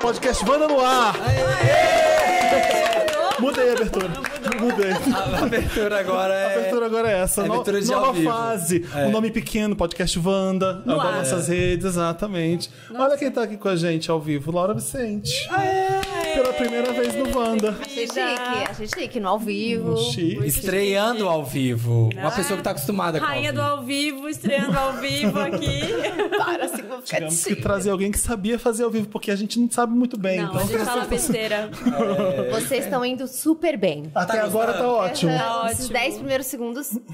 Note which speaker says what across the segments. Speaker 1: Podcast Vanda no ar! Mudei a abertura. Mudei.
Speaker 2: A abertura agora
Speaker 1: A
Speaker 2: é.
Speaker 1: abertura agora é essa.
Speaker 2: é
Speaker 1: No-
Speaker 2: abertura de ao
Speaker 1: nova
Speaker 2: vivo.
Speaker 1: fase. O nome pequeno, podcast Wanda.
Speaker 3: No
Speaker 1: Andar
Speaker 3: ar.
Speaker 1: nossas redes, exatamente. Olha quem tá aqui com a gente ao vivo, Laura Vicente. Pela primeira vez no Wanda.
Speaker 3: Achei chique, achei chique, no ao
Speaker 1: Hum,
Speaker 3: vivo.
Speaker 1: Chique.
Speaker 2: Estreando ao vivo. Uma pessoa que tá acostumada com.
Speaker 4: Rainha do
Speaker 2: ao
Speaker 4: ao vivo, estreando ao vivo aqui.
Speaker 3: Para, assim, vou ficar
Speaker 1: Tivemos que
Speaker 3: chique.
Speaker 1: trazer alguém que sabia fazer ao vivo, porque a gente não sabe muito bem.
Speaker 4: Não,
Speaker 1: então.
Speaker 4: a gente fala besteira.
Speaker 1: é.
Speaker 3: Vocês estão indo super bem.
Speaker 1: Até
Speaker 2: Tá
Speaker 1: agora tá ótimo.
Speaker 3: Tá, Esses
Speaker 4: ótimo.
Speaker 3: 10 primeiros segundos.
Speaker 2: vivo.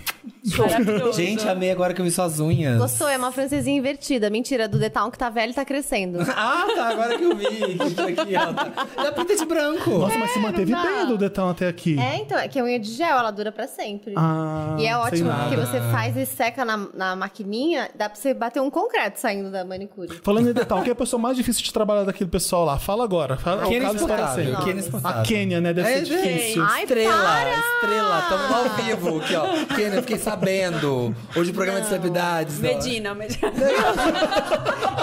Speaker 4: Maravilhoso.
Speaker 2: Gente, amei agora que eu vi suas unhas.
Speaker 3: Gostou, é uma francesinha invertida. Mentira, do The Town que tá velho tá crescendo.
Speaker 2: Ah, tá, agora que eu vi. Que tá aqui, ó. Tá- Dá pinta de branco.
Speaker 1: Nossa, mas se manteve
Speaker 3: não dá.
Speaker 1: bem a do Detão até aqui.
Speaker 3: É, então, é que a unha de gel, ela dura pra sempre.
Speaker 1: Ah,
Speaker 3: e é
Speaker 1: sei
Speaker 3: ótimo,
Speaker 1: lá.
Speaker 3: porque você faz e seca na, na maquininha, dá pra você bater um concreto saindo da manicure.
Speaker 1: Falando em detalhe, quem é a pessoa mais difícil de trabalhar daquele pessoal lá? Fala agora. Fala,
Speaker 2: Quênia
Speaker 1: o Carlos
Speaker 2: Exportável,
Speaker 1: Torresceno.
Speaker 2: Quênia Exportável.
Speaker 1: A Quênia, né? Deve
Speaker 2: É,
Speaker 1: ser
Speaker 2: gente.
Speaker 1: difícil.
Speaker 3: Ai,
Speaker 2: estrela,
Speaker 3: para!
Speaker 2: estrela, tamo ao vivo aqui, ó. Kênia, eu fiquei sabendo. Hoje o programa de celebridades. ó.
Speaker 4: Medina, Medina.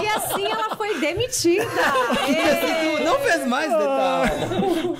Speaker 3: E assim ela foi demitida.
Speaker 2: E assim, tu não fez mais detalhe.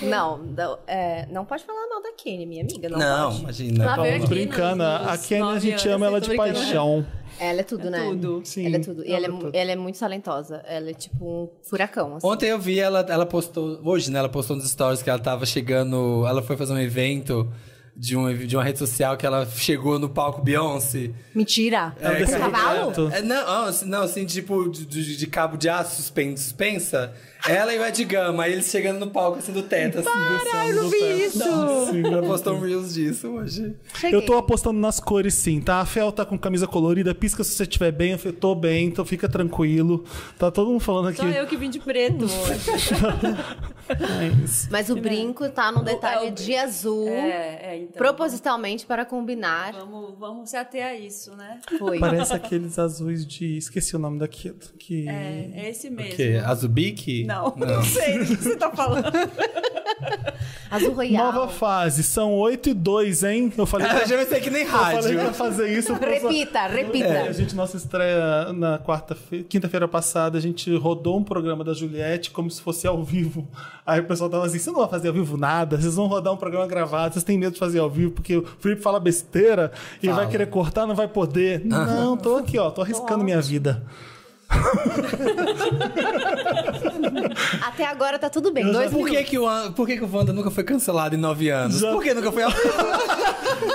Speaker 3: não, não, é, não pode falar mal da Kenny, minha amiga. Não,
Speaker 2: Não,
Speaker 3: pode.
Speaker 2: imagina.
Speaker 4: Lá veio
Speaker 1: Vamos
Speaker 4: aqui
Speaker 1: brincando.
Speaker 4: nos- nos
Speaker 1: A Kenia, a
Speaker 4: né? nove
Speaker 1: gente
Speaker 4: anos,
Speaker 1: ama
Speaker 4: eu
Speaker 1: ela
Speaker 4: tô
Speaker 1: de
Speaker 4: brincando. né?
Speaker 1: paixão.
Speaker 3: Ela é tudo, né?
Speaker 4: tudo.
Speaker 1: Sim.
Speaker 3: Ela é tudo. E
Speaker 1: Ela
Speaker 3: ela é,
Speaker 1: é
Speaker 3: mu-
Speaker 1: tudo.
Speaker 3: ela é muito talentosa. Ela é tipo um furacão, assim.
Speaker 2: Ontem eu vi ela, ela postou, hoje, né? Ela postou nos stories que ela tava chegando, ela foi fazer um evento de, um, de uma rede social que ela chegou no palco Beyoncé.
Speaker 3: Mentira!
Speaker 1: Ela
Speaker 3: um
Speaker 1: desceu
Speaker 3: cavalo?
Speaker 1: direto.
Speaker 2: É, não, ah, assim, não, assim, tipo, de, de- de cabo de aço suspen- suspensa. Ela e o Ed Gama, aí eles chegando no palco, assim, do teto, assim.
Speaker 1: Para, eu não vi isso!
Speaker 2: Ela postou um Reels disso hoje.
Speaker 3: Cheguei.
Speaker 1: Eu tô apostando nas cores, sim, tá? A Fel tá com camisa colorida, pisca se você estiver bem, eu falei, tô bem, então fica tranquilo. Tá todo mundo falando aqui.
Speaker 4: Só eu que vim de preto hoje.
Speaker 1: Mas-
Speaker 3: Mas o brinco tá num detalhe
Speaker 4: é o-
Speaker 3: de azul,
Speaker 4: É, é, então.
Speaker 3: propositalmente para combinar.
Speaker 4: Vamos, vamos se ater a isso, né?
Speaker 3: Foi.
Speaker 1: Parece aqueles azuis de. Esqueci o nome daquilo. Que.
Speaker 4: É, é esse mesmo.
Speaker 2: Que? Azubique?
Speaker 4: Não, não, sei do que você tá falando.
Speaker 3: Azul royal.
Speaker 1: Nova fase, são 8 e 2, hein? Eu falei pra
Speaker 2: Ela já vai ser que nem
Speaker 1: Eu falei
Speaker 2: rádio.
Speaker 1: que ia fazer isso. pra-
Speaker 3: Repita, repita.
Speaker 1: É, a gente, nossa estreia na quarta-feira, quinta-feira passada, a gente rodou um programa da Juliette como se fosse ao vivo. Aí o pessoal tava assim: você não vai fazer ao vivo nada, vocês vão rodar um programa gravado, vocês têm medo de fazer ao vivo, porque o Felipe fala besteira e
Speaker 2: Fala.
Speaker 1: vai querer cortar, não vai poder. Não, tô aqui, ó, tô arriscando minha vida.
Speaker 3: Até agora tá tudo bem. Dois
Speaker 2: Por
Speaker 3: minutos.
Speaker 2: que que, o, An- por que que o Wanda nunca foi cancelado em nove anos?
Speaker 1: Já-
Speaker 2: Por que nunca foi ao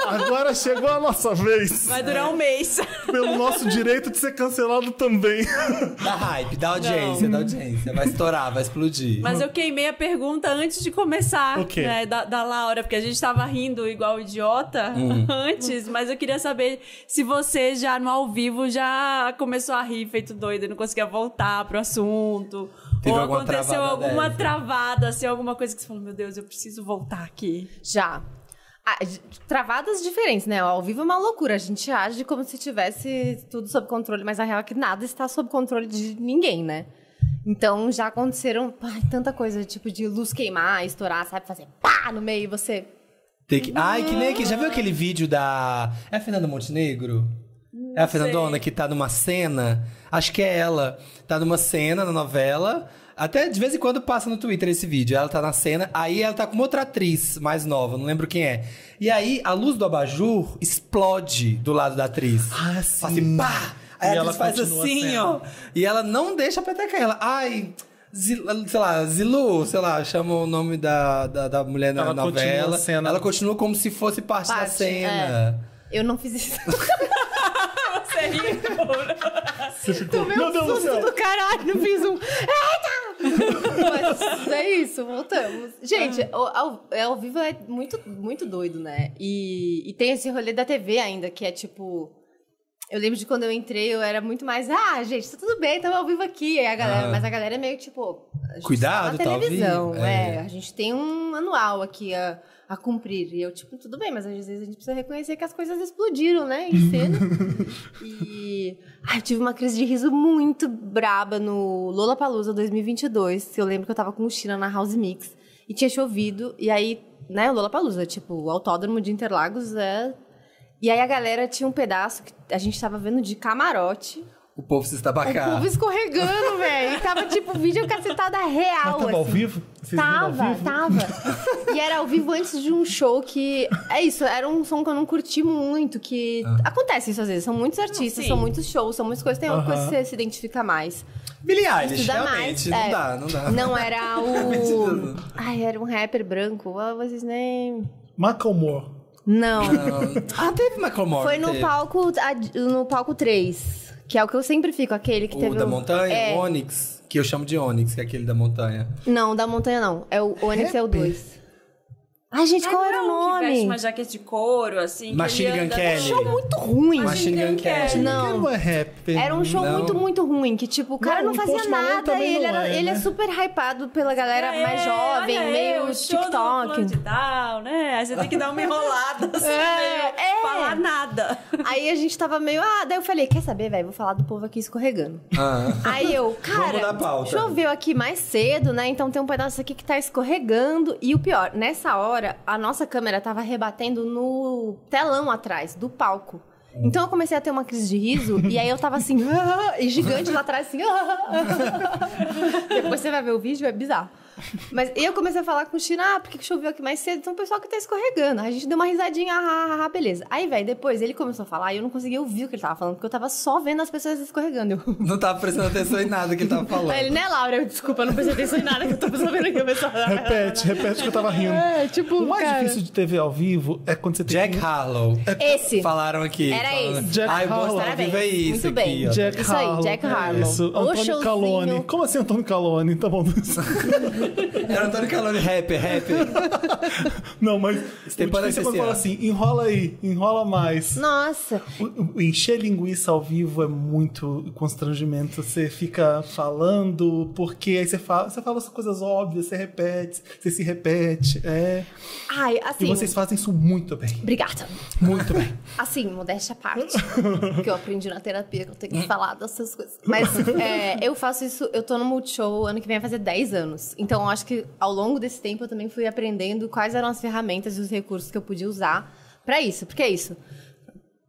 Speaker 1: Agora chegou a nossa vez,
Speaker 4: Vai durar um mês.
Speaker 1: pelo nosso direito de ser cancelado também.
Speaker 2: Da hype, da audiência, da audiência. Vai estourar, vai explodir.
Speaker 4: Mas eu queimei a pergunta antes de começar,
Speaker 1: O quê?
Speaker 4: né, da, da Laura, porque a gente tava rindo igual idiota
Speaker 2: Uhum.
Speaker 4: antes, mas eu queria saber se você já no ao vivo já começou a rir feito doido e não conseguia voltar pro assunto.
Speaker 2: Teve
Speaker 4: ou
Speaker 2: alguma
Speaker 4: aconteceu
Speaker 2: travada
Speaker 4: alguma
Speaker 2: dessa?
Speaker 4: travada, assim, alguma coisa que você falou, meu Deus, eu preciso voltar aqui.
Speaker 3: Já. Ah, j- travadas diferentes, né? Ao vivo é uma loucura. A gente age como se tivesse tudo sob controle, mas a real é que nada está sob controle de ninguém, né? Então já aconteceram ai, tanta coisa, tipo de luz queimar, estourar, sabe? Fazer pá no meio e você.
Speaker 2: Tem que- Ai, que nem aqui. Já viu aquele vídeo da. É a Fernanda Montenegro? é a Fernandona que tá numa cena. Acho que é ela. Tá numa cena na novela. Até de vez em quando passa no Twitter esse vídeo. Ela tá na cena, aí ela tá com uma outra atriz mais nova, não lembro quem é. E aí a luz do abajur explode do lado da atriz.
Speaker 1: Ah, sim.
Speaker 2: Faz assim, pá! Aí
Speaker 1: E
Speaker 2: a atriz
Speaker 1: ela
Speaker 2: faz
Speaker 1: continua a
Speaker 2: assim,
Speaker 1: cena.
Speaker 2: ó. E ela não deixa a peteca. Ela, ai, Zil- sei lá, Zilu, sei lá, chama o nome da, da, da mulher na
Speaker 1: Ela continua a
Speaker 2: novela.
Speaker 1: cena.
Speaker 2: Ela continua como se fosse parte, da
Speaker 3: Parte, é.
Speaker 2: cena.
Speaker 3: Eu não fiz isso.
Speaker 4: Você riu.
Speaker 3: é
Speaker 1: Meu Deus do céu!
Speaker 3: um do caralho, fiz um. Eita! Mas é isso, voltamos. Gente, o- ao, é, ao vivo é muito, muito doido, né? E, e tem esse rolê da TV ainda, que é tipo. Eu lembro de quando eu entrei, eu era muito mais. Ah, gente, tá tudo bem, tamo ao vivo aqui. Aí a galera,
Speaker 2: Ah.
Speaker 3: Mas a galera é meio tipo. a gente
Speaker 2: Cuidado,
Speaker 3: tá
Speaker 2: tá
Speaker 3: na
Speaker 2: ao vivo,
Speaker 3: televisão.
Speaker 2: é.
Speaker 3: é. a gente tem um manual aqui a, a cumprir. E eu, tipo, tudo bem, mas às vezes a gente precisa reconhecer que as coisas explodiram, né? Em cena. E ai, eu tive uma crise de riso muito braba no Lollapalooza 2022. que Eu lembro que eu tava com mochila na House Mix e tinha chovido. E aí, né, o Lollapalooza, tipo, o autódromo de Interlagos é... E aí a galera tinha um pedaço que a gente tava vendo de camarote.
Speaker 2: O povo se
Speaker 3: O
Speaker 2: estabacar.
Speaker 3: povo escorregando, velho. E tava tipo vídeo cacetada
Speaker 1: Mas
Speaker 3: real.
Speaker 1: tava Tá ao
Speaker 3: assim.
Speaker 1: vivo? Vocês viram ao
Speaker 3: Tava, tá.
Speaker 1: vivo?
Speaker 3: tava. E era ao vivo antes de um show que. É isso, era um som que eu não curti muito. Que. Acontece isso às vezes. São muitos artistas,
Speaker 4: sim.
Speaker 3: são muitos shows, são muitas coisas. Tem uma
Speaker 1: Aham.
Speaker 3: coisa que você se identifica mais.
Speaker 2: Billie Eilish,
Speaker 3: Estudar
Speaker 2: realmente.
Speaker 3: mais,
Speaker 2: Não
Speaker 3: é.
Speaker 2: dá, não dá.
Speaker 3: Não era o.
Speaker 2: Ah. Não.
Speaker 3: Ai, era um rapper branco. What was his name?
Speaker 1: Macklemore.
Speaker 3: Não.
Speaker 2: Ah, teve Macklemore.
Speaker 3: Foi no
Speaker 2: teve.
Speaker 3: palco, a- no palco 3. Que é o que eu sempre fico, aquele que
Speaker 2: O
Speaker 3: teve.
Speaker 2: da
Speaker 3: um-
Speaker 2: montanha,
Speaker 3: É.
Speaker 2: o Onyx, que eu chamo de Onyx, que é aquele da montanha.
Speaker 3: Não, da montanha não. É o Onyx é o 2. Ai, gente, qual era o
Speaker 4: É, Que veste uma
Speaker 3: nome?
Speaker 4: jaqueta de couro, assim. que
Speaker 2: Machine
Speaker 4: ele
Speaker 2: Gun
Speaker 4: anda-
Speaker 2: Kelly.
Speaker 3: Show muito ruim.
Speaker 2: Machine Gun Kelly.
Speaker 1: Ele
Speaker 3: Não.
Speaker 1: não é rapper.
Speaker 3: Era um show
Speaker 2: Não.
Speaker 3: muito, muito ruim, que tipo, o cara
Speaker 1: Não,
Speaker 3: não,
Speaker 1: o Post
Speaker 3: fazia
Speaker 1: Malone
Speaker 3: nada
Speaker 1: também
Speaker 3: e ele,
Speaker 1: não
Speaker 3: era,
Speaker 1: é,
Speaker 3: ele é
Speaker 1: né?
Speaker 3: super hypado pela galera
Speaker 4: É,
Speaker 3: mais jovem,
Speaker 4: olha aí,
Speaker 3: meio
Speaker 4: o show do Fulano de
Speaker 3: TikTok.
Speaker 4: tal, né? Aí você tem que dar uma enrolada, assim,
Speaker 3: É,
Speaker 4: meio
Speaker 3: é.
Speaker 4: falar nada.
Speaker 3: Aí a gente tava meio, ah, daí eu falei, quer saber, velho, vou falar do povo aqui escorregando.
Speaker 2: Ah.
Speaker 3: Aí eu, cara,
Speaker 2: mudar a pauta.
Speaker 3: choveu aqui mais cedo, né? Então tem um pedaço aqui que tá escorregando. E o pior, nessa hora, a nossa câmera tava rebatendo no telão atrás, do palco. Então eu comecei a ter uma crise de riso, e aí eu tava assim, "Ah", e gigante lá atrás, assim. "Ah". Depois você vai ver o vídeo, é bizarro. Mas eu comecei a falar com o China, ah, porque choveu aqui mais cedo, então o pessoal que tá escorregando. Aí A gente deu uma risadinha, ah, ah, ah, ah, beleza. Aí, velho, depois ele começou a falar e eu não conseguia ouvir o que ele tava falando, porque eu tava só vendo as pessoas escorregando. Eu...
Speaker 2: Não tava prestando atenção em nada que ele tava falando.
Speaker 3: Aí ele, né, Laura? Eu, desculpa, eu não prestei atenção em nada que eu tô pensando aqui. Eu penso...
Speaker 1: Repete, repete que eu tava rindo.
Speaker 3: É, tipo,
Speaker 1: o mais
Speaker 3: cara.
Speaker 1: difícil de TV ao vivo é quando você tem
Speaker 2: Jack Harlow.
Speaker 3: Esse.
Speaker 2: Falaram aqui.
Speaker 3: Era
Speaker 2: falando...
Speaker 3: esse.
Speaker 1: Jack
Speaker 2: Ai,
Speaker 1: Harlow.
Speaker 2: Harlow.
Speaker 3: Parabéns.
Speaker 2: Viva é isso
Speaker 3: Muito bem.
Speaker 2: aqui, ó.
Speaker 1: Jack
Speaker 3: Isso aí,
Speaker 1: Harlow.
Speaker 3: Jack
Speaker 1: é
Speaker 3: Harlow.
Speaker 1: Isso,
Speaker 3: O
Speaker 1: Antônio
Speaker 3: showzinho.
Speaker 1: Calone. Como assim Antônio Calone? Tá bom.
Speaker 2: Era Antônio Calone, rapper, rapper.
Speaker 1: Não, mas
Speaker 2: tem
Speaker 1: o difícil é
Speaker 2: parece
Speaker 1: quando
Speaker 2: esse
Speaker 1: fala
Speaker 2: ano.
Speaker 1: assim, enrola aí, enrola mais.
Speaker 3: Nossa.
Speaker 1: O- o Encher linguiça ao vivo é muito constrangimento. Você fica falando, porque aí você fala, você fala as coisas óbvias, você repete, você se repete. É.
Speaker 3: Ai, assim.
Speaker 1: E vocês fazem isso muito bem.
Speaker 3: Obrigada.
Speaker 1: Muito bem.
Speaker 3: Assim, modéstia à parte. que eu aprendi na terapia, que eu tenho que falar dessas coisas. Mas é, eu faço isso, eu tô no Multishow, ano que vem vai fazer 10 anos. Então eu acho que ao longo desse tempo eu também fui aprendendo quais eram as ferramentas e os recursos que eu podia usar pra isso. Porque é isso.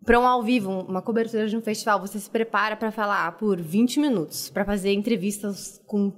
Speaker 3: Pra um ao vivo, uma cobertura de um festival, você se prepara pra falar por 20 minutos, pra fazer entrevistas com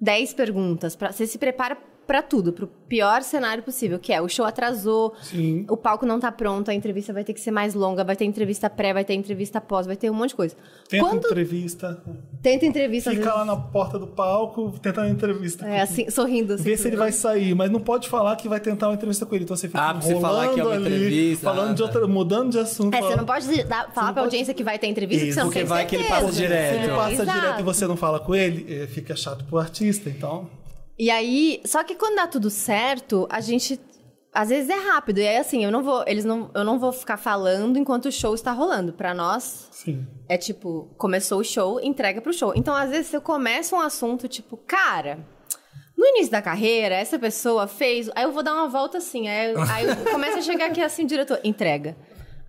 Speaker 3: 10 perguntas, pra, você se prepara pra tudo, pro pior cenário possível, que é o show atrasou,
Speaker 1: Sim.
Speaker 3: o palco não tá pronto, a entrevista vai ter que ser mais longa, vai ter entrevista pré, vai ter entrevista pós, vai ter um monte de coisa.
Speaker 1: Tenta
Speaker 3: Quando
Speaker 1: entrevista.
Speaker 3: tenta entrevista, às
Speaker 1: Fica
Speaker 3: vezes,
Speaker 1: lá na porta do palco, tentando entrevista.
Speaker 3: é, assim, sorrindo assim.
Speaker 1: Vê se ele vai sair, mas não pode falar que vai tentar uma entrevista com ele. Então você fica
Speaker 2: Ah, pra você falar
Speaker 1: enrolando
Speaker 2: que é uma
Speaker 1: ali,
Speaker 2: entrevista,
Speaker 1: falando de
Speaker 2: ah,
Speaker 1: outra, mudando de assunto.
Speaker 3: É, você
Speaker 1: falando-
Speaker 3: não pode dar- falar pra audiência que vai ter entrevista, que
Speaker 1: Isso,
Speaker 3: você não
Speaker 2: porque
Speaker 3: tem
Speaker 2: vai que ele
Speaker 3: certeza.
Speaker 2: passa direto.
Speaker 1: Se ele passa
Speaker 3: Exato.
Speaker 1: direto e você não fala com ele, eh, fica chato pro artista, então.
Speaker 3: E aí, só que quando dá tudo certo, a gente às vezes é rápido. E aí assim, eu não vou, eles não, eu não vou ficar falando enquanto o show está rolando. Pra nós
Speaker 1: Sim.
Speaker 3: é tipo, começou o show, entrega pro show. Então, às vezes eu começo um assunto tipo, cara, no início da carreira, essa pessoa fez, aí eu vou dar uma volta assim, aí, eu- aí eu começo a chegar aqui assim, diretor, entrega.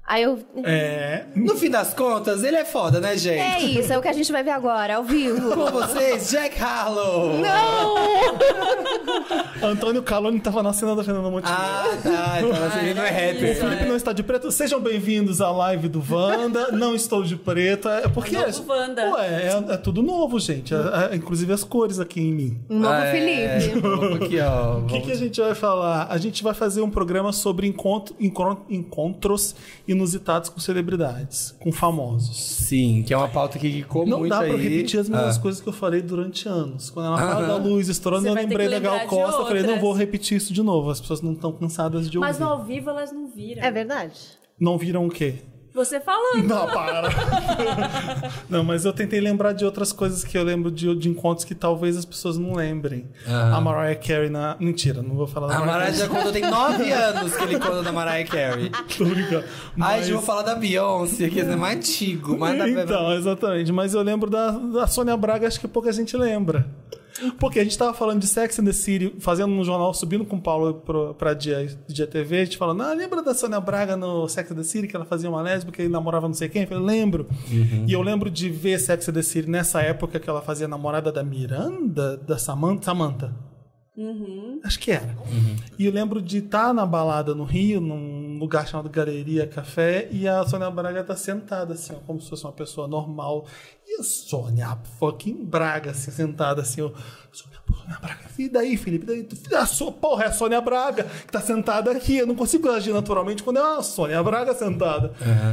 Speaker 3: Aí eu
Speaker 1: É.
Speaker 2: No fim das contas, ele é foda, né, gente?
Speaker 3: é isso, é o que a gente vai ver agora, ao vivo.
Speaker 2: Com vocês, Jack Harlow.
Speaker 1: Antônio Caloni tava na cena da Fernanda Montenegro.
Speaker 2: Ah, tá. Então assim, ele não é
Speaker 1: O
Speaker 2: rapper.
Speaker 1: Felipe não está de preto. Sejam bem-vindos à live do Wanda. Não estou de preto. É porque.
Speaker 4: Novo Wanda.
Speaker 1: Ué, é, é tudo novo, gente. É- é- inclusive as cores aqui em mim.
Speaker 3: Um novo
Speaker 2: É,
Speaker 3: Felipe.
Speaker 2: novo Aqui, ó.
Speaker 1: O que, é? que a gente vai falar? A gente vai fazer um programa sobre encontro- encron- encontros inusitados com celebridades, com famosos.
Speaker 2: Sim, que é uma pauta que quicou
Speaker 1: Não
Speaker 2: muito
Speaker 1: dá
Speaker 2: aí.
Speaker 1: pra repetir as mesmas
Speaker 2: Ah.
Speaker 1: coisas que eu falei durante anos. Quando ela falou da
Speaker 2: Aham.
Speaker 1: luz estourando,
Speaker 4: Você
Speaker 1: eu
Speaker 4: vai ter
Speaker 1: lembrei
Speaker 4: que
Speaker 1: da Gal
Speaker 4: lembrar de
Speaker 1: Costa. Eu falei, não
Speaker 4: outras.
Speaker 1: vou repetir isso de novo. As pessoas não estão cansadas de ouvir.
Speaker 4: Mas no ao vivo elas não viram.
Speaker 3: É verdade.
Speaker 1: Não viram o quê?
Speaker 4: Você falando.
Speaker 1: Não, para! não, mas eu tentei lembrar de outras coisas que eu lembro de, de encontros que talvez as pessoas não lembrem.
Speaker 2: Aham.
Speaker 1: A Mariah Carey na. Mentira, não vou falar da
Speaker 2: A Mariah
Speaker 1: Carey.
Speaker 2: já contou, tem nove anos que ele conta da Mariah Carey.
Speaker 1: Tô brincando.
Speaker 2: Ai,
Speaker 1: Mas-
Speaker 2: gente, vou falar da Beyoncé, que é mais antigo. Mas da...
Speaker 1: Então, exatamente. Mas eu lembro da, da Sônia Braga, acho que pouca gente lembra. Porque a gente tava falando de Sex and the City, fazendo um jornal, subindo com o Paulo pro, pra dia, dia TV, a gente falando, ah, lembra da Sônia Braga no Sex and the City, que ela fazia uma lésbica e namorava não sei quem? Eu falei, lembro. E eu lembro de ver Sex and the City nessa época que ela fazia namorada da Miranda, da Samantha. Samantha. Acho que era. E eu lembro de estar na balada no Rio, num lugar chamado Galeria Café, e a Sônia Braga tá sentada, assim, ó, como se fosse uma pessoa normal. E a Sônia fucking Braga, assim, sentada assim, eu. Sônia, Sônia Braga. E daí, Felipe? Daí, tu- a sua porra, é a Sônia Braga que tá sentada aqui. Eu não consigo agir naturalmente quando é a Sônia Braga sentada.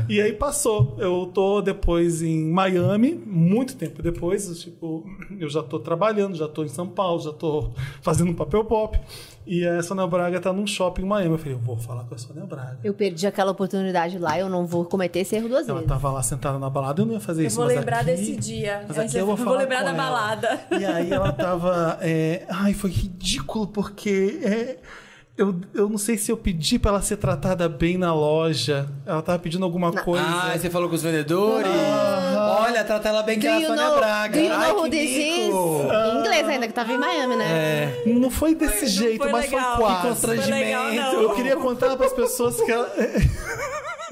Speaker 1: E aí passou. Eu tô depois em Miami, muito tempo depois. Tipo, eu já tô trabalhando, já tô em São Paulo, já tô fazendo papel pop. E a Sônia Braga tá num shopping em Miami. Eu falei, eu vou falar com a Sônia Braga.
Speaker 3: Eu perdi aquela oportunidade lá, eu não vou cometer esse erro duas
Speaker 1: Ela tá
Speaker 3: vezes.
Speaker 1: tava lá sentada na balada, eu não ia fazer
Speaker 4: Eu
Speaker 1: isso.
Speaker 4: vou
Speaker 1: mas
Speaker 4: lembrar
Speaker 1: aqui-
Speaker 4: desse dia.
Speaker 1: Mas
Speaker 4: Aí
Speaker 1: aqui
Speaker 4: você-
Speaker 1: eu vou
Speaker 4: vou
Speaker 1: falar
Speaker 4: lembrar
Speaker 1: com
Speaker 4: da
Speaker 1: ela.
Speaker 4: balada.
Speaker 1: E aí ela tava. é, Ai, foi ridículo, porque é, eu, eu não sei se eu pedi pra ela ser tratada bem na loja. Ela tava pedindo alguma coisa.
Speaker 2: Ah, você falou com os vendedores? Olha, trata ela bem que
Speaker 3: Do
Speaker 2: é a
Speaker 3: you
Speaker 2: Sônia
Speaker 3: know,
Speaker 2: Braga.
Speaker 3: do you
Speaker 2: Ai,
Speaker 3: know
Speaker 2: que
Speaker 3: who this is?
Speaker 2: mico.
Speaker 3: Em inglês ainda, que tava em Miami, né?
Speaker 2: É,
Speaker 1: Não foi desse jeito,
Speaker 4: foi
Speaker 1: mas
Speaker 4: legal.
Speaker 1: foi
Speaker 4: Que
Speaker 1: quase.
Speaker 2: constrangimento.
Speaker 4: Foi legal, não.
Speaker 1: Eu queria contar pras pessoas que ela.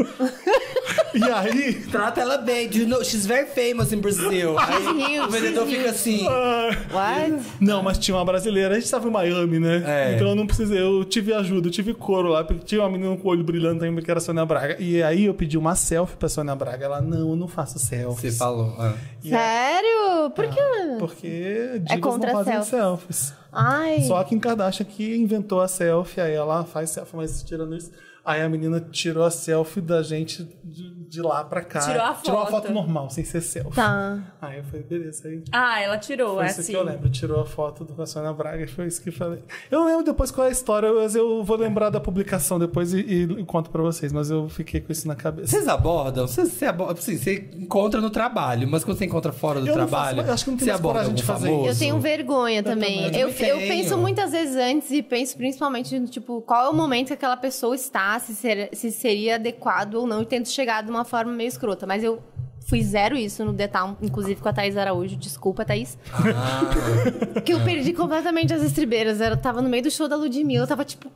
Speaker 1: e aí.
Speaker 2: Trata ela bem. Do you know, she's very famous in Brazil. Aí,
Speaker 3: huge,
Speaker 2: o vendedor
Speaker 3: she's
Speaker 2: fica assim.
Speaker 1: Ah.
Speaker 3: What?
Speaker 1: Não, mas tinha uma brasileira. A gente tava em Miami, né?
Speaker 2: É.
Speaker 1: Então eu não precisei. Eu tive ajuda, eu tive couro lá. porque Tinha uma menina com o olho brilhando também, que era a Sônia Braga. E aí eu pedi uma selfie pra Sônia Braga. Ela, não, eu não faço selfie.
Speaker 2: Você falou. ah.
Speaker 3: Sério? Por quê?
Speaker 1: Porque divas
Speaker 3: É contra
Speaker 1: não fazem
Speaker 3: selfies.
Speaker 1: selfies.
Speaker 3: Ai.
Speaker 1: Só a Kim Kardashian que inventou a selfie, aí ela faz selfie, mas tirando isso. Aí a menina tirou a selfie da gente de, de lá pra cá.
Speaker 4: Tirou a
Speaker 1: Tirou uma
Speaker 4: foto.
Speaker 1: foto normal, sem ser selfie.
Speaker 3: Tá.
Speaker 1: Aí eu falei, beleza, aí.
Speaker 4: Ah, ela tirou,
Speaker 1: Foi
Speaker 4: é
Speaker 1: isso
Speaker 4: assim.
Speaker 1: que eu lembro. Tirou a foto do com a Sônia Braga, foi isso que eu falei. Eu não lembro depois qual é a história, mas eu vou lembrar da publicação depois e, e conto pra vocês, mas eu fiquei com isso na cabeça.
Speaker 2: Vocês abordam? Você, você, aborda, assim, você encontra no trabalho, mas quando você encontra fora do
Speaker 1: Eu não faço,
Speaker 2: trabalho.
Speaker 1: mas eu acho que não tem
Speaker 2: você
Speaker 1: mais
Speaker 2: aborda
Speaker 1: coragem de
Speaker 2: algum
Speaker 1: fazer
Speaker 2: famoso?
Speaker 3: Eu tenho vergonha também.
Speaker 2: também.
Speaker 3: Eu,
Speaker 2: Eu também
Speaker 3: eu
Speaker 2: tenho.
Speaker 3: penso muitas vezes antes e penso principalmente no tipo, qual é o momento que aquela pessoa está, se, ser- se seria adequado ou não, e tento chegar de uma forma meio escrota. Mas eu fui zero isso no detalhe, inclusive com a Thaís Araújo. Desculpa, Thaís.
Speaker 2: Ah,
Speaker 3: que eu perdi completamente as estribeiras. Eu tava no meio do show da Ludmilla, eu tava tipo,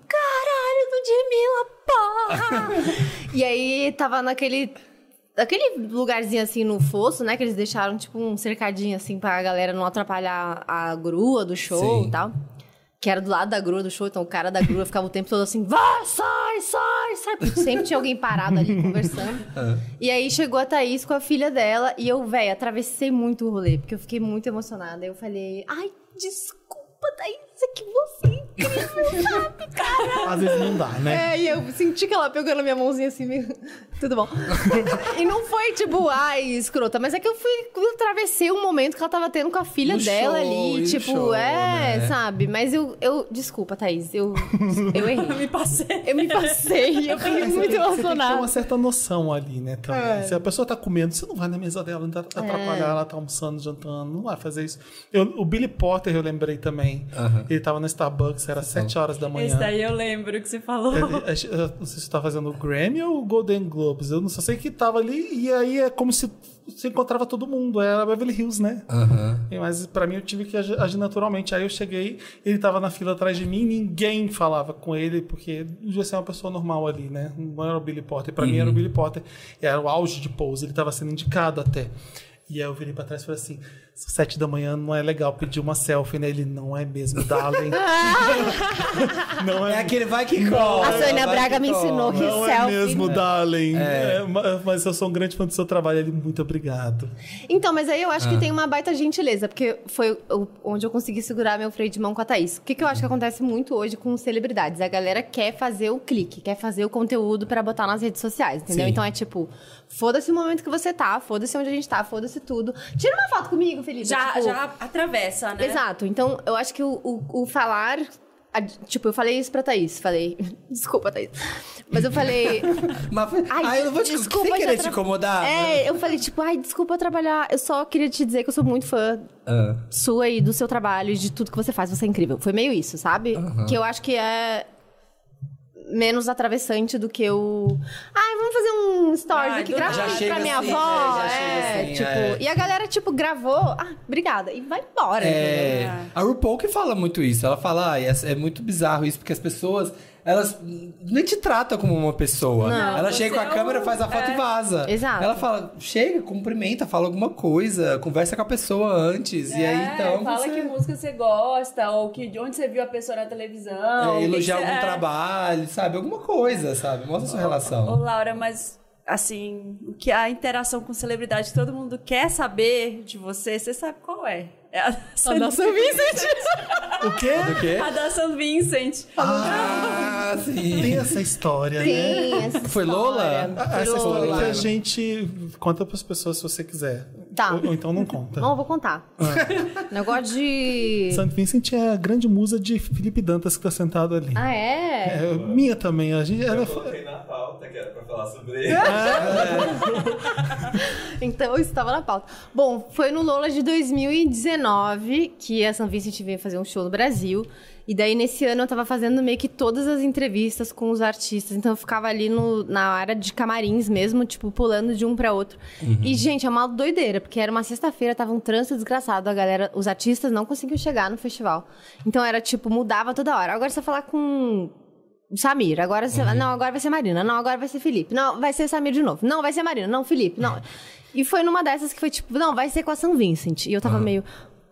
Speaker 3: caralho, Ludmilla, porra! e aí tava naquele. Aquele lugarzinho assim no fosso, né? Que eles deixaram tipo um cercadinho assim pra galera não atrapalhar a grua do show
Speaker 2: Sim.
Speaker 3: e tal. Que era do lado da grua do show, então o cara da grua ficava o tempo todo assim, vai, sai, sai, sai. Porque sempre tinha alguém parado ali conversando. E aí chegou a Thaís com a filha dela e eu, véi, atravessei muito o rolê, porque eu fiquei muito emocionada. Eu falei, ai, desculpa, Thaís, é que você é incrível, sabe, cara?
Speaker 1: Às vezes não dá, né?
Speaker 3: É, e eu senti que ela pegou na minha mãozinha assim, meio... tudo bom. e não foi tipo, ai, escrota, mas é que eu fui, eu atravessei um momento que ela tava tendo com a filha
Speaker 2: No
Speaker 3: dela
Speaker 2: show, e
Speaker 3: ali,
Speaker 2: no
Speaker 3: tipo,
Speaker 2: show,
Speaker 3: é,
Speaker 2: né?
Speaker 3: sabe? Mas eu, eu, desculpa, Thaís, eu, eu errei.
Speaker 4: Eu me passei.
Speaker 3: Eu me passei, eu fiquei muito
Speaker 1: Você tem que ter
Speaker 3: emocionada.
Speaker 1: uma certa noção ali, né? Também. Se a pessoa tá comendo, você não vai na mesa dela não tá- atrapalhar, ela tá almoçando, jantando, não vai fazer isso. Eu- o Billy Potter eu lembrei também.
Speaker 2: Aham.
Speaker 1: Ele tava na Starbucks, era 7 horas da manhã.
Speaker 4: Esse daí eu lembro que você falou.
Speaker 1: Ele- eu não sei se tá fazendo o Grammy ou o Golden Globes. Eu não só sei que tava ali e aí é como se se encontrava todo mundo. Era Beverly Hills, né?
Speaker 2: Aham.
Speaker 1: E- Mas pra mim eu tive que agi- agir naturalmente. Aí eu cheguei, ele tava na fila atrás de mim, ninguém falava com ele, porque devia ser uma pessoa normal ali, né? Não era o Billy Potter. Pra mim era o Billy Potter. E Era o auge de pose, ele tava sendo indicado até. E aí eu virei pra trás e falei assim: sete da manhã não é legal pedir uma selfie, né? Ele não é mesmo, Darling. não
Speaker 2: É
Speaker 1: é,
Speaker 2: aquele vai que cola.
Speaker 3: A Sônia
Speaker 2: vai
Speaker 3: Braga
Speaker 2: que
Speaker 3: me
Speaker 2: cola.
Speaker 3: ensinou que
Speaker 1: não é
Speaker 3: selfie.
Speaker 1: mesmo, Darling. É, ma- mas eu sou um grande fã do seu trabalho. Ele, muito obrigado.
Speaker 3: Então, mas aí eu acho
Speaker 2: Ah.
Speaker 3: que tem uma baita gentileza, porque foi o- onde eu consegui segurar meu freio de mão com a Thaís. O que, que eu acho que
Speaker 2: Uhum.
Speaker 3: acontece muito hoje com celebridades? A galera quer fazer o clique, quer fazer o conteúdo pra botar nas redes sociais, entendeu?
Speaker 2: Sim.
Speaker 3: Então é tipo, foda-se o momento que você tá, foda-se onde a gente tá, foda-se tudo. Tira uma foto comigo, Felipe.
Speaker 4: Já,
Speaker 3: tipo,
Speaker 4: já atravessa, né?
Speaker 3: Exato. Então, eu acho que o, o- o falar. a- tipo, eu falei isso pra Thaís. Falei. Desculpa, Thaís. Mas eu falei.
Speaker 2: Mas, ai, eu não vou te desculpa, sem
Speaker 3: desculpa, já
Speaker 2: querer te
Speaker 3: tra-
Speaker 2: incomodar. Ah, mas-
Speaker 3: É, eu falei, tipo, ai, desculpa eu trabalhar. Eu só queria te dizer que eu sou muito fã
Speaker 2: Ah.
Speaker 3: sua e do seu trabalho e de tudo que você faz. Você é incrível. Foi meio isso, sabe? Que eu acho que é menos atravessante do que o. Ai, vamos fazer um stories
Speaker 4: Ah,
Speaker 3: aqui,
Speaker 4: do
Speaker 3: grava
Speaker 4: nada.
Speaker 3: aqui
Speaker 4: Já
Speaker 3: pra
Speaker 4: chega
Speaker 3: minha
Speaker 4: assim,
Speaker 3: avó.
Speaker 2: né? Já chega
Speaker 3: é,
Speaker 2: assim,
Speaker 3: tipo.
Speaker 2: é.
Speaker 3: E a galera, tipo, gravou. Ah, obrigada. E vai embora. entendeu?
Speaker 2: É, a RuPaul que fala muito isso. Ela fala, ah, é, é muito bizarro isso, porque as pessoas, elas nem te tratam como uma pessoa. ela
Speaker 4: você
Speaker 2: chega com a
Speaker 4: é um-
Speaker 2: câmera, faz a foto
Speaker 4: é.
Speaker 2: e vaza.
Speaker 3: Exato.
Speaker 2: Ela fala, chega, cumprimenta, fala alguma coisa, conversa com a pessoa antes. e aí,
Speaker 4: É,
Speaker 2: então,
Speaker 4: fala
Speaker 2: você
Speaker 4: que música você gosta, ou que, de onde você viu a pessoa na
Speaker 2: é,
Speaker 4: televisão. o que que
Speaker 2: elogiar
Speaker 4: você-
Speaker 2: algum
Speaker 4: é.
Speaker 2: trabalho, sabe? Alguma coisa, sabe? Mostra a sua relação.
Speaker 4: Ô, Laura, mas assim, o que a interação com celebridade que todo mundo quer saber de você, você sabe qual é. É a
Speaker 3: A
Speaker 4: dança,
Speaker 3: nossa Vincent.
Speaker 1: O quê?
Speaker 2: Do quê?
Speaker 4: a dança Vincent.
Speaker 2: É? Ah,
Speaker 1: Tem
Speaker 2: sim.
Speaker 1: essa história, né?
Speaker 3: Sim, essa
Speaker 2: Foi Lola?
Speaker 3: história.
Speaker 1: Ah, Essa
Speaker 3: Lola.
Speaker 1: história que a gente conta pras pessoas se você quiser.
Speaker 3: Tá.
Speaker 1: Ou, ou então não conta.
Speaker 3: Não, eu vou contar. Negócio de.
Speaker 1: St. Vincent é a grande musa de Felipe Dantas que tá sentado ali.
Speaker 3: Ah, é?
Speaker 1: É, minha também. A gente, ela
Speaker 5: Eu
Speaker 1: foi-
Speaker 5: coloquei na pauta que era pra falar sobre ele.
Speaker 3: Então eu estava na pauta. Bom, foi no Lola de 2019 que a San Vicente veio fazer um show no Brasil. E daí, nesse ano, eu tava fazendo meio que todas as entrevistas com os artistas. Então, eu ficava ali no- na área de camarins mesmo, tipo, pulando de um pra outro. E, gente, é uma doideira, porque era uma sexta-feira, tava um trânsito desgraçado. A galera, os artistas não conseguiam chegar no festival. Então, era tipo, mudava toda hora. Agora, você falar com Samir, agora você,
Speaker 2: Uhum.
Speaker 3: não, agora vai ser Marina, não, agora vai ser Felipe, não, vai ser Samir de novo, não, vai ser Marina, não, Felipe, não. E foi numa dessas que foi tipo, não, vai ser com a São Vincent. E eu
Speaker 2: Uhum.
Speaker 3: tava meio,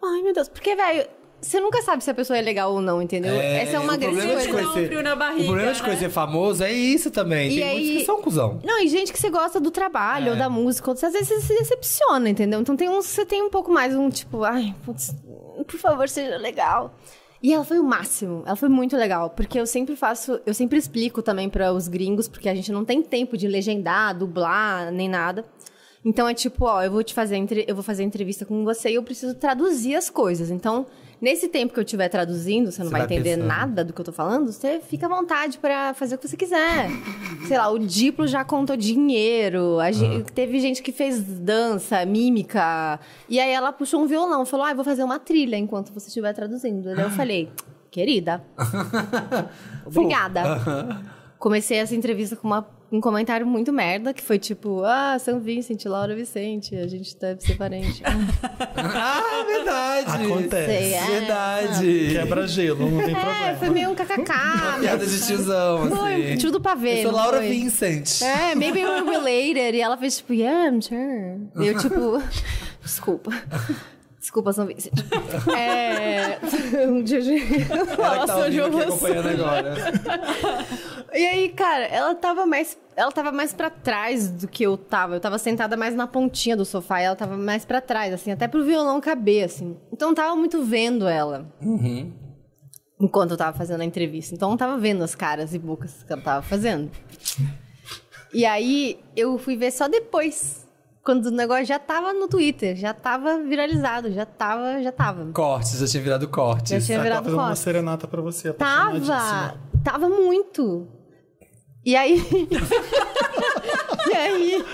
Speaker 3: ai meu Deus, porque, velho, você nunca sabe se a pessoa é legal ou não, entendeu?
Speaker 2: É,
Speaker 3: Essa é
Speaker 2: o
Speaker 3: uma grande
Speaker 2: problema de
Speaker 3: coisa.
Speaker 4: Dá um frio na barriga,
Speaker 2: o problema de
Speaker 4: né?
Speaker 2: conhecer famoso é isso também.
Speaker 3: E
Speaker 2: Tem muitos
Speaker 3: aí-
Speaker 2: que são cuzão.
Speaker 3: Não, e gente que você gosta do trabalho
Speaker 2: É.
Speaker 3: ou da música, outros, às vezes você se decepciona, entendeu? Então tem uns que você tem um pouco mais um tipo, ai, putz, por favor, seja legal. E ela foi o máximo, ela foi muito legal, porque eu sempre faço, eu sempre explico também para os gringos, porque a gente não tem tempo de legendar, dublar, nem nada. Então é tipo, ó, eu vou te fazer entre- eu vou fazer entrevista com você e eu preciso traduzir as coisas. Então, nesse tempo que eu estiver traduzindo, você não
Speaker 2: Você
Speaker 3: vai,
Speaker 2: vai
Speaker 3: entender
Speaker 2: pensando.
Speaker 3: nada nada do que eu tô falando, você fica à vontade pra fazer o que você quiser. Sei lá, o Diplo já contou dinheiro, a gen- teve gente que fez dança, mímica. E aí ela puxou um violão, falou: Ah, eu vou fazer uma trilha enquanto você estiver traduzindo. Daí eu falei: Querida, obrigada. Comecei essa entrevista com uma- um comentário muito merda, que foi tipo, ah, São Vicente, Laura Vicente, a gente deve ser parente.
Speaker 2: ah, verdade.
Speaker 1: Acontece.
Speaker 3: Sei, é.
Speaker 2: Verdade.
Speaker 1: Quebra gelo, não tem
Speaker 3: é,
Speaker 1: problema.
Speaker 3: foi meio um kkk.
Speaker 2: Piada de tiozão, assim.
Speaker 3: Foi, um tio do pavê.
Speaker 2: Eu sou
Speaker 3: não
Speaker 2: Laura
Speaker 3: foi?
Speaker 2: Vincent.
Speaker 3: É, maybe we're related. E ela fez tipo, yeah, I'm sure. E eu tipo, desculpa. Desculpa, São Vicente. É. Um dia de.
Speaker 2: Ela que tá
Speaker 3: Nossa, hoje
Speaker 2: ouvindo
Speaker 3: eu
Speaker 2: aqui
Speaker 3: vou-
Speaker 2: acompanhando agora.
Speaker 3: E aí, cara, ela tava mais. Ela tava mais pra trás do que eu tava. Eu tava sentada mais na pontinha do sofá e ela tava mais pra trás, assim, até pro violão caber, assim. Então eu não tava muito vendo ela. Enquanto eu tava fazendo a entrevista. Então eu não tava vendo as caras e bocas que ela tava fazendo. E aí eu fui ver só depois. Quando o negócio já tava no Twitter, já tava viralizado, já tava, já tava.
Speaker 2: Cortes, já tinha virado
Speaker 3: Já
Speaker 2: cortes.
Speaker 3: tinha
Speaker 1: Ela tá
Speaker 3: virado
Speaker 1: fazendo uma
Speaker 3: foto.
Speaker 1: serenata pra você.
Speaker 3: Tava!
Speaker 1: apaixonadíssima.
Speaker 3: Tava muito. E aí. e aí.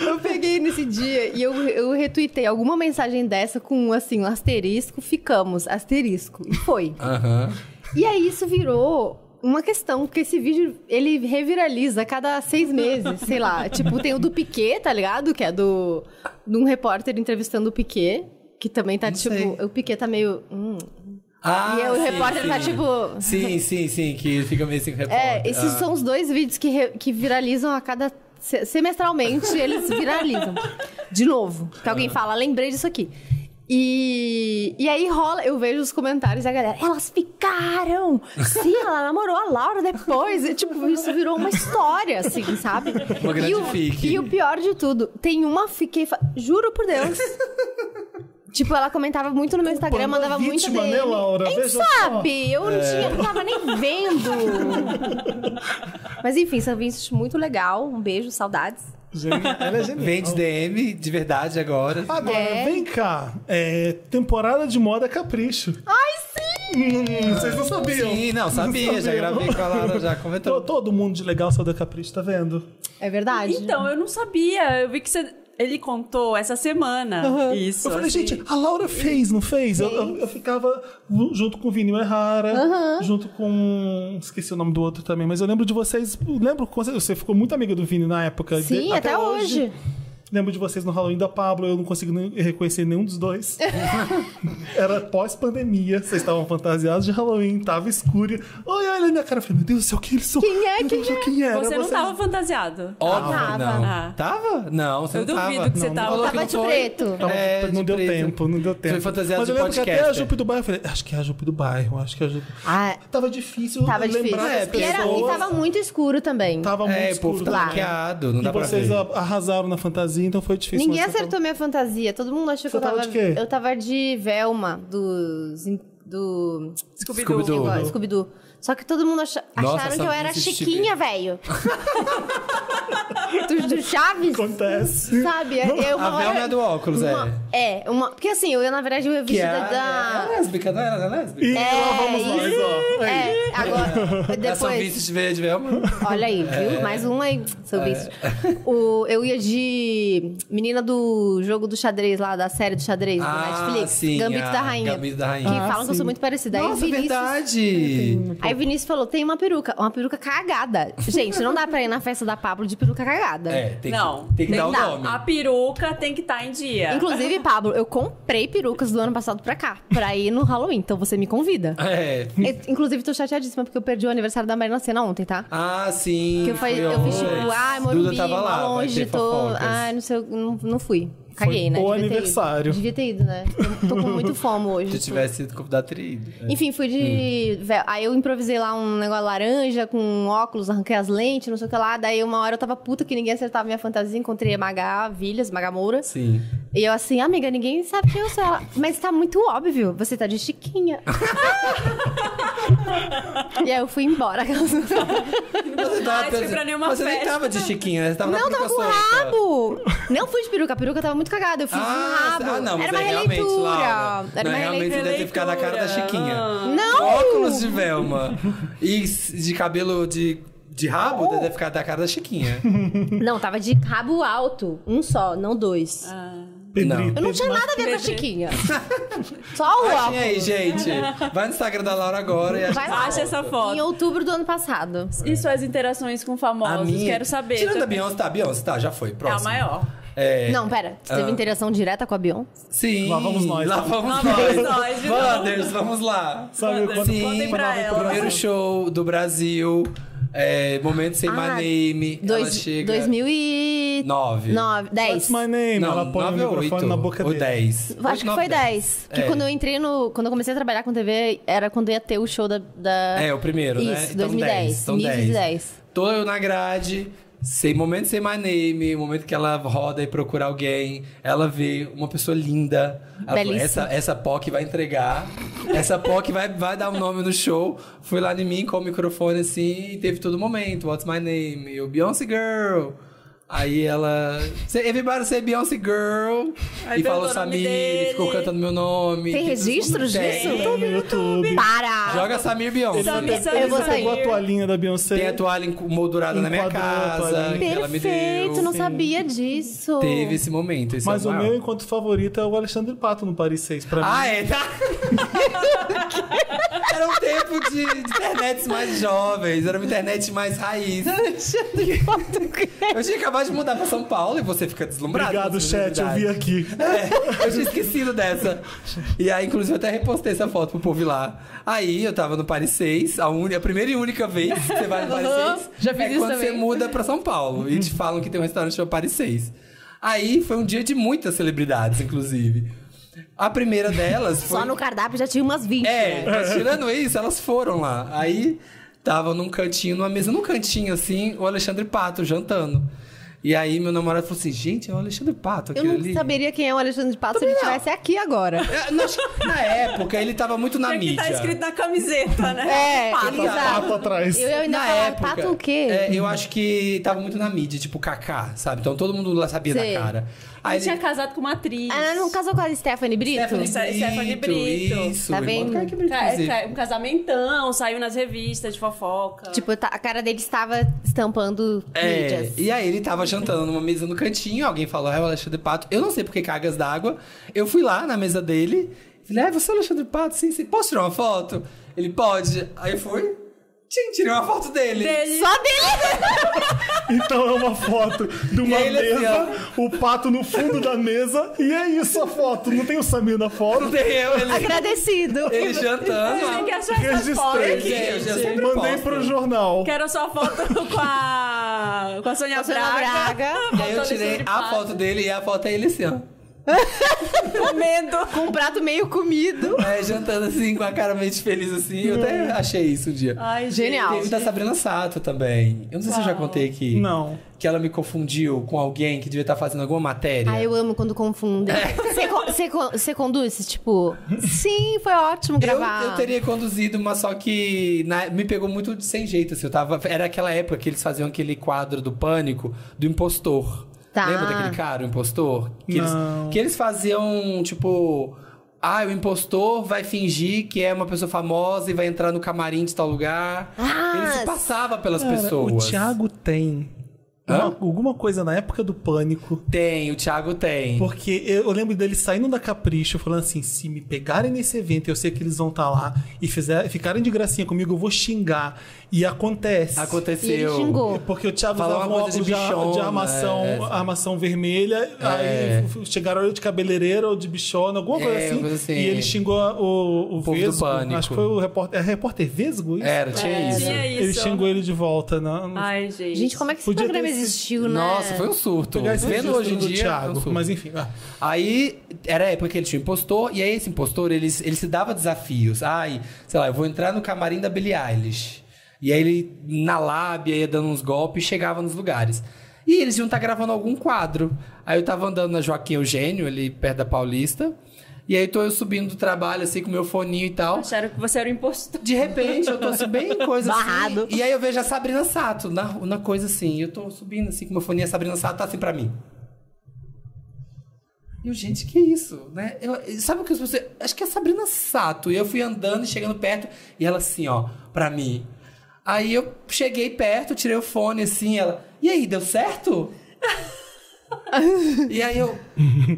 Speaker 3: Eu peguei nesse dia e eu, eu retuitei alguma mensagem dessa com um assim, um asterisco, ficamos, asterisco. E foi.
Speaker 2: Aham.
Speaker 3: E aí isso virou uma questão, porque esse vídeo, ele reviraliza a cada seis meses, sei lá. Tipo, tem o do Piquet, tá ligado? Que é do... De um repórter entrevistando o Piquet, que também tá,
Speaker 2: Não
Speaker 3: tipo...
Speaker 2: sei.
Speaker 3: O Piquet tá meio... hum.
Speaker 2: Ah,
Speaker 3: e aí o
Speaker 2: sim,
Speaker 3: repórter tá,
Speaker 2: sim.
Speaker 3: tipo...
Speaker 2: Sim, sim, sim, que fica meio assim com o repórter.
Speaker 3: É, esses
Speaker 2: Ah.
Speaker 3: são os dois vídeos que, re- que viralizam a cada. se- semestralmente eles viralizam. De novo.
Speaker 2: Ah.
Speaker 3: Que alguém fala, lembrei disso aqui. E, e aí rola, eu vejo os comentários da galera. Elas ficaram! Sim, ela namorou a Laura depois. E, tipo, isso virou uma história, assim, sabe?
Speaker 2: Uma grande
Speaker 3: e, o,
Speaker 2: fic.
Speaker 3: e o pior de tudo, tem uma fiquei. fa- Juro por Deus. tipo, ela comentava muito no meu Instagram,
Speaker 1: Culpando a
Speaker 3: mandava muito
Speaker 1: vítima, né, Laura? Veja só. É.
Speaker 3: Sabe, eu não tinha, não tava nem vendo. Mas enfim, São Vincent, muito legal. Um beijo, saudades.
Speaker 1: Genial. Ela é genial.
Speaker 2: Vende DM de verdade agora.
Speaker 1: Agora,
Speaker 3: É.
Speaker 1: vem cá. É, temporada de moda é capricho.
Speaker 3: Ai, sim!
Speaker 1: Hum, vocês não sabiam.
Speaker 2: Sim, não, sabia, já gravei com a Lara, já
Speaker 1: To-
Speaker 2: comentou.
Speaker 1: Todo mundo de legal saiu da capricho, tá vendo?
Speaker 3: É verdade.
Speaker 4: Então, eu não sabia. Eu vi que você... ele contou essa semana isso.
Speaker 1: eu falei,
Speaker 4: assim.
Speaker 1: gente, a Laura fez, não fez? Eu, eu- eu ficava lu- junto com o Vini Errara, junto com. Esqueci o nome do outro também, mas eu lembro de vocês. eu Lembro que você ficou muito amiga do Vini na época.
Speaker 3: Sim,
Speaker 1: de-
Speaker 3: até, hoje.
Speaker 1: Lembro de vocês no Halloween da Pablo, eu não consigo nem reconhecer nenhum dos dois. Era pós-pandemia, vocês estavam fantasiados de Halloween, tava escuro. Olha, olha na minha cara, eu falei, meu Deus do céu, quem eles são?
Speaker 3: Quem é?
Speaker 1: Meu Deus do céu, Quem era?
Speaker 4: Você não
Speaker 1: Vocês-
Speaker 4: tava fantasiado.
Speaker 2: Óbvio,
Speaker 3: Tava.
Speaker 2: não.
Speaker 4: Ah.
Speaker 2: Tava? Não, você
Speaker 4: Eu
Speaker 2: não tava.
Speaker 4: duvido que você
Speaker 2: Não,
Speaker 4: tava.
Speaker 2: falou que
Speaker 3: Tava
Speaker 2: não
Speaker 3: de
Speaker 2: foi?
Speaker 3: preto.
Speaker 1: Tava-
Speaker 2: É,
Speaker 1: não
Speaker 2: de
Speaker 1: deu
Speaker 2: preto.
Speaker 1: tempo, não deu tempo.
Speaker 2: fantasiado
Speaker 1: Mas
Speaker 2: de
Speaker 1: eu lembro que até a
Speaker 2: podcaster.
Speaker 1: Jupe do bairro, eu falei, acho que é a Jupe do bairro, acho que é a Jupe...
Speaker 3: Ah,
Speaker 1: Tava difícil
Speaker 3: tava difícil.
Speaker 1: lembrar as
Speaker 3: E,
Speaker 1: pessoas.
Speaker 3: era, e tava muito escuro também.
Speaker 1: Tava muito
Speaker 2: É, o
Speaker 1: escuro. né?
Speaker 2: povo tá
Speaker 3: Lá.
Speaker 2: bloqueado, não
Speaker 1: E
Speaker 2: dá pra
Speaker 1: vocês
Speaker 2: ver.
Speaker 1: a- arrasaram na fantasia, então foi difícil.
Speaker 3: Ninguém
Speaker 1: mas-
Speaker 3: acertou minha fantasia. Todo mundo achou que
Speaker 1: Você
Speaker 3: eu
Speaker 1: tava
Speaker 3: tava.
Speaker 1: de quê?
Speaker 3: Eu tava de Velma, dos. in- Do.
Speaker 4: Scooby-Doo.
Speaker 2: Scooby-Doo.
Speaker 3: negócio, Scooby-Doo. Só que todo mundo acha-
Speaker 2: Nossa,
Speaker 3: acharam que
Speaker 2: sabia
Speaker 3: eu era
Speaker 2: esse
Speaker 3: Chiquinha, velho. do, do Chaves?
Speaker 1: Acontece.
Speaker 3: Sabe? É, é uma
Speaker 2: A Velma
Speaker 3: hora-
Speaker 2: é do óculos, é.
Speaker 3: uma- é. uma- porque assim, eu, na verdade, eu ia
Speaker 2: Que é,
Speaker 3: vestida
Speaker 2: é,
Speaker 3: da.
Speaker 2: lésbica, não era lésbica?
Speaker 1: E
Speaker 3: É,
Speaker 1: lá vamos nós, ó. Aí.
Speaker 3: É, agora.
Speaker 2: É São
Speaker 3: Depois.
Speaker 2: Vicente Verde mesmo.
Speaker 3: Olha aí, viu? Mais um aí,
Speaker 2: É.
Speaker 3: seu bicho. O, eu ia de menina do jogo do xadrez lá, da série do xadrez
Speaker 2: Ah,
Speaker 3: do Netflix.
Speaker 2: sim,
Speaker 3: Gambito
Speaker 2: ah,
Speaker 3: da Rainha.
Speaker 2: Gambito da Rainha.
Speaker 3: Que
Speaker 2: Ah,
Speaker 3: falam que
Speaker 1: sim.
Speaker 3: eu sou muito parecida. aí o
Speaker 2: Nossa,
Speaker 3: Vinícius,
Speaker 2: verdade.
Speaker 3: Aí o Vinícius falou, tem uma peruca. Uma peruca cagada. Gente, não dá pra ir na festa da Pablo de peruca cagada.
Speaker 2: É, tem
Speaker 4: não.
Speaker 2: que, tem que dar o
Speaker 4: dar.
Speaker 2: nome.
Speaker 4: A peruca tem que estar em dia.
Speaker 3: Inclusive, Pablo, eu comprei perucas do ano passado pra cá, pra ir no Halloween, então você me convida.
Speaker 2: É.
Speaker 3: E, Inclusive, tô chateadíssima porque eu perdi o aniversário da Marina Sena ontem, tá?
Speaker 2: Ah, sim.
Speaker 3: Que eu, falei, eu fiz tipo, ai,
Speaker 2: Duda
Speaker 3: Morumbi,
Speaker 2: tava lá, vai
Speaker 3: longe,
Speaker 2: ter
Speaker 3: tô. ah,
Speaker 2: fofocas.
Speaker 3: Ai, não sei, eu não, não fui.
Speaker 1: Foi
Speaker 3: Caguei, né?
Speaker 1: o
Speaker 3: ter ido.
Speaker 1: aniversário.
Speaker 3: Devia ter ido, né? Tô, tô com muito fome hoje.
Speaker 2: Se eu tivesse sido convidado, teria ido. É. Hum.
Speaker 3: Enfim, fui de. vé- Aí eu improvisei lá um negócio laranja com óculos, arranquei as lentes, não sei o que lá. Daí uma hora eu tava puta que ninguém acertava minha fantasia, encontrei a Magá Vilhas, Magá Moura.
Speaker 2: Sim.
Speaker 3: E eu assim, amiga, ninguém sabe quem eu sou. Ela, mas tá muito óbvio, você tá de chiquinha. e aí eu fui embora.
Speaker 2: Você
Speaker 4: tava mais, Ah, foi pra nenhuma
Speaker 2: Mas você nem
Speaker 4: festa.
Speaker 2: tava de chiquinha, né? Você tava
Speaker 3: Não,
Speaker 2: na
Speaker 3: tava
Speaker 2: peruca
Speaker 3: com
Speaker 2: solta.
Speaker 3: rabo! Não fui de peruca, a peruca tava muito cagada, eu
Speaker 2: Ah,
Speaker 3: fiz um
Speaker 2: cê-
Speaker 3: rabo.
Speaker 2: ah, não, mas
Speaker 3: Era uma
Speaker 2: aí realmente,
Speaker 3: releitura.
Speaker 2: Laura,
Speaker 3: Era
Speaker 2: não, é
Speaker 3: uma
Speaker 2: realmente
Speaker 3: releitura.
Speaker 2: você deve ter ficado na cara da
Speaker 4: Releitura.
Speaker 2: chiquinha.
Speaker 4: Ah.
Speaker 3: Não!
Speaker 2: Óculos de Velma. E s- de cabelo de, de rabo, deve ficar da cara da chiquinha.
Speaker 3: Não, tava de rabo alto, um só, não dois.
Speaker 1: Pedrito.
Speaker 3: Eu não tinha nada a ver com a
Speaker 4: Bebê.
Speaker 3: chiquinha. Só o
Speaker 2: Achem aí,
Speaker 3: óculos.
Speaker 2: gente. Vai no Instagram da Laura agora e acha
Speaker 3: Vai lá.
Speaker 4: Acha essa
Speaker 3: Em
Speaker 4: foto.
Speaker 3: outubro do ano passado.
Speaker 4: E suas interações com famosos? Quero saber.
Speaker 2: Tirando a
Speaker 4: também.
Speaker 2: Beyoncé, tá? A Beyoncé, tá, já foi.
Speaker 4: É a
Speaker 2: Próximo.
Speaker 4: maior.
Speaker 2: É,
Speaker 3: Não, pera, você teve
Speaker 2: Ah.
Speaker 3: interação direta com a Beyoncé?
Speaker 2: Sim.
Speaker 1: Lá vamos nós.
Speaker 2: Lá vamos
Speaker 4: Lá
Speaker 2: nós.
Speaker 4: vamos nós, de novo.
Speaker 2: Wanders, vamos lá.
Speaker 1: Sabe
Speaker 4: Foda-se,
Speaker 1: quando
Speaker 2: Sim.
Speaker 4: contem pra
Speaker 1: quando-
Speaker 4: ela.
Speaker 2: Primeiro show do Brasil. É, momento sem My
Speaker 3: Ah,
Speaker 2: Name. ela
Speaker 3: Dois-
Speaker 2: chega...
Speaker 3: 2009,
Speaker 2: Nove.
Speaker 3: 10.
Speaker 1: What's my name?
Speaker 2: Não,
Speaker 1: Ela põe o
Speaker 2: nove ou
Speaker 1: microfone
Speaker 2: oito,
Speaker 1: na boca
Speaker 2: ou
Speaker 1: dele.
Speaker 2: 10.
Speaker 3: Acho que foi 10. Que
Speaker 2: É.
Speaker 3: quando eu entrei no. Quando eu comecei a trabalhar com TV, era quando ia ter o show da. da...
Speaker 2: É, o primeiro, né?
Speaker 3: Isso, 2010.
Speaker 2: Então 10.
Speaker 3: Mises
Speaker 2: Então 10.
Speaker 3: 10.
Speaker 2: Tô eu na grade, sem momento sem my name, um momento que ela roda e procura alguém, ela vê uma pessoa linda. Ela falou,
Speaker 3: Belíssima.
Speaker 2: essa, essa POC vai entregar. Essa POC vai, vai dar o nome no show. Fui lá em mim com o microfone assim e teve todo momento. What's my name? Eu, Beyoncé Girl. Aí ela. "Say Everybody say Beyoncé Girl.
Speaker 4: Aí
Speaker 2: e falou
Speaker 4: perguntou o nome
Speaker 2: Samir, e
Speaker 4: dele.
Speaker 2: ficou cantando meu nome.
Speaker 3: Tem registro
Speaker 2: Tem.
Speaker 3: disso?
Speaker 1: Tem no YouTube.
Speaker 3: Para!
Speaker 2: Joga Samir Beyoncé.
Speaker 4: Samir, Samir,
Speaker 1: Ele
Speaker 3: Eu vou
Speaker 4: Samir.
Speaker 3: sair.
Speaker 1: pegou a toalhinha da
Speaker 2: Tem
Speaker 1: Beyoncé.
Speaker 2: a toalha encu- moldurada na minha
Speaker 1: Enquadrou a
Speaker 2: casa.
Speaker 1: toalhinha.
Speaker 2: Que ela me
Speaker 3: Perfeito,
Speaker 2: deu.
Speaker 3: não sabia disso.
Speaker 2: Teve esse momento. Esse
Speaker 1: Mas
Speaker 2: é
Speaker 1: o
Speaker 2: maior.
Speaker 1: meu encontro favorito é o Alexandre Pato no Paris 6. Pra mim,
Speaker 2: Ah, é? Tá. era um tempo de, de internets mais jovens, era uma internet mais raiz. Eu tinha acabado de mudar pra São Paulo e você fica deslumbrado. com
Speaker 1: obrigado,
Speaker 2: essas
Speaker 1: chat. Eu
Speaker 2: novidades.
Speaker 1: vi aqui.
Speaker 2: É, eu tinha esquecido dessa. E aí, inclusive, eu até repostei essa foto pro povo ir lá. Aí, eu tava no Paris 6, a, uni- a primeira e única vez que você vai no Paris 6
Speaker 6: já fiz
Speaker 2: é
Speaker 6: isso
Speaker 2: quando
Speaker 6: também.
Speaker 2: você muda pra São Paulo. E te falam que tem um restaurante chamado Paris 6. Aí, foi um dia de muitas celebridades, inclusive. A primeira delas foi...
Speaker 3: Só no cardápio já tinha umas 20.
Speaker 2: É,
Speaker 3: né?
Speaker 2: mas tirando isso, elas foram lá. Aí tava num cantinho, numa mesa, num cantinho assim, o Alexandre Pato jantando. E aí meu namorado falou assim: gente, é o Alexandre Pato aqui
Speaker 3: Eu não
Speaker 2: ali.
Speaker 3: saberia quem é o Alexandre de Pato se ele estivesse aqui agora.
Speaker 2: É, nós- Na época, ele tava muito na
Speaker 4: Tinha que
Speaker 2: mídia.
Speaker 4: tá escrito na camiseta, né?
Speaker 3: É, ele
Speaker 2: tá-
Speaker 3: tá.
Speaker 1: Pato atrás.
Speaker 3: Eu ia ainda
Speaker 2: na
Speaker 3: falar,
Speaker 2: época.
Speaker 3: Pato o quê?
Speaker 2: é, eu acho que tava muito na mídia, tipo Kaká, sabe? Então todo mundo lá sabia
Speaker 3: Sei.
Speaker 2: da cara. Aí
Speaker 4: Ele tinha casado com uma atriz.
Speaker 3: Ah, Ela não casou com a Stephanie Brito?
Speaker 4: Stephanie- Stephanie é Brito.
Speaker 2: Isso,
Speaker 3: Tá
Speaker 2: irmão do
Speaker 3: vendo?
Speaker 2: Kaique Brito,
Speaker 4: Ca-
Speaker 2: inclusive.
Speaker 4: ca- um casamentão, saiu nas revistas de fofoca.
Speaker 3: Tipo, tá- a cara dele estava estampando
Speaker 2: É,
Speaker 3: mídias.
Speaker 2: e aí ele tava jantando numa mesa no cantinho, alguém falou, ah, é o Alexandre Pato. Eu não sei porque cargas d'água. Eu fui lá na mesa dele, falei, ah, você é o Alexandre Pato? Sim, sim. Posso tirar uma foto? Ele, pode. Aí eu fui, Tchim, tirei uma foto dele.
Speaker 4: Dele.
Speaker 3: Só dele!
Speaker 1: Então é uma foto de uma
Speaker 2: E ele assim,
Speaker 1: mesa, o pato no fundo da mesa, e é isso a foto. Não tem o Samir na foto.
Speaker 2: Dei eu, ele,
Speaker 3: Agradecido.
Speaker 2: ele
Speaker 4: Vocês têm
Speaker 2: jantando.
Speaker 4: que é achar essas
Speaker 1: Registrei.
Speaker 4: fotos,
Speaker 2: aqui, é eu já
Speaker 4: gente.
Speaker 2: sempre
Speaker 1: Mandei
Speaker 2: posto.
Speaker 1: pro jornal.
Speaker 4: Quero a sua foto com a, com a Sônia
Speaker 3: Sônia
Speaker 4: Braga.
Speaker 3: Braga.
Speaker 2: E aí eu tirei a foto dele e a foto é ele assim, ó.
Speaker 4: Comendo.
Speaker 3: Com um prato meio comido.
Speaker 2: É, jantando assim, com a cara meio desfeliz assim. Eu
Speaker 3: Uhum.
Speaker 2: até achei isso um dia.
Speaker 4: Ai,
Speaker 3: Genial.
Speaker 2: Teve da Sabrina Sato também. Eu não sei se eu já contei que,
Speaker 1: Não.
Speaker 2: que ela me confundiu com alguém que devia estar fazendo alguma matéria.
Speaker 3: Ah, eu amo quando confundem.
Speaker 2: É.
Speaker 3: Você con- Você con- você conduz, tipo, sim, foi ótimo
Speaker 2: Eu,
Speaker 3: gravar.
Speaker 2: eu teria conduzido, mas só que na- me pegou muito de sem jeito, assim. Eu tava, era aquela época que eles faziam aquele quadro do pânico do impostor.
Speaker 3: Tá.
Speaker 2: Lembra daquele cara, o impostor? Que,
Speaker 1: Não.
Speaker 2: Eles, que eles faziam, tipo. Ah, o impostor vai fingir que é uma pessoa famosa e vai entrar no camarim de tal lugar.
Speaker 3: Ah,
Speaker 2: Ele se passava pelas
Speaker 1: Cara,
Speaker 2: pessoas.
Speaker 1: O Thiago tem
Speaker 2: Hã?
Speaker 1: uma- alguma coisa na época do pânico.
Speaker 2: Tem, o Thiago tem.
Speaker 1: Porque eu eu lembro dele saindo da Capricho, falando assim: se me pegarem nesse evento, eu sei que eles vão estar lá e fizer, ficarem de gracinha comigo, eu vou xingar. E acontece.
Speaker 3: E ele
Speaker 2: Aconteceu.
Speaker 3: xingou.
Speaker 1: Porque o Thiago
Speaker 2: Falar
Speaker 1: usava um
Speaker 2: uma coisa
Speaker 1: óculos
Speaker 2: de
Speaker 1: de,
Speaker 2: bichona,
Speaker 1: de armação,
Speaker 2: é.
Speaker 1: armação vermelha, aí f- chegaram ele de cabeleireiro ou de bichona, alguma coisa,
Speaker 2: É,
Speaker 1: assim,
Speaker 2: coisa assim.
Speaker 1: E ele xingou o, o
Speaker 2: povo do
Speaker 1: Vesgo.
Speaker 2: Pânico.
Speaker 1: Acho que foi o repórter. É repórter Vesgo? Isso?
Speaker 2: Era, É, tinha isso.
Speaker 4: Tinha isso.
Speaker 1: Ele xingou ele de volta. Não, não
Speaker 4: Ai, gente.
Speaker 3: Gente, como é que esse
Speaker 1: Podia ter
Speaker 3: programa
Speaker 1: esse-
Speaker 3: existiu, né?
Speaker 2: Nossa, foi um surto.
Speaker 1: pegar esse
Speaker 2: Vendo
Speaker 1: registro
Speaker 2: hoje em
Speaker 1: do
Speaker 2: dia. é um
Speaker 1: Thiago,
Speaker 2: surto.
Speaker 1: mas enfim. ah.
Speaker 2: Aí, era a época que ele tinha um impostor, e aí esse impostor, ele, ele se dava desafios. Ai, sei lá, eu vou entrar no camarim da Billie Eilish. E aí ele, na lábia, ia dando uns golpes e chegava nos lugares. E eles iam estar gravando algum quadro. Aí eu tava andando na Joaquim Eugênio, ali perto da Paulista. E aí tô eu subindo do trabalho, assim, com meu foninho e tal.
Speaker 4: Acharam que você era o impostor.
Speaker 2: De repente, eu tô assim, bem coisa
Speaker 3: Barrado.
Speaker 2: assim. E aí eu vejo a Sabrina Sato na, na coisa assim. Eu tô subindo assim com uma foninha, a Sabrina Sato tá assim pra mim. E eu, gente, que isso, né? Eu, sabe o que você. Acho que é a Sabrina Sato. E eu fui andando e chegando perto, e ela assim, ó, pra mim. Aí eu cheguei perto, tirei o fone assim, ela. E aí, deu certo? E aí eu.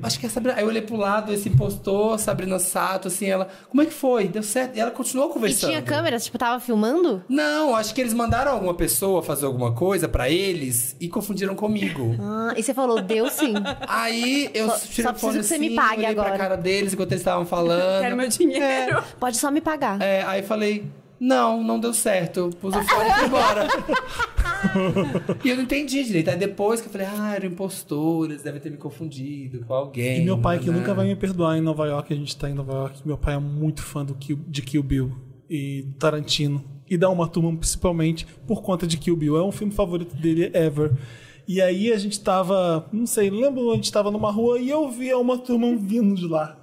Speaker 2: Acho que é a Sabrina. Aí eu olhei pro lado, esse impostor, Sabrina Sato, assim, ela. Como é que foi? Deu certo? E ela continuou
Speaker 3: E
Speaker 2: conversando.
Speaker 3: tinha câmeras, tipo, tava filmando?
Speaker 2: Não, acho que eles mandaram alguma pessoa fazer alguma coisa pra eles e confundiram comigo.
Speaker 3: Ah, e você falou, deu sim.
Speaker 2: Aí eu
Speaker 3: Só-
Speaker 2: tirei
Speaker 3: só
Speaker 2: o fone
Speaker 3: preciso que você me
Speaker 2: assim,
Speaker 3: pague
Speaker 2: olhei
Speaker 3: agora.
Speaker 2: pra cara deles enquanto eles estavam falando.
Speaker 4: Quero meu
Speaker 3: É.
Speaker 4: dinheiro.
Speaker 3: Pode só me pagar.
Speaker 2: É, aí falei, não, não deu certo. Pus o fone e fui embora. e eu não entendi direito. Aí depois que eu falei, ah, era o impostor, eles devem ter me confundido com alguém.
Speaker 1: E meu pai, que
Speaker 2: né?
Speaker 1: nunca vai me perdoar em Nova York, a gente tá em Nova York. Meu pai é muito fã do Kill, de Kill Bill e Tarantino. E da Uma Turma, principalmente, por conta de Kill Bill. É um filme favorito dele ever. E aí a gente tava, não sei, lembro, a gente tava numa rua e eu vi a Uma Turma vindo de lá.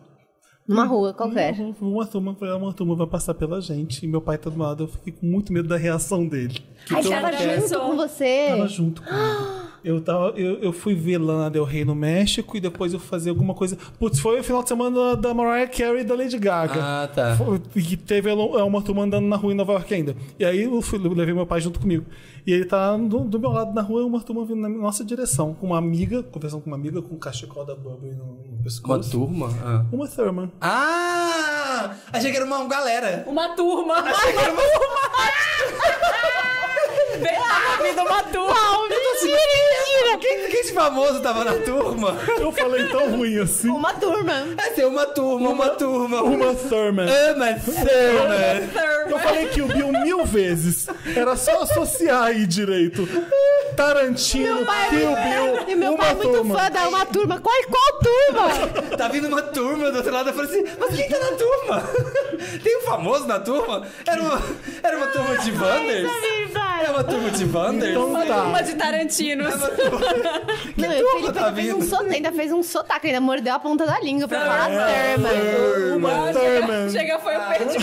Speaker 3: Numa rua qualquer.
Speaker 1: Uma, uma turma, uma turma vai passar pela gente. E meu pai tá do lado, eu fiquei com muito medo da reação dele.
Speaker 3: Aí
Speaker 4: teu
Speaker 3: tava
Speaker 4: lugar.
Speaker 3: é junto com você.
Speaker 1: Tava junto comigo. Eu, tava, eu, eu fui ver Lana Del Rey no México e depois eu fazia alguma coisa. Putz, foi o final de semana da, da Mariah Carey e da Lady Gaga.
Speaker 2: Ah, tá.
Speaker 1: Foi- E teve ela- uma turma andando na rua em Nova York ainda. E aí eu fui, eu levei meu pai junto comigo. E ele tá do, do meu lado na rua, uma turma vindo na nossa direção. Com uma amiga, conversando com uma amiga, com um cachecol da Burberry no, no
Speaker 2: Uma
Speaker 1: pescoço.
Speaker 2: turma? Ah.
Speaker 1: Uma Thurman.
Speaker 2: Ah! Achei que era uma galera.
Speaker 4: Uma turma. Vem lá, meu vida, uma turma.
Speaker 2: Quem, quem de famoso tava na turma?
Speaker 1: Eu falei tão ruim assim.
Speaker 3: Uma turma.
Speaker 2: Vai ser uma turma, uma turma. Ah,
Speaker 1: Uma Thurman.
Speaker 2: Ama cena.
Speaker 1: Eu falei que o Bill mil vezes. Era só associar aí direito. Tarantino, Kill Bill,
Speaker 3: é E meu
Speaker 1: uma
Speaker 3: pai é muito
Speaker 1: turma.
Speaker 3: fã da uma turma. Qual, qual turma?
Speaker 2: Tá vindo uma turma do outro lado. Eu falei assim, mas quem tá na turma? Tem um famoso na turma? Era uma, era uma turma de Wanders? É uma turma de Wanders?
Speaker 1: Então
Speaker 4: Uma turma
Speaker 1: tá.
Speaker 4: de Tarantinos.
Speaker 2: Então-
Speaker 3: Não, e o
Speaker 2: turma
Speaker 3: Felipe
Speaker 2: tá
Speaker 3: ainda fez, um
Speaker 2: vindo?
Speaker 3: so, ainda fez um sotaque, ainda mordeu a ponta da língua pra falar turma.
Speaker 1: é Uma Thurman.
Speaker 4: Chega, foi o
Speaker 2: Ah.
Speaker 4: perdi.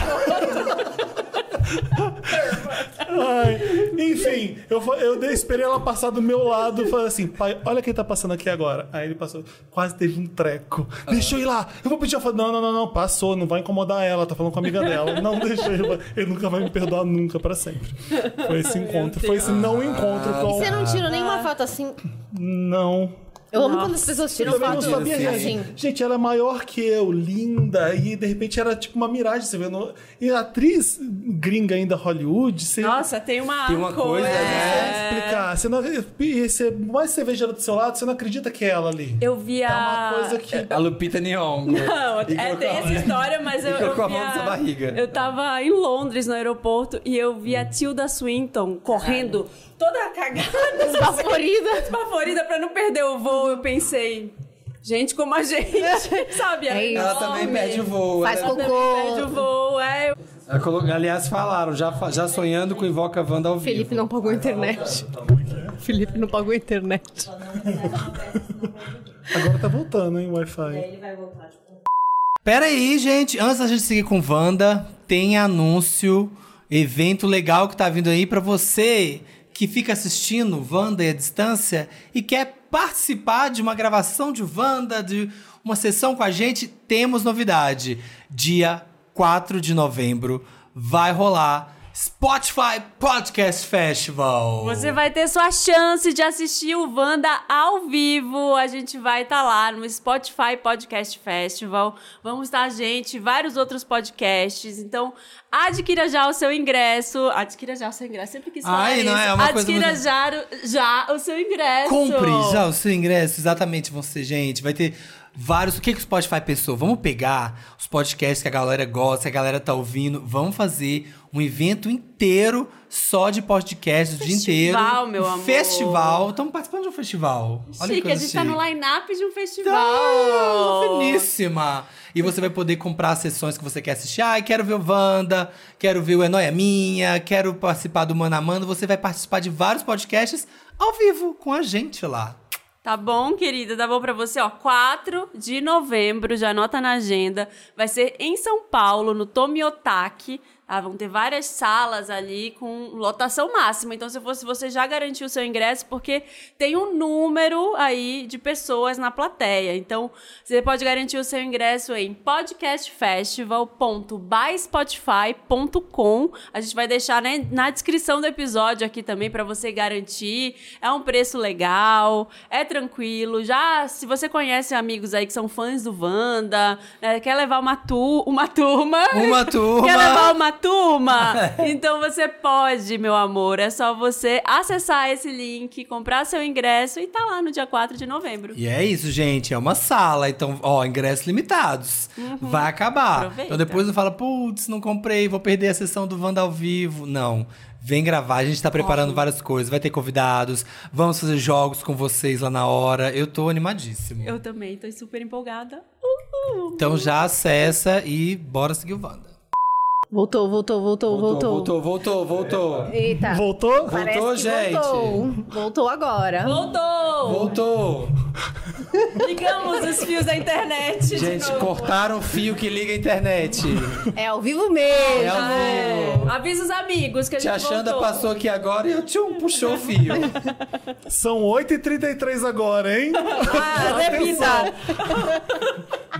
Speaker 1: Ai. Enfim, eu, fa- eu dei- esperei ela passar do meu lado e falei assim: pai, olha quem tá passando aqui agora. Aí ele passou, quase teve um treco. Deixa eu ir lá, eu vou pedir. Eu falei: não, não, não, não, passou, não vai incomodar ela, tá falando com a amiga dela. Não deixa ele, ele nunca vai me perdoar, nunca, pra sempre. Foi esse encontro, foi esse não encontro
Speaker 3: Você
Speaker 1: com.
Speaker 3: não tirou nenhuma foto assim?
Speaker 1: Não.
Speaker 3: Eu amo
Speaker 4: Nossa.
Speaker 3: quando as pessoas
Speaker 1: Eu
Speaker 3: tiram
Speaker 1: também não
Speaker 3: foto
Speaker 1: sabia,
Speaker 3: assim.
Speaker 1: gente. Gente, ela é maior que eu, linda, e de repente era tipo uma miragem, você vê. no- E a atriz gringa ainda Hollywood, você.
Speaker 4: Nossa, tem uma, é.
Speaker 2: Tem uma coisa, né?
Speaker 1: Não sei explicar. Você não, e você, mais você vê ela do seu lado, você não acredita que é ela ali.
Speaker 4: Eu Ah. vi a.
Speaker 1: É uma coisa que.
Speaker 2: A Lupita Nyong'o.
Speaker 4: Não,
Speaker 2: E
Speaker 4: é,
Speaker 2: colocou
Speaker 4: tem
Speaker 2: a
Speaker 4: essa
Speaker 2: mão-
Speaker 4: história, mas
Speaker 2: e
Speaker 4: eu. eu
Speaker 2: colocou a
Speaker 4: vi
Speaker 2: mão nessa barriga.
Speaker 4: Eu tava em Londres, no aeroporto, e eu vi a Tilda Swinton correndo, toda cagada,
Speaker 3: assim, Despavorida.
Speaker 4: despavorida pra não perder o voo. Eu pensei, gente como a gente, sabe?
Speaker 3: É isso.
Speaker 2: Ela também
Speaker 4: enorme.
Speaker 2: perde o voo. né?
Speaker 3: Faz
Speaker 2: ela-
Speaker 3: cocô.
Speaker 4: Perde o voo, é. eu-
Speaker 2: Ela colo- Aliás, falaram, já, fa- já sonhando com Invoca Wanda ao vivo.
Speaker 3: Felipe não pagou a internet. Felipe não pagou a internet.
Speaker 1: Agora tá voltando, hein, o Wi-Fi.
Speaker 6: Ele vai voltar, tipo.
Speaker 2: Pera aí, gente. Antes da gente seguir com Wanda, tem anúncio, evento legal que tá vindo aí pra você que fica assistindo Wanda e a distância e quer participar de uma gravação de Wanda, de uma sessão com a gente. Temos novidade. Dia 4 de novembro vai rolar Spotify Podcast Festival.
Speaker 4: Você vai ter sua chance de assistir o Wanda ao vivo. A gente vai estar lá no Spotify Podcast Festival. Vamos estar, gente, vários outros podcasts. Então, adquira já o seu ingresso. Adquira já o seu ingresso. Sempre quis falar
Speaker 2: Ai,
Speaker 4: isso.
Speaker 2: não, é uma coisa
Speaker 4: adquira
Speaker 2: muito-
Speaker 4: já, já o seu ingresso.
Speaker 2: Compre já o seu ingresso, exatamente, você, gente. Vai ter vários. O que, que o Spotify pensou? Vamos pegar os podcasts que a galera gosta, que a galera tá ouvindo. Vamos fazer um evento inteiro só de podcasts, o dia inteiro. Um
Speaker 4: Festival, meu amor.
Speaker 2: Festival. Estamos participando de um festival. Olha que
Speaker 4: Chique, a
Speaker 2: coisa
Speaker 4: gente tá no
Speaker 2: chique.
Speaker 4: line-up de um
Speaker 2: Tá,
Speaker 4: festival.
Speaker 2: finíssima! E você vai poder comprar as sessões que você quer assistir. Ai, quero ver o Wanda, quero ver o É Nóia Minha, quero participar do Mano a Mano. Você vai participar de vários podcasts ao vivo com a gente lá.
Speaker 4: Tá bom, querida? Tá bom pra você? Ó, 4 de novembro, já anota na agenda. Vai ser em São Paulo, no Tomiotaki. Tá? Vão ter várias salas ali com lotação máxima. Então, se fosse você já garantiu o seu ingresso, porque tem um número aí de pessoas na plateia. Então, você pode garantir o seu ingresso em podcastfestival.byspotify.com. A gente vai deixar né, na descrição do episódio aqui também pra você garantir. É um preço legal, é tranquilo. Já se você conhece amigos aí que são fãs do Wanda, né, quer levar uma, tu, uma turma.
Speaker 2: Uma turma.
Speaker 4: Quer levar uma turma? Então você pode, meu amor. É só você acessar esse link, comprar seu ingresso e tá lá no dia 4 de novembro.
Speaker 2: E é isso, gente. É uma sala. Então, ó, ingressos limitados. Vai acabar.
Speaker 4: Aproveita.
Speaker 2: Então depois não fala, putz, não comprei, vou perder a sessão do Wanda ao vivo. Não. Vem gravar, a gente tá preparando várias coisas, vai ter convidados, vamos fazer jogos com vocês lá na hora. Eu tô animadíssimo.
Speaker 4: Eu também tô super empolgada. Uhul.
Speaker 2: Então já acessa e bora seguir o Wanda.
Speaker 3: Voltou, voltou, voltou, voltou.
Speaker 2: voltou, voltou, voltou.
Speaker 3: Eita.
Speaker 1: Voltou?
Speaker 3: Parece
Speaker 2: Voltou,
Speaker 3: que
Speaker 2: gente.
Speaker 3: Voltou. Voltou agora.
Speaker 4: Voltou!
Speaker 2: Voltou.
Speaker 4: Ligamos os fios da internet. de
Speaker 2: Gente,
Speaker 4: novo.
Speaker 2: cortaram o fio que liga a internet.
Speaker 3: É ao vivo mesmo.
Speaker 2: É ao vivo.
Speaker 4: É, avisa os amigos que a gente
Speaker 2: Tia Xanda
Speaker 4: voltou.
Speaker 2: passou aqui agora e eu tchum, puxou o fio.
Speaker 1: São 8h33 agora, hein?
Speaker 4: Ah, né, vida?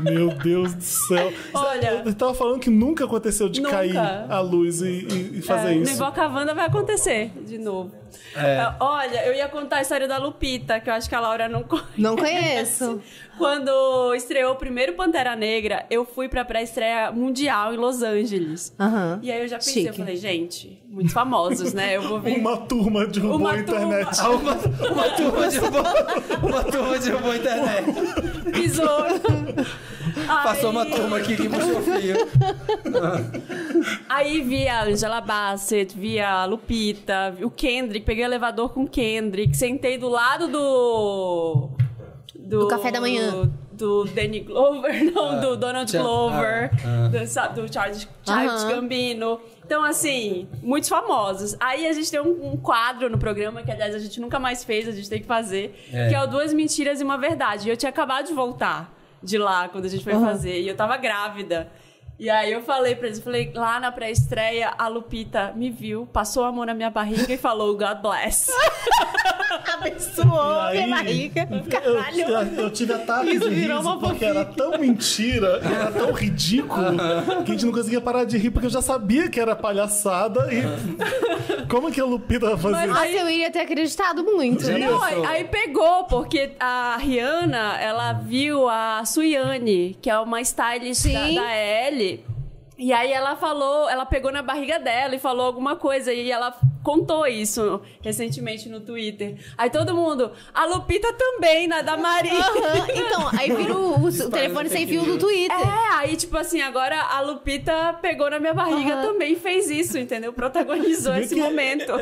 Speaker 1: Meu Deus do céu.
Speaker 4: Olha.
Speaker 1: Eu tava falando que nunca aconteceu de
Speaker 4: Nunca.
Speaker 1: cair a luz e, e- e fazer
Speaker 4: É, No
Speaker 1: isso.
Speaker 4: Invoca Wanda vai acontecer de novo.
Speaker 2: É.
Speaker 4: Ah, Olha, eu ia contar a história da Lupita, que eu acho que a Laura não conhece.
Speaker 3: Não conheço.
Speaker 4: Quando estreou o primeiro Pantera Negra, eu fui pra pré-estreia mundial em Los Angeles.
Speaker 3: Aham.
Speaker 4: E aí eu já pensei, eu
Speaker 3: Chique.
Speaker 4: falei, gente, muitos famosos, né? Eu vou ver.
Speaker 1: Uma turma derrubou
Speaker 4: Uma
Speaker 1: a internet.
Speaker 4: turma.
Speaker 2: Uma, uma turma derrubou. Uma turma derrubou a internet.
Speaker 4: Pisou.
Speaker 2: Passou
Speaker 4: Aí-
Speaker 2: uma turma aqui que puxou o fio.
Speaker 4: Aí vi a Angela Bassett, vi a Lupita, vi o Kendrick, peguei o elevador com o Kendrick, sentei do lado do. Do,
Speaker 3: Do café da manhã.
Speaker 4: Do Danny Glover, não, do Donald
Speaker 2: Cha-
Speaker 4: Glover,
Speaker 2: ah, ah.
Speaker 4: do, sa- do Charles, Charles
Speaker 3: Aham.
Speaker 4: Gambino. Então, assim, muitos famosos. Aí a gente tem um, um quadro no programa, que aliás a gente nunca mais fez, a gente tem que fazer,
Speaker 2: É.
Speaker 4: que é o Duas Mentiras e uma Verdade. E eu tinha acabado de voltar de lá quando a gente foi fazer, e eu tava grávida. E aí eu falei pra eles, eu falei, lá na pré-estreia, a Lupita me viu, passou a mão na minha barriga e falou, God bless.
Speaker 3: Abençoou
Speaker 1: E aí,
Speaker 3: minha barriga.
Speaker 1: Eu,
Speaker 3: Caralho.
Speaker 1: eu- eu tive ataques
Speaker 3: Isso
Speaker 1: de
Speaker 3: virou
Speaker 1: riso
Speaker 3: uma
Speaker 1: porque era tão mentira, era tão ridículo que a gente não conseguia parar de rir porque eu já sabia que era palhaçada e como que a Lupita vai fazer?
Speaker 4: Mas
Speaker 1: isso?
Speaker 4: aí-
Speaker 3: Nossa, eu iria ter acreditado muito.
Speaker 1: Gente,
Speaker 4: Não, aí, aí pegou, porque a Rihanna, ela viu a Suyane, que é uma stylist da,
Speaker 3: Sim.
Speaker 4: da Elle. E aí ela falou, ela pegou na barriga dela e falou alguma coisa. E ela contou isso recentemente no Twitter. Aí todo mundo, a Lupita também, na da Maria.
Speaker 3: Aham, Então, aí vira o, o telefone sem fio do Twitter.
Speaker 4: É, aí tipo assim, agora a Lupita pegou na minha barriga
Speaker 3: Aham.
Speaker 4: também e fez isso, entendeu? Protagonizou
Speaker 1: Vê
Speaker 4: esse
Speaker 1: que-
Speaker 4: momento.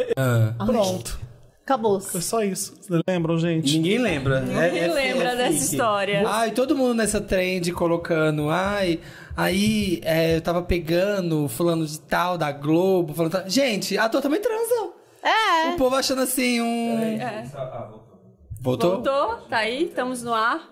Speaker 1: Pronto.
Speaker 3: Acabou.
Speaker 1: Foi só isso. Vocês lembram, gente?
Speaker 2: Ninguém lembra. né? É,
Speaker 4: Ninguém lembra dessa história.
Speaker 2: Ai, todo mundo nessa trend colocando. Ai, aí é, eu tava pegando fulano de tal, da Globo. Falando, tal. gente, ator também transa.
Speaker 3: É.
Speaker 2: O povo achando assim um.
Speaker 5: Ah, voltou.
Speaker 2: Voltou?
Speaker 4: É. Voltou, tá aí, estamos no ar.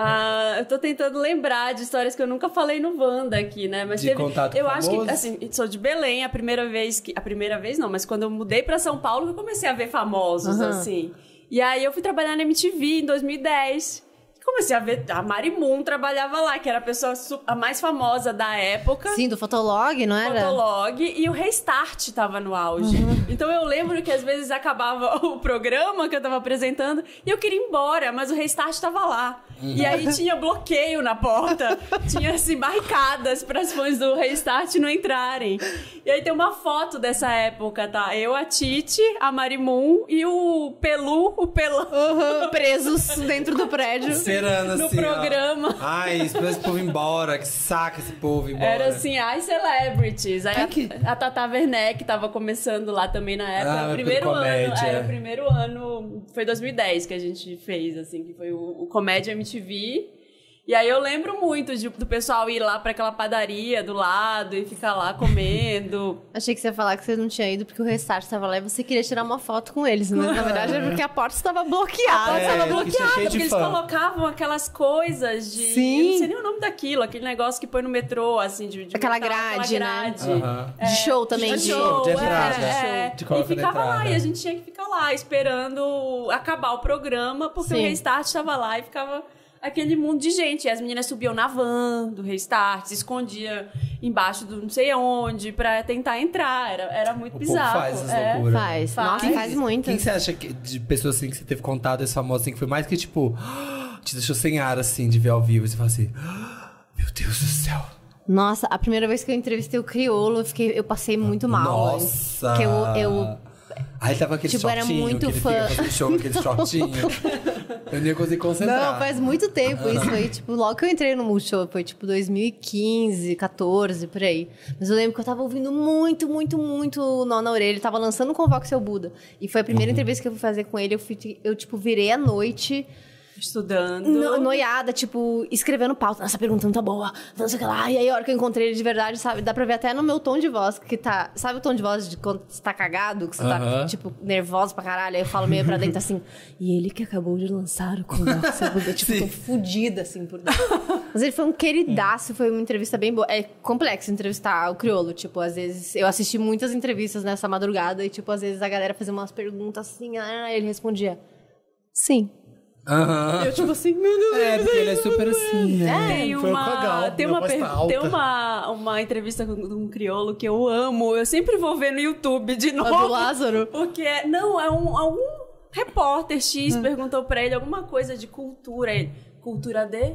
Speaker 4: Ah, eu tô tentando lembrar de histórias que eu nunca falei no Wanda aqui, né? Mas
Speaker 2: De
Speaker 4: teve,
Speaker 2: contato
Speaker 4: eu
Speaker 2: com
Speaker 4: acho
Speaker 2: famosos?
Speaker 4: que assim, sou de Belém, a primeira vez que a primeira vez não, mas quando eu mudei pra São Paulo, que eu comecei a ver famosos
Speaker 3: Aham.
Speaker 4: assim. E aí eu fui trabalhar na MTV em 2010. Comecei a ver a Mari Moon trabalhava lá, que era a pessoa su- a mais famosa da época.
Speaker 3: Sim, do Fotolog, não era?
Speaker 4: Fotolog e o Restart tava no auge. Então eu lembro que às vezes acabava o programa que eu tava apresentando e eu queria ir embora, mas o Restart tava lá. E aí tinha bloqueio na porta, tinha assim barricadas para as fãs do Restart não entrarem. E aí tem uma foto dessa época, tá? Eu, a Titi, a Marimun e o Pelu, o Pelão
Speaker 3: Aham, Presos dentro do prédio.
Speaker 2: Serana,
Speaker 4: no
Speaker 2: assim, ó.
Speaker 4: programa.
Speaker 2: Ai, espera esse povo ir embora. Que saca esse povo ir embora.
Speaker 4: Era assim, as celebrities. Aí
Speaker 2: Ai,
Speaker 4: a,
Speaker 2: que-
Speaker 4: a Tata Werneck tava começando lá também na
Speaker 2: Ah,
Speaker 4: época.
Speaker 2: época
Speaker 4: o
Speaker 2: do
Speaker 4: primeiro ano.
Speaker 2: comédia.
Speaker 4: Era o primeiro ano. Foi 2010 que a gente fez, assim, que foi o, o Comédia MTV. E aí eu lembro muito de- do pessoal ir lá pra aquela padaria do lado e ficar lá comendo.
Speaker 3: Achei que você ia falar que você não tinha ido porque o restart estava lá e você queria tirar uma foto com eles, né? Na verdade, era porque a porta estava bloqueada.
Speaker 2: É,
Speaker 4: tava
Speaker 2: isso é
Speaker 4: bloqueada,
Speaker 2: cheio de
Speaker 4: porque eles
Speaker 2: fã.
Speaker 4: colocavam aquelas coisas de.
Speaker 3: Sim.
Speaker 4: Eu não sei nem o nome daquilo, aquele negócio que põe no metrô, assim, de. de
Speaker 3: Aquela
Speaker 4: botar
Speaker 3: grade, né?
Speaker 2: Aham.
Speaker 3: De show também.
Speaker 4: É, de
Speaker 3: De
Speaker 2: show, de entrada.
Speaker 4: é, é.
Speaker 2: De coloca
Speaker 4: e ficava
Speaker 2: na
Speaker 4: lá,
Speaker 2: entrada.
Speaker 4: e a gente tinha que ficar lá esperando acabar o programa, porque
Speaker 3: Sim.
Speaker 4: o restart estava lá e ficava aquele mundo de gente. E as meninas subiam na van do restart, se escondia embaixo do não sei onde pra tentar entrar. Era, era muito
Speaker 2: O povo
Speaker 4: bizarro.
Speaker 2: faz né? essas
Speaker 4: é.
Speaker 2: loucuras.
Speaker 3: Faz. Nossa,
Speaker 4: Faz.
Speaker 3: faz muito.
Speaker 2: Quem você acha que, de pessoas assim que você teve contato, esse famoso assim, que foi mais que tipo, te deixou sem ar assim, de ver ao vivo? e Você fala assim, meu Deus do céu.
Speaker 3: Nossa, a primeira vez que eu entrevistei o Criolo, eu, fiquei, eu passei muito mal.
Speaker 2: Nossa!
Speaker 3: Que eu, eu
Speaker 2: Aí tava aquele
Speaker 3: Tipo, era
Speaker 2: shortinho.
Speaker 3: muito
Speaker 2: que ele
Speaker 3: fã.
Speaker 2: fica fazendo show com aquele shortinho. eu nem consegui concentrar.
Speaker 3: Não, faz muito tempo isso aí. Tipo, logo que eu entrei no Multishow, foi tipo 2015, 14, por aí. Mas eu lembro que eu tava ouvindo muito, muito, muito o Nó na Orelha. Ele tava lançando o Convoque Seu Buda. E foi a primeira entrevista que eu fui fazer com ele. Eu, fui- eu tipo, virei à noite,
Speaker 4: Estudando.
Speaker 3: no,
Speaker 2: É,
Speaker 3: noiada, tipo, escrevendo pauta. Nossa, a pergunta não tá boa, não sei o que lá. E aí, a hora que eu encontrei ele de verdade, sabe? Dá pra ver até no meu tom de voz, que tá... Sabe o tom de voz de quando você tá cagado? Que você tá,
Speaker 2: Aham.
Speaker 3: tipo, nervosa pra caralho. Aí eu falo meio pra dentro, assim... E ele que acabou de lançar o Convoque Seu Buda. Tipo,
Speaker 2: Sim.
Speaker 3: tô fudida, assim, por dentro. Mas ele foi um queridaço, foi uma entrevista bem boa. É complexo entrevistar o crioulo, tipo, às vezes... Eu assisti muitas entrevistas nessa madrugada e, tipo, às vezes a galera fazia umas perguntas assim... Ah, ele respondia... Sim.
Speaker 2: Aham.
Speaker 3: Eu, tipo assim, meu Deus,
Speaker 2: É, porque ele é super assim, né?
Speaker 4: Tem
Speaker 1: Foi o
Speaker 4: uma,
Speaker 1: Cagal,
Speaker 4: tem,
Speaker 1: minha
Speaker 4: uma
Speaker 1: voz
Speaker 4: per-
Speaker 1: tá alta.
Speaker 4: tem uma, uma entrevista com com um crioulo que eu amo. Eu sempre vou ver no YouTube de
Speaker 3: A
Speaker 4: novo.
Speaker 3: é do Lázaro.
Speaker 4: Porque, é- não, é um, algum repórter X perguntou pra ele alguma coisa de cultura. Ele, cultura de?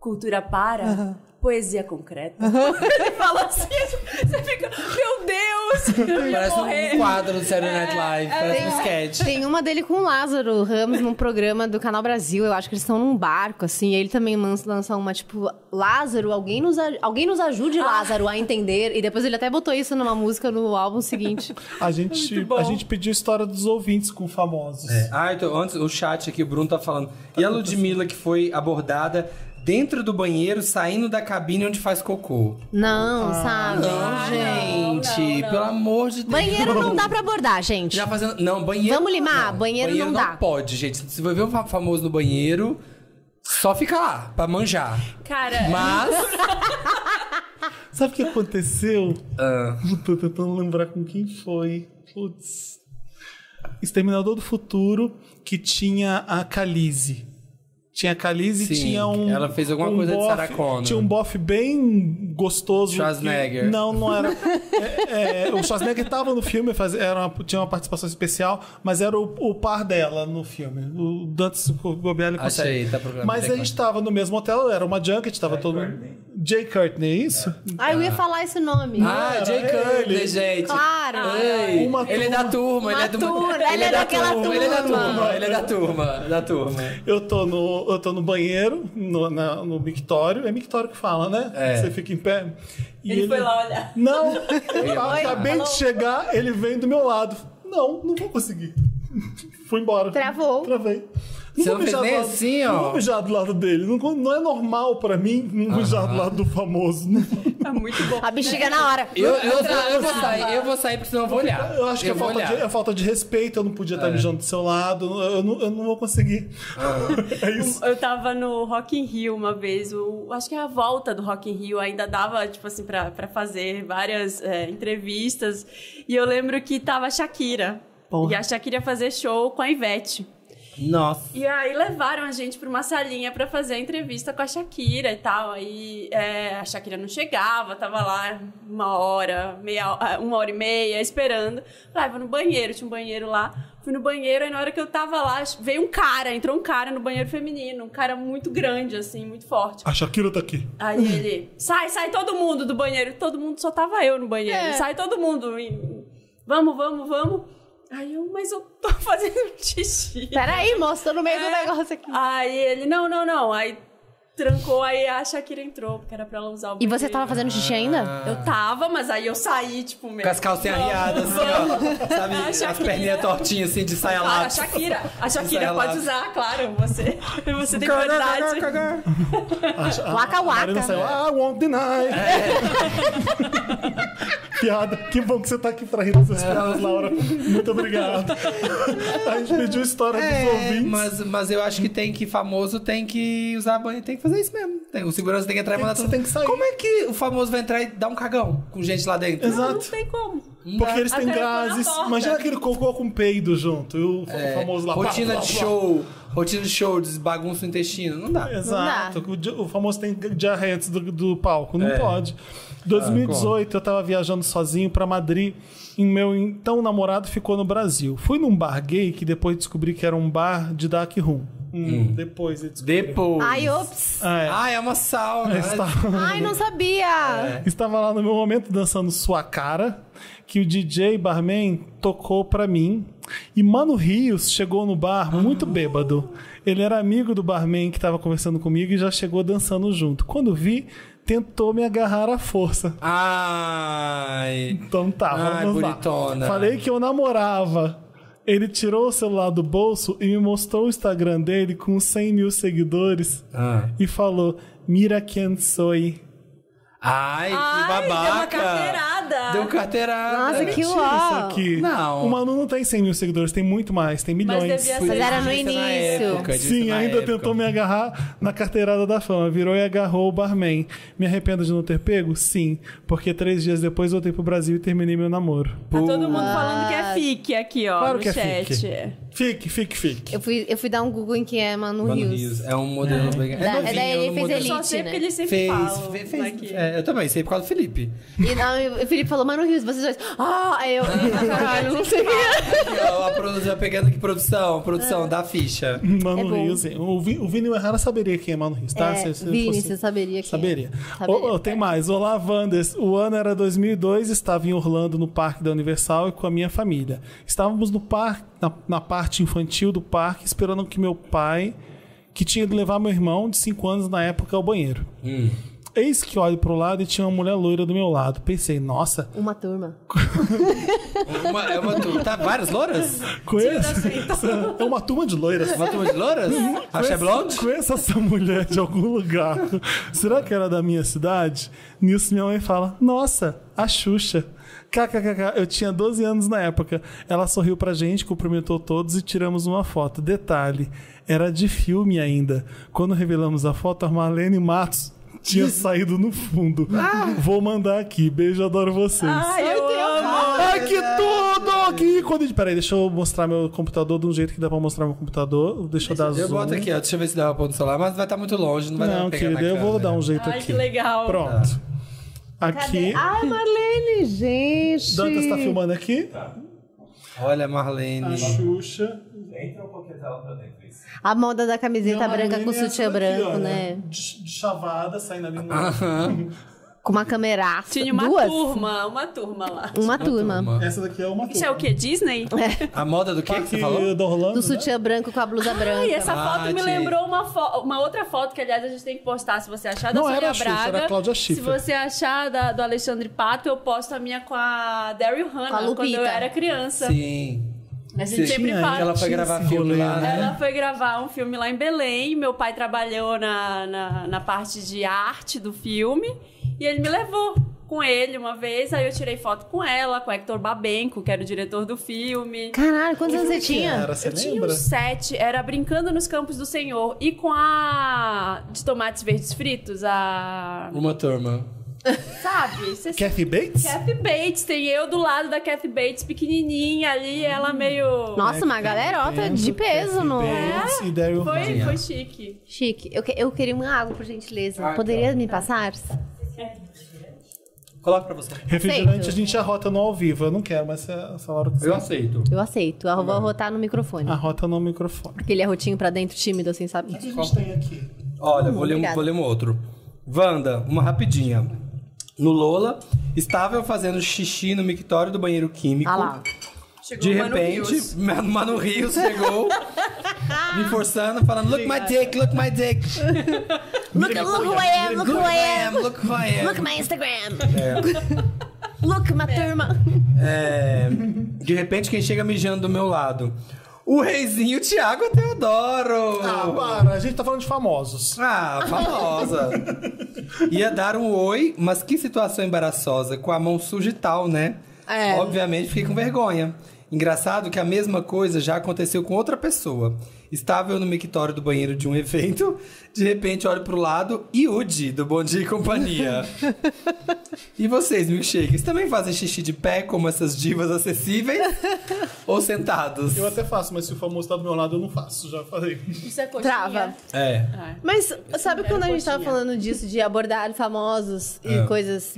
Speaker 4: Cultura para? Poesia concreta. ele fala assim, você fica, meu Deus, eu ia
Speaker 2: Parece
Speaker 4: morrer.
Speaker 2: um quadro do Saturday Night
Speaker 3: É,
Speaker 2: Live, parece um sketch.
Speaker 3: Tem uma dele com o Lázaro Ramos num programa do Canal Brasil. Eu acho que eles estão num barco, assim. E ele também lan- lança uma, tipo, Lázaro, alguém nos, aj- alguém nos ajude, Lázaro, a entender. E depois ele até botou isso numa música no álbum seguinte.
Speaker 1: A gente,
Speaker 4: Muito bom.
Speaker 1: a gente pediu história dos ouvintes com famosos.
Speaker 2: É. Ah, então, antes, o chat aqui, o Bruno tá falando. E a Ludmilla que foi abordada dentro do banheiro, saindo da cabine onde faz cocô.
Speaker 3: Não, sabe?
Speaker 2: Não, gente,
Speaker 4: não, não.
Speaker 2: pelo amor de Deus.
Speaker 3: Banheiro não dá pra abordar, gente.
Speaker 2: Já fazendo. Não, banheiro.
Speaker 3: Vamos limar?
Speaker 2: não.
Speaker 3: Banheiro não dá.
Speaker 2: pode, gente. Se você ver um fa- famoso no banheiro, só fica lá, pra manjar.
Speaker 3: É.
Speaker 4: Cara,
Speaker 2: Mas.
Speaker 1: Sabe o que aconteceu?
Speaker 2: ah,
Speaker 1: Eu Tô tentando lembrar com quem foi. Putz. Exterminador do Futuro, que tinha a Khaleesi. Tinha a Khaleesi,
Speaker 2: Sim,
Speaker 1: tinha um...
Speaker 2: ela fez alguma coisa de
Speaker 1: bofe-
Speaker 2: Sarah Connor.
Speaker 1: Tinha um bofe bem gostoso. que-
Speaker 2: Schwarzenegger.
Speaker 1: Não, não era. É, é, o Schwarzenegger tava no filme, faz- era uma- tinha uma participação especial, mas era o, o par dela no filme. O Dante se bobear, ele consegue.
Speaker 2: Achei, tá programado.
Speaker 1: Mas a gente tava no mesmo hotel, era uma junket, tava todo mundo. Jay Courtney, é isso?
Speaker 3: Ah, eu ia falar esse nome.
Speaker 2: Ah, Jay
Speaker 1: é ele.
Speaker 2: Curley, gente.
Speaker 3: Claro.
Speaker 2: Ei,
Speaker 1: Uma
Speaker 2: ele é da turma, ele é do
Speaker 3: turma, ele é
Speaker 2: da
Speaker 3: daquela
Speaker 2: Ele é da
Speaker 3: turma.
Speaker 2: turma, ele é da turma, da turma.
Speaker 1: Eu tô no, eu tô no banheiro, no, na- no mictório. É mictório que fala, né?
Speaker 2: É.
Speaker 1: Você fica em pé. E
Speaker 4: Ele foi lá olhar.
Speaker 1: Não, eu acabei de
Speaker 3: falou.
Speaker 1: chegar, ele vem do meu lado. Não, não vou conseguir. Fui embora.
Speaker 3: Travou.
Speaker 1: Travei.
Speaker 2: Você
Speaker 1: vou
Speaker 2: não fez
Speaker 1: mijar do
Speaker 2: nem
Speaker 1: lado-
Speaker 2: assim, ó.
Speaker 1: Não vou mijar do lado dele. Não, não é normal pra mim não mijar do lado do famoso. Não-
Speaker 2: É
Speaker 4: Tá muito bom.
Speaker 3: A bexiga na hora.
Speaker 2: Eu, eu, vou, eu vou sair, eu vou sair porque senão eu vou olhar.
Speaker 1: Eu acho que é
Speaker 2: vou
Speaker 1: falta, de,
Speaker 2: olhar. É.
Speaker 1: é falta de respeito. Eu não podia estar mijando do seu lado. Eu não, eu não vou conseguir. É isso.
Speaker 4: Eu tava no Rock in Rio uma vez, o- acho que é a volta do Rock in Rio ainda dava, tipo assim, pra, pra fazer várias é, entrevistas. E eu lembro que tava a Shakira.
Speaker 1: Porra.
Speaker 4: E a Shakira ia fazer show com a Ivete.
Speaker 2: Nossa.
Speaker 4: E aí levaram a gente pra uma salinha pra fazer a entrevista com a Shakira e tal. Aí é, a Shakira não chegava, tava lá uma hora, meia, ah, uma hora e meia esperando. Falei, ah, vou no banheiro, tinha um banheiro lá. Fui no banheiro, aí na hora que eu tava lá, veio um cara, entrou um cara no banheiro feminino, um cara muito grande, assim, muito forte.
Speaker 1: A Shakira tá aqui.
Speaker 4: Aí ele, sai, sai todo mundo do banheiro. Todo mundo, só tava eu no banheiro.
Speaker 3: É.
Speaker 4: Sai todo mundo. E, vamos, vamos, vamos. Aí eu, mas eu tô fazendo xixi.
Speaker 3: Peraí, moço, tô no meio do
Speaker 4: É.
Speaker 3: negócio aqui.
Speaker 4: Aí ele, não, não, não. Aí trancou, aí a Shakira entrou, porque era pra ela usar o
Speaker 3: E você
Speaker 4: banheiro.
Speaker 3: tava fazendo xixi ainda?
Speaker 4: Eu tava, mas aí eu saí, tipo, meio.
Speaker 2: Com as calcinhas
Speaker 4: Vamos,
Speaker 2: arriadas, assim,
Speaker 4: vamos.
Speaker 2: ó. Sabe,
Speaker 4: A
Speaker 2: as
Speaker 4: Shakira.
Speaker 2: perninhas tortinhas, assim, de saia
Speaker 4: Claro, a
Speaker 2: lápis.
Speaker 4: Shakira, a Shakira
Speaker 1: é
Speaker 2: Saia
Speaker 4: pode
Speaker 2: lápis.
Speaker 4: usar, claro, você, você tem qualidade.
Speaker 1: A, a,
Speaker 3: Waka
Speaker 1: a Marina
Speaker 3: waka.
Speaker 2: Tá
Speaker 1: saiu, "Ah, I won't deny.
Speaker 2: É.
Speaker 1: Piada, que bom que você tá aqui pra rir dessas
Speaker 2: É.
Speaker 1: piadas, Laura. Muito obrigado. A gente pediu história dos
Speaker 2: É,
Speaker 1: ouvintes.
Speaker 2: mas, mas eu acho que tem que, famoso, tem que usar banho, tem que fazer isso mesmo. Tem- o segurança tem que entrar e
Speaker 1: Tem
Speaker 2: mandar
Speaker 1: que-
Speaker 2: tudo.
Speaker 1: tem que sair.
Speaker 2: Como é que o famoso vai entrar e dar um cagão com gente lá dentro?
Speaker 1: Exato.
Speaker 4: Não tem como. Tá
Speaker 1: Porque eles
Speaker 4: A
Speaker 1: têm
Speaker 4: cara ficou na
Speaker 1: gases.
Speaker 4: porta.
Speaker 1: Imagina aquele cocô com peido junto. E o fa- famoso lá. blá,
Speaker 2: É, rotina
Speaker 1: blá,
Speaker 2: de
Speaker 1: blá.
Speaker 2: show, rotina de show, desbagunça o intestino. Não dá.
Speaker 1: Exato. O di- O famoso tem diarreia antes do, do palco. Não pode. 2018, eu tava viajando sozinho pra Madrid e meu então namorado ficou no Brasil. Fui num bar gay que depois descobri que era um bar de dark room. Hum, Depois eu descobri.
Speaker 2: Depois.
Speaker 3: Ai, ops.
Speaker 1: Ah, é.
Speaker 2: Ah, é uma sauna.
Speaker 1: Estava,
Speaker 3: Ai, não sabia.
Speaker 1: estava lá no meu momento dançando Sua Cara, que o DJ Barman tocou pra mim. E Mano Rios chegou no bar muito bêbado. Ele era amigo do barman que estava conversando comigo e já chegou dançando junto. Quando vi, tentou me agarrar à força.
Speaker 2: Ai.
Speaker 1: Então tá,
Speaker 2: Ai,
Speaker 1: vamos lá.
Speaker 2: bonitona.
Speaker 1: Falei que eu namorava. Ele tirou o celular do bolso e me mostrou o Instagram dele com 100 mil seguidores
Speaker 2: Ah.
Speaker 1: e falou: Mira quem sou.
Speaker 2: Ai, que
Speaker 4: Ai, deu uma
Speaker 2: babaca.
Speaker 4: carteirada.
Speaker 2: Deu carteirada.
Speaker 3: Nossa, que
Speaker 1: Mentira
Speaker 3: uau.
Speaker 4: Ah.
Speaker 1: isso aqui.
Speaker 2: Não.
Speaker 1: O Manu não tem 100 mil seguidores, tem muito mais, tem milhões.
Speaker 4: devia ser-
Speaker 3: Mas era no
Speaker 2: Disse na
Speaker 3: início.
Speaker 2: época, disse
Speaker 1: Sim,
Speaker 2: na
Speaker 1: ainda
Speaker 2: época.
Speaker 1: tentou me agarrar na carteirada da fama. Virou e agarrou o barman. Me arrependo de não ter pego? Sim. Porque três dias depois voltei pro Brasil e terminei meu namoro.
Speaker 4: Tá todo mundo falando que
Speaker 3: Ah.
Speaker 4: é fique aqui, ó,
Speaker 1: Claro
Speaker 4: no
Speaker 1: que é
Speaker 4: chat.
Speaker 1: fique. Fique, fique, fique.
Speaker 3: Eu fui, eu fui dar um Google em quem é Manu
Speaker 2: Mano
Speaker 3: Rios.
Speaker 2: Rios. É um modelo bem. É
Speaker 3: Da-
Speaker 2: novinho,
Speaker 3: daí
Speaker 2: é um
Speaker 3: ele fez
Speaker 2: modelo-
Speaker 4: Eu só
Speaker 3: Elite,
Speaker 4: sei
Speaker 3: né?
Speaker 4: porque ele sempre fala.
Speaker 2: Fez, fez,
Speaker 4: daqui.
Speaker 2: fez é, eu também sei por causa do Felipe.
Speaker 3: E não, o Felipe falou, Mano Rios, vocês dois. Ah, aí eu. "Ah, Caralho, não sei o que.
Speaker 2: Aqui, ó, a produção pegando aqui, produção, produção,
Speaker 4: Ah.
Speaker 2: dá ficha.
Speaker 1: Mano
Speaker 3: É bom.
Speaker 1: Rios, hein? O, Vi- o Vini Errara saberia quem é Mano Rios, tá?
Speaker 3: É, Vini, você saberia quem é.
Speaker 1: Saberia.
Speaker 3: Saberia.
Speaker 1: Ô, ô, tem mais. Olá, Wanders. O ano era 2002, estava em Orlando, no Parque da Universal, e com a minha família. Estávamos no parque, na, na parte infantil do parque, esperando que meu pai, que tinha ido levar meu irmão de 5 anos na época, ao banheiro. Eis que olho pro lado e tinha uma mulher loira do meu lado. Pensei, nossa,
Speaker 3: Uma turma.
Speaker 2: Uma, é uma turma. Tá, várias louras?
Speaker 1: conheço. É uma turma de loiras.
Speaker 2: Uma turma de louras? Racha Blonde?
Speaker 1: Conheço essa mulher de algum lugar. Será que era da minha cidade? Nisso minha mãe fala: Nossa, a Xuxa. KKKK, eu tinha 12 anos na época. Ela sorriu pra gente, cumprimentou todos e tiramos uma foto. Detalhe, era de filme ainda. Quando revelamos a foto, a Marlene Matos tinha saído no fundo. Vou mandar aqui. Beijo, adoro vocês.
Speaker 4: Ai, eu amo.
Speaker 1: Ai, que tudo! aqui quando. a gente- Peraí, deixa eu mostrar meu computador de um jeito que dá pra mostrar meu computador. Deixa eu dar zoom.
Speaker 2: Eu boto aqui, ó. Deixa eu ver se dá pra pôr no celular, mas vai estar muito longe, não vai dar
Speaker 1: Não,
Speaker 2: pra pegar
Speaker 1: querida,
Speaker 2: na
Speaker 1: eu vou
Speaker 2: câmera.
Speaker 1: dar um jeito
Speaker 4: Ai,
Speaker 1: aqui.
Speaker 4: que legal.
Speaker 1: Pronto. Aqui.
Speaker 3: Ai, Marlene, gente.
Speaker 1: Dantas tá filmando aqui.
Speaker 2: Olha,
Speaker 1: A
Speaker 2: Marlene.
Speaker 1: Xuxa.
Speaker 5: Entra um pouquinho dela pra dentro, isso.
Speaker 3: A moda da camiseta
Speaker 1: Não, a
Speaker 3: Tá branca com
Speaker 1: Marlene é
Speaker 3: sutiã
Speaker 1: essa daqui,
Speaker 3: branco,
Speaker 1: ó,
Speaker 3: né?
Speaker 1: De, de chavada, saindo ali no.
Speaker 2: Aham.
Speaker 3: Com uma cameraça.
Speaker 4: Tinha uma
Speaker 3: Duas?
Speaker 4: turma, uma turma lá.
Speaker 3: Uma turma.
Speaker 1: Essa daqui é uma.
Speaker 4: Isso é o quê? Disney?
Speaker 2: A moda do que que você
Speaker 1: Parque
Speaker 2: falou?
Speaker 1: do Orlando.
Speaker 3: Do
Speaker 1: né?
Speaker 3: sutiã branco com a blusa branca.
Speaker 4: Ai, essa
Speaker 2: Ah,
Speaker 4: foto me
Speaker 2: sim.
Speaker 4: lembrou uma, fo- uma outra foto que, aliás, a gente tem que postar, se você achar, da
Speaker 1: Não
Speaker 4: Sônia
Speaker 1: era a Xuxa,
Speaker 4: Braga.
Speaker 1: era a Cláudia Schiffer.
Speaker 4: Se você achar da- do Alexandre Pato, eu posto a minha com a Daryl
Speaker 3: Com a
Speaker 4: Hannah,
Speaker 3: Lupita.
Speaker 4: quando eu era criança.
Speaker 2: Sim.
Speaker 4: A gente
Speaker 2: Sim.
Speaker 4: sempre
Speaker 1: Tinha
Speaker 4: fala.
Speaker 2: Ela foi
Speaker 1: Tinha
Speaker 2: gravar
Speaker 1: esse
Speaker 2: filme
Speaker 1: rolê,
Speaker 2: lá, né?
Speaker 4: Ela foi gravar um filme lá em Belém, meu pai trabalhou na, na, na parte de arte do filme, e ele me levou com ele uma vez, aí eu tirei foto com ela, com o Hector Babenco, que era o diretor do filme.
Speaker 3: Caralho, quantos anos você tinha?
Speaker 1: Era, você
Speaker 4: eu tinha
Speaker 1: lembra?
Speaker 4: uns sete, era Brincando nos Campos do Senhor, e com a de tomates verdes fritos, a...
Speaker 2: Uma turma.
Speaker 4: sabe? Cê
Speaker 1: Kathy Bates?
Speaker 4: Kathy Bates, tem eu do lado da Kathy Bates, pequenininha ali, ela meio...
Speaker 3: Nossa, uma
Speaker 1: né?
Speaker 3: galerota de peso, não é?
Speaker 1: Bates e Daryl
Speaker 4: Foi,
Speaker 1: Hannah.
Speaker 4: foi chique.
Speaker 3: Chique. Eu, que- eu queria uma água, por gentileza.
Speaker 2: Ah,
Speaker 3: Poderia me passar?
Speaker 2: Coloca pra você.
Speaker 1: Refrigerante
Speaker 3: Aceito.
Speaker 1: a gente arrota no ao vivo. Eu não quero, mas essa essa hora que você
Speaker 2: Eu aceito.
Speaker 3: Eu aceito. Eu vou arrotar no microfone.
Speaker 1: arrota no microfone.
Speaker 3: Aquele arrotinho pra dentro, tímido, assim, sabe?
Speaker 1: O que a gente tem aqui?
Speaker 2: Olha, vou ler, um,
Speaker 3: obrigada.
Speaker 2: vou ler um outro. Wanda, uma rapidinha. No Lola, estava eu fazendo xixi no mictório do banheiro químico.
Speaker 3: Ah lá.
Speaker 4: Chegou
Speaker 2: De
Speaker 4: o Mano Rios.
Speaker 2: repente, Mano, Mano Rios chegou, me forçando, falando: Look my dick, look my dick.
Speaker 3: Look, look who I am, look who I am.
Speaker 2: look who I am.
Speaker 3: Look my Instagram. Look, my turma.
Speaker 2: É, de repente, quem chega mijando do meu lado? O reizinho Tiago Teodoro.
Speaker 1: Ah, para. A gente tá falando de famosos.
Speaker 2: Ah, famosa. Ia dar um oi, mas que situação embaraçosa, com a mão suja e tal, né?
Speaker 3: É.
Speaker 2: Obviamente fiquei com vergonha. Engraçado que a mesma coisa já aconteceu com outra pessoa. Estava eu no mictório do banheiro de um evento, de repente olho pro lado e Udi, do Bom Dia e Companhia. e vocês, milkshakers, também fazem xixi de pé como essas divas acessíveis? ou sentados?
Speaker 1: Eu até faço, mas se o famoso tá do meu lado, eu não faço. Já falei.
Speaker 4: Isso é coxinha.
Speaker 3: Trava.
Speaker 2: É.
Speaker 4: Ah.
Speaker 3: Mas sabe
Speaker 4: quero
Speaker 3: quando a gente tava
Speaker 4: coxinha.
Speaker 3: falando disso, de abordar famosos e
Speaker 2: É.
Speaker 3: coisas?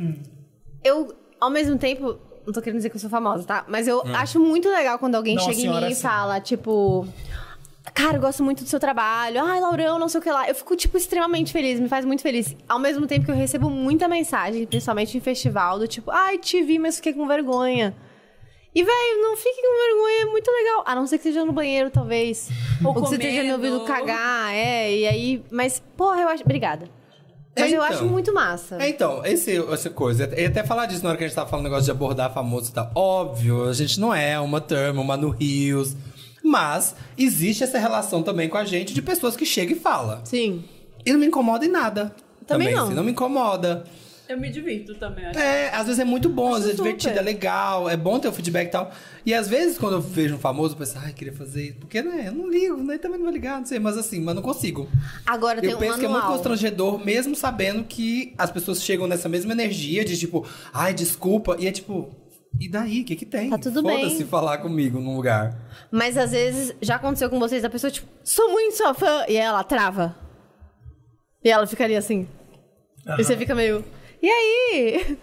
Speaker 3: Eu, ao mesmo tempo, não tô querendo dizer que eu sou famosa, tá? Mas eu acho muito legal quando alguém
Speaker 1: Não, a
Speaker 3: chega em
Speaker 1: senhora
Speaker 3: mim
Speaker 1: é
Speaker 3: e
Speaker 1: sim.
Speaker 3: fala, tipo. Cara, eu gosto muito do seu trabalho. Ai, Laurão, não sei o que lá. Eu fico, tipo, extremamente feliz, me faz muito feliz. Ao mesmo tempo que eu recebo muita mensagem, principalmente em festival, do tipo, ai, te vi, mas fiquei com vergonha. E, velho, não fique com vergonha, é muito legal. A não ser que seja no banheiro, talvez. Ou, que você esteja me
Speaker 4: comendo.
Speaker 3: ouvindo cagar, é, e aí. Mas, porra, eu acho. Obrigada. Mas
Speaker 2: Então.
Speaker 3: eu acho muito massa.
Speaker 2: É, então, esse, essa coisa, eu ia até falar disso na hora que a gente tava falando negócio de abordar famoso e tal. Óbvio, a gente não é uma turma, uma no Rios. Mas existe essa relação também com a gente de pessoas que chegam e falam.
Speaker 3: Sim.
Speaker 2: E não me incomoda em nada.
Speaker 3: Também não.
Speaker 2: assim, não me incomoda.
Speaker 4: Eu me divirto também, acho.
Speaker 2: É, às vezes é muito bom, às vezes é
Speaker 3: super.
Speaker 2: divertido, é legal, é bom ter o feedback e tal. E às vezes, quando eu vejo um famoso, eu penso, ai, queria fazer isso. Porque, né, eu não ligo, né, também não vou ligar, não sei. Mas assim, mas não consigo.
Speaker 3: Agora tem
Speaker 2: Eu
Speaker 3: um
Speaker 2: penso que é muito
Speaker 3: manual.
Speaker 2: constrangedor, mesmo sabendo que as pessoas chegam nessa mesma energia de tipo, ai, desculpa, e é tipo, e daí? O que que tem?
Speaker 3: Tá tudo
Speaker 2: Foda-se
Speaker 3: bem.
Speaker 2: falar comigo num lugar.
Speaker 3: Mas às vezes já aconteceu com vocês, a pessoa, tipo, sou muito sua fã. E ela trava. E ela ficaria assim.
Speaker 1: Ah,
Speaker 3: E você fica meio. E aí?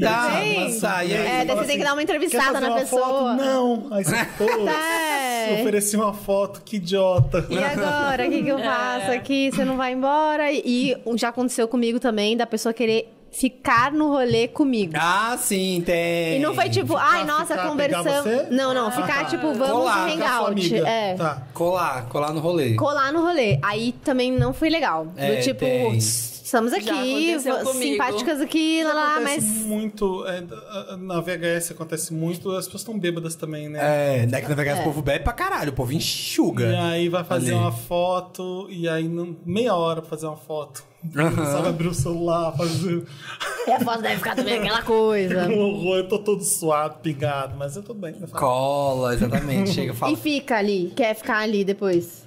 Speaker 2: Tá,
Speaker 3: bem?
Speaker 2: mas sai, e aí?
Speaker 3: É, daí você tem que dar uma
Speaker 1: assim, Quer
Speaker 3: entrevistada
Speaker 1: fazer
Speaker 3: na
Speaker 1: uma
Speaker 3: pessoa.
Speaker 1: foto? Não. Aí você, pô,
Speaker 3: É.
Speaker 1: se ofereci uma foto, que idiota.
Speaker 3: E agora, o que, que
Speaker 2: É.
Speaker 3: eu faço aqui? Você não vai embora? E e já aconteceu comigo também da pessoa querer ficar no rolê comigo.
Speaker 2: Ah, é. sim, tem.
Speaker 3: E não foi tipo,
Speaker 1: Ficar,
Speaker 3: ai, nossa,
Speaker 1: ficar, pegar você?
Speaker 3: conversamos. Não, não, ficar tipo, vamos
Speaker 2: Ah, tá. Colar com a
Speaker 1: Ah, Com a sua
Speaker 3: hangout.
Speaker 1: amiga.
Speaker 3: É.
Speaker 1: Tá.
Speaker 2: Colar, colar no rolê.
Speaker 3: Colar no rolê. Aí também não foi legal.
Speaker 2: É,
Speaker 3: Do tipo,
Speaker 2: tem.
Speaker 3: estamos aqui,
Speaker 4: aconteceu
Speaker 3: vo-
Speaker 4: comigo.
Speaker 3: simpáticas aqui, lá, lá,
Speaker 1: acontece
Speaker 3: mas.
Speaker 1: muito, é, da- na VHS acontece muito, as pessoas estão bêbadas também, né?
Speaker 2: É, daqui na Vegas
Speaker 3: É.
Speaker 2: o povo bebe pra caralho, o povo enxuga.
Speaker 1: E aí vai fazer
Speaker 2: Ali.
Speaker 1: uma foto, e aí não- meia hora pra fazer uma foto.
Speaker 2: Aham.
Speaker 1: Sabe abrir o celular, fazer
Speaker 3: E a foto deve ficar também aquela coisa.
Speaker 1: um horror, eu tô todo suado, pingado, mas eu tô bem. né?
Speaker 2: Cola, exatamente. Chega e fala.
Speaker 3: E fica ali, quer ficar ali depois.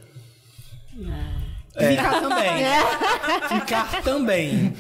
Speaker 2: Ficar também. É. Ficar também.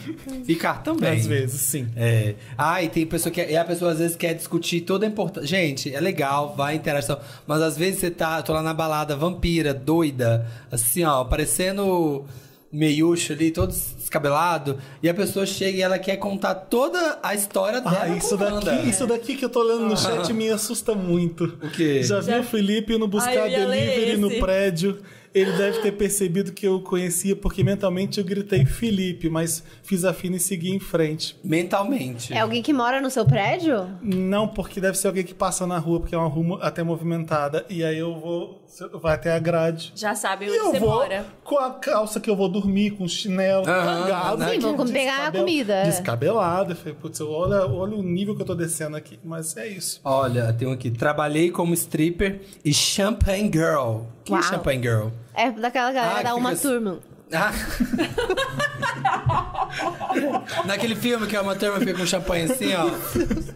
Speaker 2: Ficar também.
Speaker 1: Às vezes, sim.
Speaker 2: É. Ah, e tem pessoa que. E a pessoa às vezes quer discutir toda a importância. Gente, é legal, vai interação. Mas às vezes você tá. eu Tô lá na balada, vampira, doida, assim, ó, parecendo meiucho ali, todo descabelado. E a pessoa chega e ela quer contar toda a história dela.
Speaker 1: Ah,
Speaker 2: com
Speaker 1: isso
Speaker 2: banda.
Speaker 1: daqui, isso daqui que eu tô olhando no chat me assusta muito.
Speaker 2: Ah. O quê?
Speaker 1: Já vi
Speaker 4: Já-
Speaker 1: o Felipe indo buscar
Speaker 4: Ai, eu ia ler
Speaker 1: delivery
Speaker 4: esse.
Speaker 1: no prédio. Ele deve ter percebido que eu conhecia, porque mentalmente eu gritei Felipe, mas fiz a fina e segui em frente.
Speaker 2: Mentalmente.
Speaker 3: É alguém que mora no seu prédio?
Speaker 1: Não, porque deve ser alguém que passa na rua, porque é uma rua mo- até movimentada. E aí eu vou. Vai até a grade.
Speaker 4: Já sabem
Speaker 1: E
Speaker 4: onde
Speaker 1: eu
Speaker 4: você
Speaker 1: vou
Speaker 4: mora.
Speaker 1: com a calça que eu vou dormir, com o chinelo
Speaker 2: Aham,
Speaker 1: cagado.
Speaker 2: né? Sim,
Speaker 3: assim, vou com- pegar a
Speaker 1: Descabel-
Speaker 3: comida.
Speaker 1: Descabelado. Eu falei, putz, eu- olha, olha o nível que eu tô descendo aqui. Mas é isso.
Speaker 2: Olha, tem um aqui. Trabalhei como stripper e champagne girl. Que
Speaker 3: Uau.
Speaker 2: champagne girl?
Speaker 3: É daquela galera
Speaker 2: Ah,
Speaker 3: da
Speaker 2: que
Speaker 3: Uma
Speaker 2: fica-
Speaker 3: Turma.
Speaker 2: Ah. Naquele filme que é uma turma fica com champanhe assim, ó.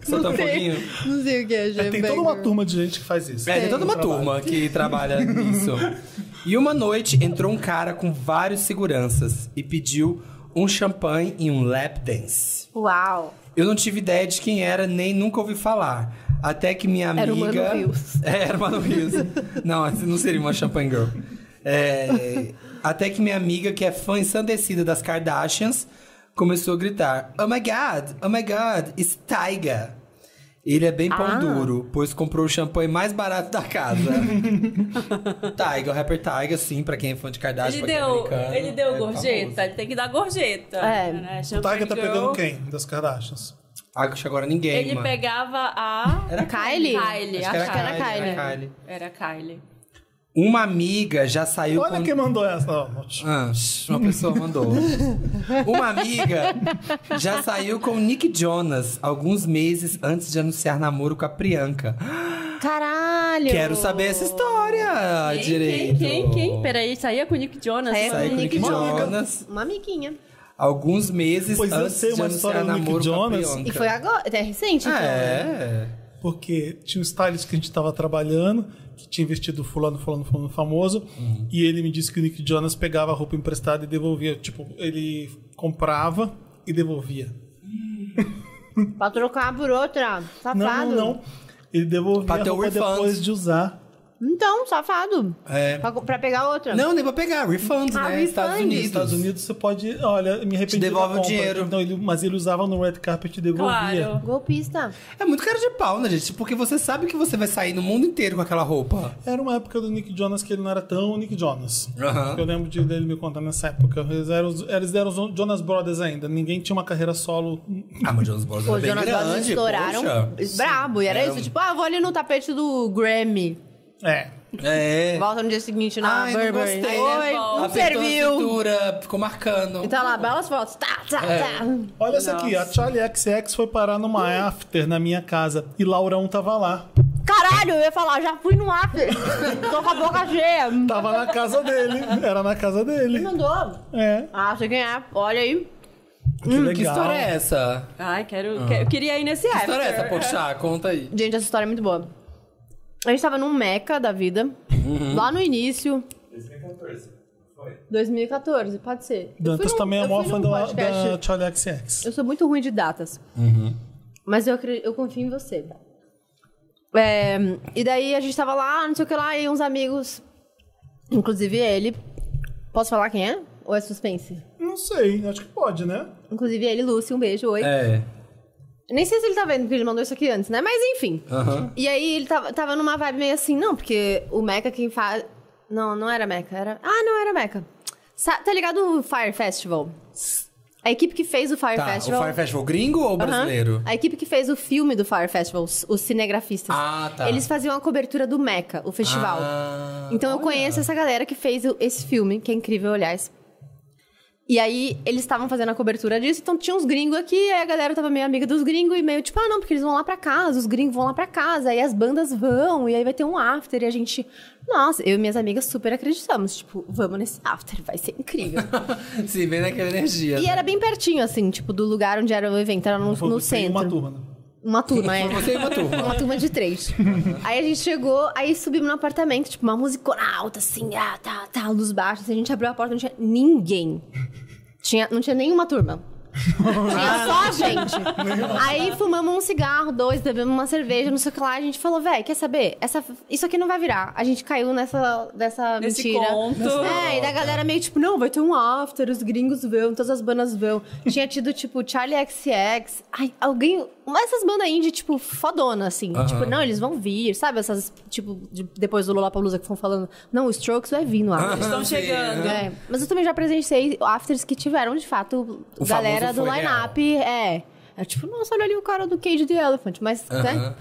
Speaker 2: Soltando foguinho.
Speaker 3: Não sei o que é, gente.
Speaker 1: Tem toda uma turma de gente que faz isso.
Speaker 2: É, tem toda uma turma que trabalha nisso. E uma noite entrou um cara com vários seguranças e pediu um champanhe e um lap dance.
Speaker 3: Uau.
Speaker 2: Eu não tive ideia de quem era, nem nunca ouvi falar. Até que minha amiga.
Speaker 3: Era o Mano Rios.
Speaker 2: É, era o Mano Rios. não, essa não seria uma Champagne Girl. É, até que minha amiga, que é fã ensandecida das Kardashians, começou a gritar: Oh my god, oh my god, it's Taiga. Ele é bem pão
Speaker 3: Ah.
Speaker 2: duro, pois comprou o champanhe mais barato da casa. Taiga, o rapper Taiga, sim, pra quem é fã de Kardashian,
Speaker 4: Ele
Speaker 2: pra quem é
Speaker 4: deu,
Speaker 2: americano,
Speaker 4: ele deu
Speaker 2: é
Speaker 4: gorjeta,
Speaker 2: famoso.
Speaker 4: ele tem que dar gorjeta.
Speaker 3: É.
Speaker 4: né?
Speaker 1: O Tiger
Speaker 4: Champagne
Speaker 1: tá
Speaker 4: Girl,
Speaker 1: pegando quem das Kardashians?
Speaker 2: Acho que agora ninguém,
Speaker 4: Ele
Speaker 2: mano.
Speaker 4: pegava a.
Speaker 2: Era
Speaker 3: Kylie?
Speaker 4: Kylie,
Speaker 2: Acho
Speaker 4: a
Speaker 2: que era
Speaker 4: Kylie.
Speaker 3: Kylie,
Speaker 2: era Kylie. né?
Speaker 4: Era Kylie.
Speaker 2: Uma amiga já saiu
Speaker 1: Olha
Speaker 2: com...
Speaker 1: quem mandou essa. ó, mote.
Speaker 2: Ah, uma pessoa mandou. Uma amiga já saiu com o Nick Jonas alguns meses antes de anunciar namoro com a Priyanka.
Speaker 3: Caralho.
Speaker 2: Quero saber essa história
Speaker 4: Quem,
Speaker 2: direito.
Speaker 4: Quem, quem, quem? Peraí, saía com o Nick Jonas?
Speaker 3: Saía
Speaker 2: Saiu com o Nick
Speaker 3: Nick
Speaker 2: Jonas
Speaker 3: Uma amiguinha.
Speaker 2: alguns meses
Speaker 1: Pois eu
Speaker 2: antes
Speaker 1: sei
Speaker 2: de
Speaker 1: uma história
Speaker 2: anunciar
Speaker 1: do
Speaker 2: namoro
Speaker 1: Nick
Speaker 2: com a
Speaker 1: Jonas.
Speaker 2: Priyanka.
Speaker 3: E foi agora. É recente, então.
Speaker 2: É.
Speaker 1: Porque tinha um stylist que a gente tava trabalhando, que tinha investido fulano, fulano, fulano famoso,
Speaker 2: Uhum.
Speaker 1: e ele me disse que o Nick Jonas pegava a roupa emprestada e devolvia. Tipo, ele comprava e devolvia.
Speaker 3: Pra trocar por outra.
Speaker 1: Não,
Speaker 3: Safado.
Speaker 1: não, não. Ele devolvia
Speaker 2: Pra
Speaker 1: a
Speaker 2: ter o
Speaker 1: roupa
Speaker 2: refund.
Speaker 1: depois de usar.
Speaker 3: Então, safado.
Speaker 2: É.
Speaker 3: Pra, pra pegar outra.
Speaker 2: Não, nem pra pegar. Refunds,
Speaker 3: Ah,
Speaker 2: né?
Speaker 3: refund.
Speaker 2: Estados Unidos.
Speaker 1: Nos Estados Unidos você pode, olha, me arrependi
Speaker 2: Te devolve
Speaker 1: da
Speaker 2: o
Speaker 1: compra.
Speaker 2: dinheiro.
Speaker 1: Não, ele- mas ele usava no red carpet e devolvia.
Speaker 4: Claro.
Speaker 3: Golpista.
Speaker 2: É muito cara de pau, né, gente? Porque você sabe que você vai sair no mundo inteiro com aquela roupa.
Speaker 1: Era uma época do Nick Jonas que ele não era tão Nick Jonas.
Speaker 2: Aham.
Speaker 1: Eu lembro de, dele me contar nessa época. Eles eram, os- eles eram os Jonas Brothers ainda. Ninguém tinha uma carreira solo.
Speaker 2: Ah, mas Jonas Brothers
Speaker 3: Pô,
Speaker 2: é
Speaker 3: os
Speaker 2: bem
Speaker 3: Jonas
Speaker 2: grande,
Speaker 3: Brothers estouraram
Speaker 2: poxa.
Speaker 3: brabo. E era
Speaker 2: Era
Speaker 3: isso,
Speaker 2: um-
Speaker 3: tipo, ah, vou ali no tapete do Grammy.
Speaker 1: É.
Speaker 2: É.
Speaker 3: Volta no dia seguinte na
Speaker 2: Ai, não
Speaker 3: Burberry.
Speaker 2: gostei.
Speaker 3: Oi,
Speaker 4: né? Bom.
Speaker 3: não
Speaker 2: Apertou a
Speaker 3: serviu.
Speaker 2: cintura, ficou marcando.
Speaker 3: E tá lá, belas fotos. Tá, tá, tá.
Speaker 1: Olha essa aqui. A Charlie XX foi parar numa after na minha casa. E Laurão tava lá.
Speaker 3: Caralho, eu ia falar, já fui no after. Tô com a boca cheia.
Speaker 1: Tava na casa dele. Era na casa dele.
Speaker 3: Mandou.
Speaker 1: É.
Speaker 3: Ah, sei quem é. Olha aí.
Speaker 1: Que
Speaker 2: Que história é essa?
Speaker 4: Ai, quero.
Speaker 2: Ah.
Speaker 4: que- eu queria ir nesse
Speaker 2: Que
Speaker 4: after.
Speaker 2: história é essa, poxa? Conta aí.
Speaker 3: Gente, essa história é muito boa. A gente tava num Meca da vida. Lá no início,
Speaker 5: 2014, não foi?
Speaker 3: 2014, pode ser. Eu
Speaker 1: Dantas
Speaker 3: fui num-
Speaker 1: também é
Speaker 3: eu
Speaker 1: mó
Speaker 3: fui
Speaker 1: fã
Speaker 3: num
Speaker 1: da,
Speaker 3: podcast-
Speaker 1: da Charlie XX.
Speaker 3: Eu sou muito ruim de datas.
Speaker 2: Uhum.
Speaker 3: Mas eu, acre- eu confio em você. É, e daí a gente tava lá, não sei o que lá, e uns amigos, inclusive ele. Posso falar quem é? Ou é suspense?
Speaker 1: Não sei. Acho que pode, né?
Speaker 3: Inclusive ele, Lúcio, um beijo, oi.
Speaker 2: É.
Speaker 3: Nem sei se ele tá vendo, porque ele mandou isso aqui antes, né? Mas enfim.
Speaker 2: Aham.
Speaker 3: E aí ele tava, tava numa vibe meio assim, não, porque o Mecha quem faz. Não, não era Mecha, era. Ah, não era Mecha. Sa- tá ligado o Fire Festival? A equipe que fez o Fire
Speaker 2: Tá,
Speaker 3: Festival.
Speaker 2: o Fire Festival gringo ou
Speaker 3: Aham.
Speaker 2: brasileiro?
Speaker 3: A equipe que fez o filme do Fire Festival, os, os cinegrafistas.
Speaker 2: Ah, tá.
Speaker 3: Eles faziam a cobertura do Mecha, o festival.
Speaker 2: Ah,
Speaker 3: então eu
Speaker 2: olha.
Speaker 3: conheço essa galera que fez o- esse filme, que é incrível, aliás. E aí, eles estavam fazendo a cobertura disso, então tinha uns gringos aqui, aí a galera tava meio amiga dos gringos, e meio tipo, ah, não, porque eles vão lá pra casa, os gringos vão lá pra casa, aí as bandas vão, e aí vai ter um after, e a gente. Nossa, eu e minhas amigas super acreditamos, tipo, vamos nesse after, vai ser incrível.
Speaker 2: Se vê naquela energia. né?
Speaker 3: e era bem pertinho, assim, tipo, do lugar onde era o evento, era no,
Speaker 1: Foi
Speaker 3: no
Speaker 1: tem uma
Speaker 3: centro.
Speaker 1: turma, né?
Speaker 3: Uma turma, é.
Speaker 2: Foi você e uma turma. Uhum.
Speaker 3: Uma turma de três. aí a gente chegou, aí subimos no apartamento, tipo, uma música alta, assim, ah, tá, tá, luz baixa. Assim, a gente abriu a porta, não tinha ninguém. Tinha, não tinha nenhuma turma. Tinha só a gente. Aí fumamos um cigarro, dois, bebemos uma cerveja, não sei o que lá. A gente falou, velho, quer saber? Essa, isso aqui não vai virar. A gente caiu nessa dessa
Speaker 4: Nesse
Speaker 3: mentira.
Speaker 4: conto.
Speaker 3: É, e da galera meio tipo, não, vai ter um after, os gringos vão, todas as bandas vão. Tinha tido, tipo, Charlie XX. Ai, alguém. Uma dessas bandas indie, tipo, fodona, assim.
Speaker 2: Aham.
Speaker 3: Tipo, não, eles vão vir, sabe? Essas, tipo, de- depois do Lollapalooza que foram falando, não, o Strokes vai vir no after.
Speaker 4: Estão
Speaker 2: Sim,
Speaker 4: chegando.
Speaker 2: aham.
Speaker 3: É, mas eu também já presenciei afters que tiveram, de fato,
Speaker 2: O
Speaker 3: galera
Speaker 2: famoso
Speaker 3: do
Speaker 2: foi
Speaker 3: line-up. É. É tipo, nossa, olha ali o cara do Cage the Elephant, mas, né?
Speaker 2: Aham.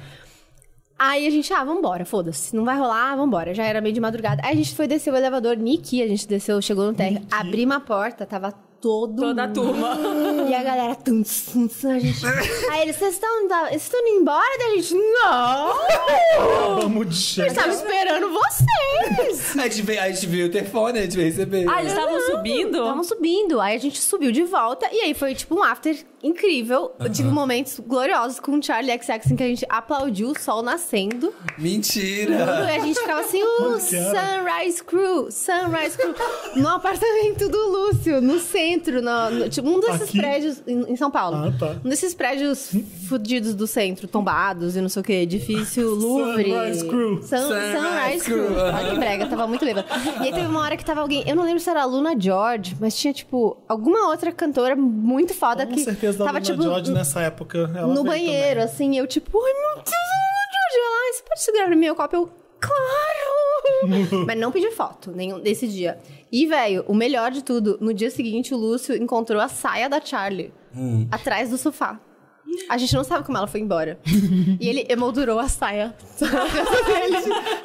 Speaker 3: Aí a gente, ah, vambora, foda-se, não vai rolar, vambora. Já era meio de madrugada. Aí a gente foi descer o elevador, Niki, a gente desceu, chegou no térreo, abrimos a porta, tava todo
Speaker 4: Toda a
Speaker 3: mundo.
Speaker 4: turma.
Speaker 3: E a galera, tum, tum, tum, a gente... Aí eles, vocês estão da- vocês estão indo embora? Daí a gente, não!
Speaker 1: Vamos de
Speaker 3: Eu
Speaker 1: chegar.
Speaker 3: tava esperando vocês!
Speaker 2: A gente veio, a gente veio o telefone, a gente veio receber.
Speaker 4: Ah, eles estavam subindo?
Speaker 3: Estavam subindo. Aí a gente subiu de volta. E aí foi tipo um after incrível. Eu tive momentos gloriosos com o Charlie XX em que a gente aplaudiu o sol nascendo.
Speaker 2: Mentira!
Speaker 3: E a gente ficava assim, o
Speaker 1: que era?
Speaker 3: Sunrise Crew, Sunrise Crew. No apartamento do Lúcio, no centro, no, no- tipo, um desses
Speaker 1: Aqui?
Speaker 3: prédios em, em São Paulo.
Speaker 1: Ah, tá. Hum.
Speaker 3: Um desses prédios fudidos do centro, tombados e não sei o que, edifício Louvre.
Speaker 1: Sunrise Crew.
Speaker 3: Sun-
Speaker 2: Sunrise
Speaker 3: Sunrise Crew.
Speaker 2: Crew.
Speaker 3: Olha que brega, tava muito bêbada. E aí teve uma hora que tava alguém, eu não lembro se era a Luna George, mas tinha, tipo, alguma outra cantora muito foda
Speaker 1: Com
Speaker 3: que
Speaker 1: certeza da
Speaker 3: tava,
Speaker 1: Luna
Speaker 3: tipo,
Speaker 1: George né? nessa época. Ela
Speaker 3: no
Speaker 1: veio
Speaker 3: banheiro,
Speaker 1: também.
Speaker 3: assim, eu tipo, ai meu Deus, Luna George, ela, "Ah, você pode segurar no meu copo? Eu, claro! Mas não pedi foto, nenhum desse dia. E, velho, o melhor de tudo, no dia seguinte o Lúcio encontrou a saia da Charlie
Speaker 2: Hum.
Speaker 3: atrás do sofá. A gente não sabe como ela foi embora. e ele emoldurou a saia.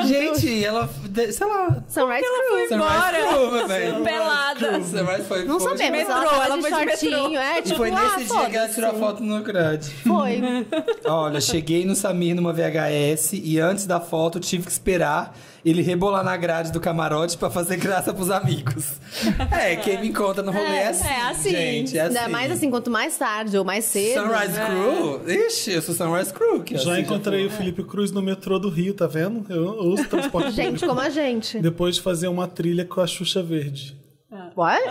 Speaker 2: Gente, ela. de- Sei lá.
Speaker 3: Sunrise Crew.
Speaker 2: Embora!
Speaker 4: Pelada.
Speaker 2: foi
Speaker 3: é Não
Speaker 2: foi-
Speaker 3: sabemos,
Speaker 4: metrô,
Speaker 3: ela,
Speaker 4: ela foi de
Speaker 3: de shortinho, é,
Speaker 2: E
Speaker 3: tipo,
Speaker 2: foi
Speaker 3: ah,
Speaker 2: nesse dia que ela tirou a
Speaker 3: foda-se.
Speaker 2: foto no grade.
Speaker 3: Foi.
Speaker 2: Olha, cheguei no Samir numa VHS e antes da foto tive que esperar ele rebolar na grade do camarote pra fazer graça pros amigos. É, quem me encontra no rolê é, assim.
Speaker 4: é assim.
Speaker 2: Gente, é assim.
Speaker 3: Ainda mais assim, quanto mais tarde ou mais cedo.
Speaker 2: Sunrise
Speaker 4: né?
Speaker 2: Crew? Ixi, eu sou Sunrise Crew. Que
Speaker 1: Já
Speaker 2: assim,
Speaker 1: encontrei o
Speaker 2: foi.
Speaker 1: Felipe Cruz no metrô do Rio, tá vendo? Eu uso transporte
Speaker 3: Gente
Speaker 1: público.
Speaker 3: como assim? a gente.
Speaker 1: Depois de fazer uma trilha com a Xuxa Verde.
Speaker 3: What?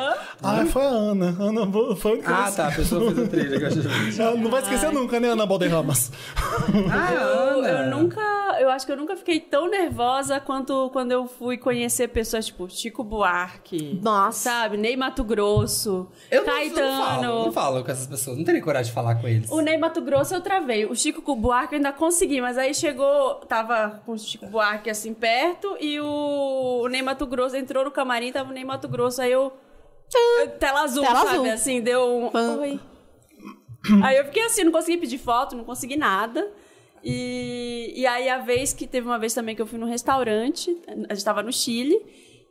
Speaker 1: Ah, foi a Ana. Ana Bo- foi a única
Speaker 2: Ah,
Speaker 1: vez-
Speaker 2: tá, a pessoa fez o trailer. que eu achei-
Speaker 1: Ela Não vai esquecer nunca, né, Ana Balderramas?
Speaker 2: Ah,
Speaker 4: Eu,
Speaker 2: Ana.
Speaker 4: eu nunca, eu acho que eu nunca fiquei tão nervosa quanto quando eu fui conhecer pessoas tipo Chico Buarque.
Speaker 3: Nossa.
Speaker 4: Sabe, Ney Mato Grosso,
Speaker 2: Eu não, não
Speaker 4: Caetano.
Speaker 2: falo, não falo com essas pessoas. Não teria coragem de falar com eles.
Speaker 4: O Ney Mato Grosso eu travei. O Chico Buarque eu ainda consegui, mas aí chegou, tava com o Chico Buarque assim perto e o, o Ney Mato Grosso entrou no camarim, tava o Ney Mato Grosso, aí eu. Tela azul,
Speaker 3: Tela
Speaker 4: sabe?
Speaker 3: azul.
Speaker 4: Assim, deu um.
Speaker 3: Pã.
Speaker 4: Oi. Aí eu fiquei assim, não consegui pedir foto, não consegui nada. E, e aí a vez que teve uma vez também que eu fui num restaurante, a gente tava no Chile,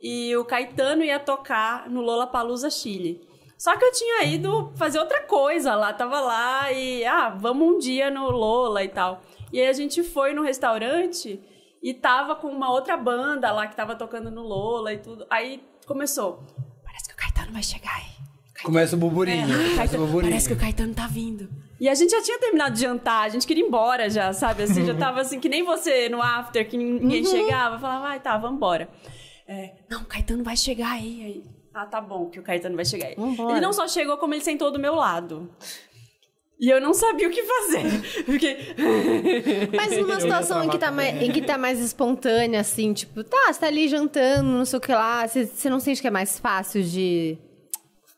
Speaker 4: e o Caetano ia tocar no Lollapalooza Chile. Só que eu tinha ido fazer outra coisa lá, tava lá e, ah, vamos um dia no Lola e tal. E aí a gente foi no restaurante e tava com uma outra banda lá que tava tocando no Lola e tudo. Aí começou, parece que o Caetano vai chegar aí.
Speaker 2: Começa o
Speaker 4: É,
Speaker 2: burburinho.
Speaker 4: o
Speaker 2: começa o
Speaker 4: Caetano-
Speaker 2: burburinho.
Speaker 4: parece que o Caetano tá vindo. E a gente já tinha terminado de jantar, a gente queria ir embora já, sabe? Assim, já tava assim, que nem você no after, que
Speaker 3: Uhum.
Speaker 4: ninguém chegava, falava, ai, tá, vambora. É, não, o Caetano vai chegar aí, aí. Ah, tá bom que o Caetano vai chegar aí.
Speaker 3: Vambora.
Speaker 4: Ele não só chegou, como ele sentou do meu lado. E eu não sabia o que fazer. Porque.
Speaker 3: Mas numa situação em que, tá mais, em que tá mais espontânea, assim, tipo, tá, você tá ali jantando, não sei o que lá, você você não sente que é mais fácil de.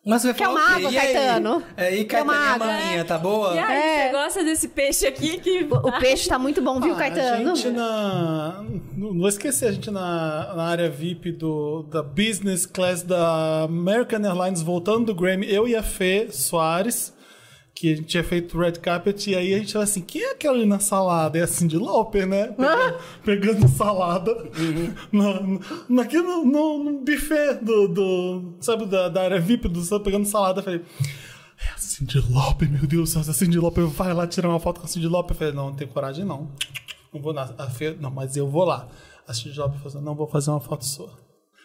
Speaker 2: Mas você vai
Speaker 3: Quer
Speaker 2: falar o quê?
Speaker 3: uma água,
Speaker 2: E aí?
Speaker 3: Caetano?
Speaker 2: É, e
Speaker 3: Quer
Speaker 2: Caetano,
Speaker 3: uma
Speaker 2: e a
Speaker 3: água?
Speaker 2: maminha, tá boa?
Speaker 4: E aí,
Speaker 3: É.
Speaker 4: você gosta desse peixe aqui que.
Speaker 3: O, o peixe tá muito bom, viu, Caetano?
Speaker 1: A Ah, gente na. Não não vou esquecer, a gente na, na área VIP do, da Business Class da American Airlines, voltando do Grammy, eu e a Fê Soares. Que a gente tinha feito Red Carpet, e aí a gente falou assim: quem é aquela ali na salada? É a Cindy Lauper, né? Pegando, pegando salada na, na- naquele no, no, no buffet do, do- Sabe, da, da área VIP do só pegando salada. Eu falei: é a Cindy Lauper, meu Deus do céu, essa Cindy Lauper vai lá tirar uma foto com a Cindy Lauper. Eu falei, não, não tenho coragem, não. Não vou na a Fê, não, mas eu vou lá. A Cindy Lauper falou assim, não vou fazer uma foto sua.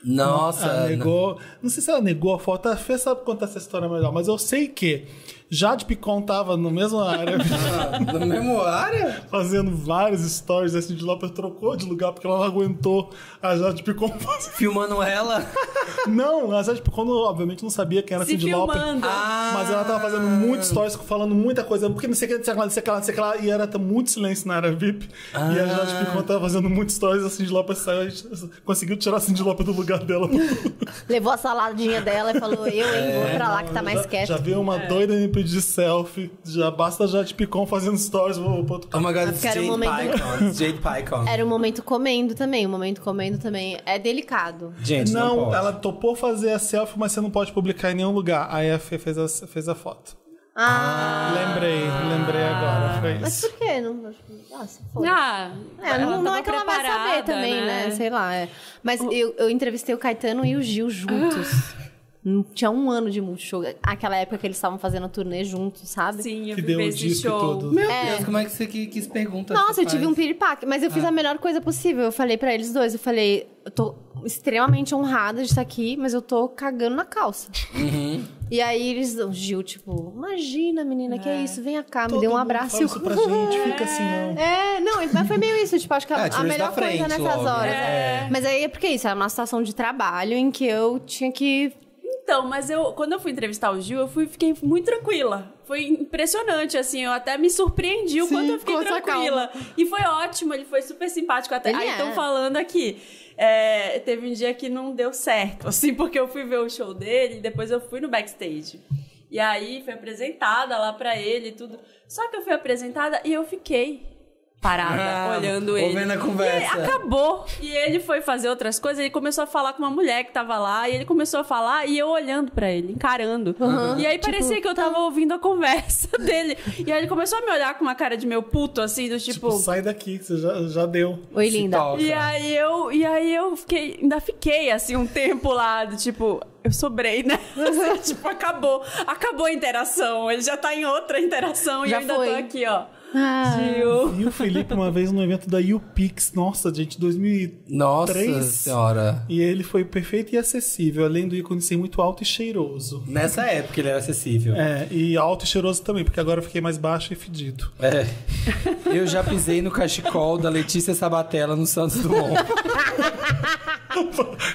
Speaker 2: Nossa,
Speaker 1: ela
Speaker 2: Ana.
Speaker 4: Ah,
Speaker 1: negou. Não sei se ela negou a foto, a Fê sabe contar essa história melhor, mas eu sei que Jade Picon tava no mesmo área,
Speaker 2: Na memória?
Speaker 1: fazendo vários stories. A Cindy Lauper trocou de lugar porque ela não aguentou a Jade Picon. fazer-
Speaker 2: Filmando ela.
Speaker 1: Não, a Jade Picon obviamente não sabia quem era a
Speaker 4: Se
Speaker 1: Cindy Lauper.
Speaker 4: filmando.
Speaker 2: Ah.
Speaker 1: Mas ela tava fazendo muito stories, falando muita coisa, porque não sei o que, não sei o que lá, não sei o que lá, não sei o que lá, e era t- muito silêncio na área VIP. E a
Speaker 3: Ah.
Speaker 1: Jade Picon tava fazendo muito stories, a Cindy Lauper saiu, e conseguiu tirar a Cindy Lauper do lugar dela.
Speaker 3: Levou a saladinha dela e falou: Eu, hein, vou pra lá que tá mais
Speaker 1: já,
Speaker 3: quieto.
Speaker 1: É, já viu uma doida me pedir selfie, já basta a Jade Picon fazendo stories, vou pro outro
Speaker 2: Oh my god, it's
Speaker 3: Porque era
Speaker 2: Jade
Speaker 3: um momento-
Speaker 2: Picon. it's Jade Picon.
Speaker 3: Era o momento comendo também. O momento comendo também é delicado.
Speaker 2: Gente, não,
Speaker 1: não,
Speaker 2: pode.
Speaker 1: ela topou fazer a selfie, mas você não pode publicar em nenhum lugar. Aí a Fê fez a, fez a foto.
Speaker 3: Ah,
Speaker 1: Lembrei, lembrei agora. Foi
Speaker 3: mas
Speaker 1: isso.
Speaker 3: por quê? Não, ah, se for.
Speaker 4: Ah,
Speaker 3: É, não, não é que ela vai
Speaker 4: preparada,
Speaker 3: saber também, né? Sei lá. é. Mas eu, eu entrevistei o Caetano e o Gil juntos. Hum, Tinha um ano de Multishow. Aquela época que eles estavam fazendo a turnê juntos, sabe?
Speaker 4: Sim, eu
Speaker 1: Que
Speaker 4: fui
Speaker 1: deu
Speaker 4: ver
Speaker 1: o
Speaker 4: esse
Speaker 1: disco
Speaker 4: show.
Speaker 1: todo.
Speaker 2: Meu Deus, como é que você que, que pergunta?
Speaker 3: Nossa,
Speaker 2: você
Speaker 3: eu tive
Speaker 2: faz?
Speaker 3: um piripaque, mas eu fiz a melhor coisa possível. Eu falei pra eles dois, eu falei, eu tô extremamente honrada de estar aqui, mas eu tô cagando na calça. E aí eles, o Gil, tipo, imagina, menina, que é isso, vem cá, me
Speaker 1: Todo
Speaker 3: dê um
Speaker 1: mundo
Speaker 3: abraço.
Speaker 1: fala
Speaker 3: e eu-
Speaker 1: isso pra gente, fica assim, não.
Speaker 3: É, não, mas foi meio isso, tipo, acho que a,
Speaker 2: É, tira
Speaker 3: a
Speaker 2: isso
Speaker 3: melhor
Speaker 2: da frente
Speaker 3: coisa nessas
Speaker 2: logo, né?
Speaker 3: horas.
Speaker 2: É.
Speaker 3: Mas aí é porque isso, era uma situação de trabalho em que eu tinha que.
Speaker 4: Então, mas eu, quando eu fui entrevistar o Gil, eu fui, fiquei muito tranquila. Foi impressionante, assim, eu até me surpreendi o
Speaker 3: Sim,
Speaker 4: quanto eu fiquei
Speaker 3: com essa
Speaker 4: tranquila. E foi ótimo, ele foi super simpático até.
Speaker 3: Ele
Speaker 4: Aí
Speaker 3: é.
Speaker 4: estão falando aqui. é, teve um dia que não deu certo, assim, porque eu fui ver o show dele e depois eu fui no backstage. E aí fui apresentada lá pra ele e tudo. Só que eu fui apresentada e eu fiquei parada,
Speaker 2: Ah,
Speaker 4: olhando ele.
Speaker 2: ouvindo a
Speaker 4: E
Speaker 2: conversa.
Speaker 4: acabou acabou. E ele foi fazer outras coisas, ele começou a falar com uma mulher que tava lá, e ele começou a falar, e eu olhando pra ele, encarando. E
Speaker 3: Tipo,
Speaker 4: aí parecia que
Speaker 3: tá.
Speaker 4: eu tava ouvindo a conversa dele. E aí ele começou a me olhar com uma cara de meu puto, assim, do tipo.
Speaker 1: Tipo, sai daqui, que você já, já deu.
Speaker 3: Oi,
Speaker 2: Se
Speaker 3: linda.
Speaker 2: toca.
Speaker 4: e aí eu, e aí eu fiquei, ainda fiquei assim um tempo lá, do tipo, eu sobrei, né? Assim, tipo, acabou, acabou a interação. Ele já tá em outra interação e
Speaker 3: Já
Speaker 4: eu ainda
Speaker 3: foi.
Speaker 4: tô aqui, ó.
Speaker 3: Ah.
Speaker 4: Gil.
Speaker 1: E o Felipe, uma vez, no evento da UPix, nossa, gente, 2003.
Speaker 2: Nossa senhora.
Speaker 1: E ele foi perfeito e acessível, além do ícone ser muito alto e cheiroso.
Speaker 2: Nessa época ele era acessível.
Speaker 1: É, e alto e cheiroso também, porque agora eu fiquei mais baixo e fedido.
Speaker 2: É. Eu já pisei no cachecol da Letícia Sabatella no Santos Dumont.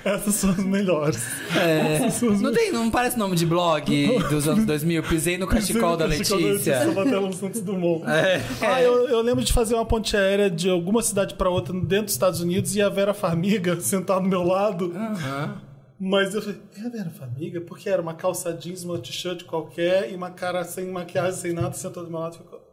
Speaker 1: Essas são as melhores.
Speaker 2: É. Não, tem, não parece nome de blog dos anos 2000? Pisei no cachecol da
Speaker 1: Cachecol
Speaker 2: Letícia.
Speaker 1: Sabatella no Santos Dumont.
Speaker 2: É.
Speaker 1: Ah, eu, eu lembro de fazer uma ponte aérea de alguma cidade pra outra dentro dos Estados Unidos e a Vera Farmiga sentar do meu lado. Mas eu falei, é a Vera Farmiga? Porque era uma calça jeans, uma t-shirt qualquer e uma cara sem maquiagem, sem nada, sentou do meu lado e ficou.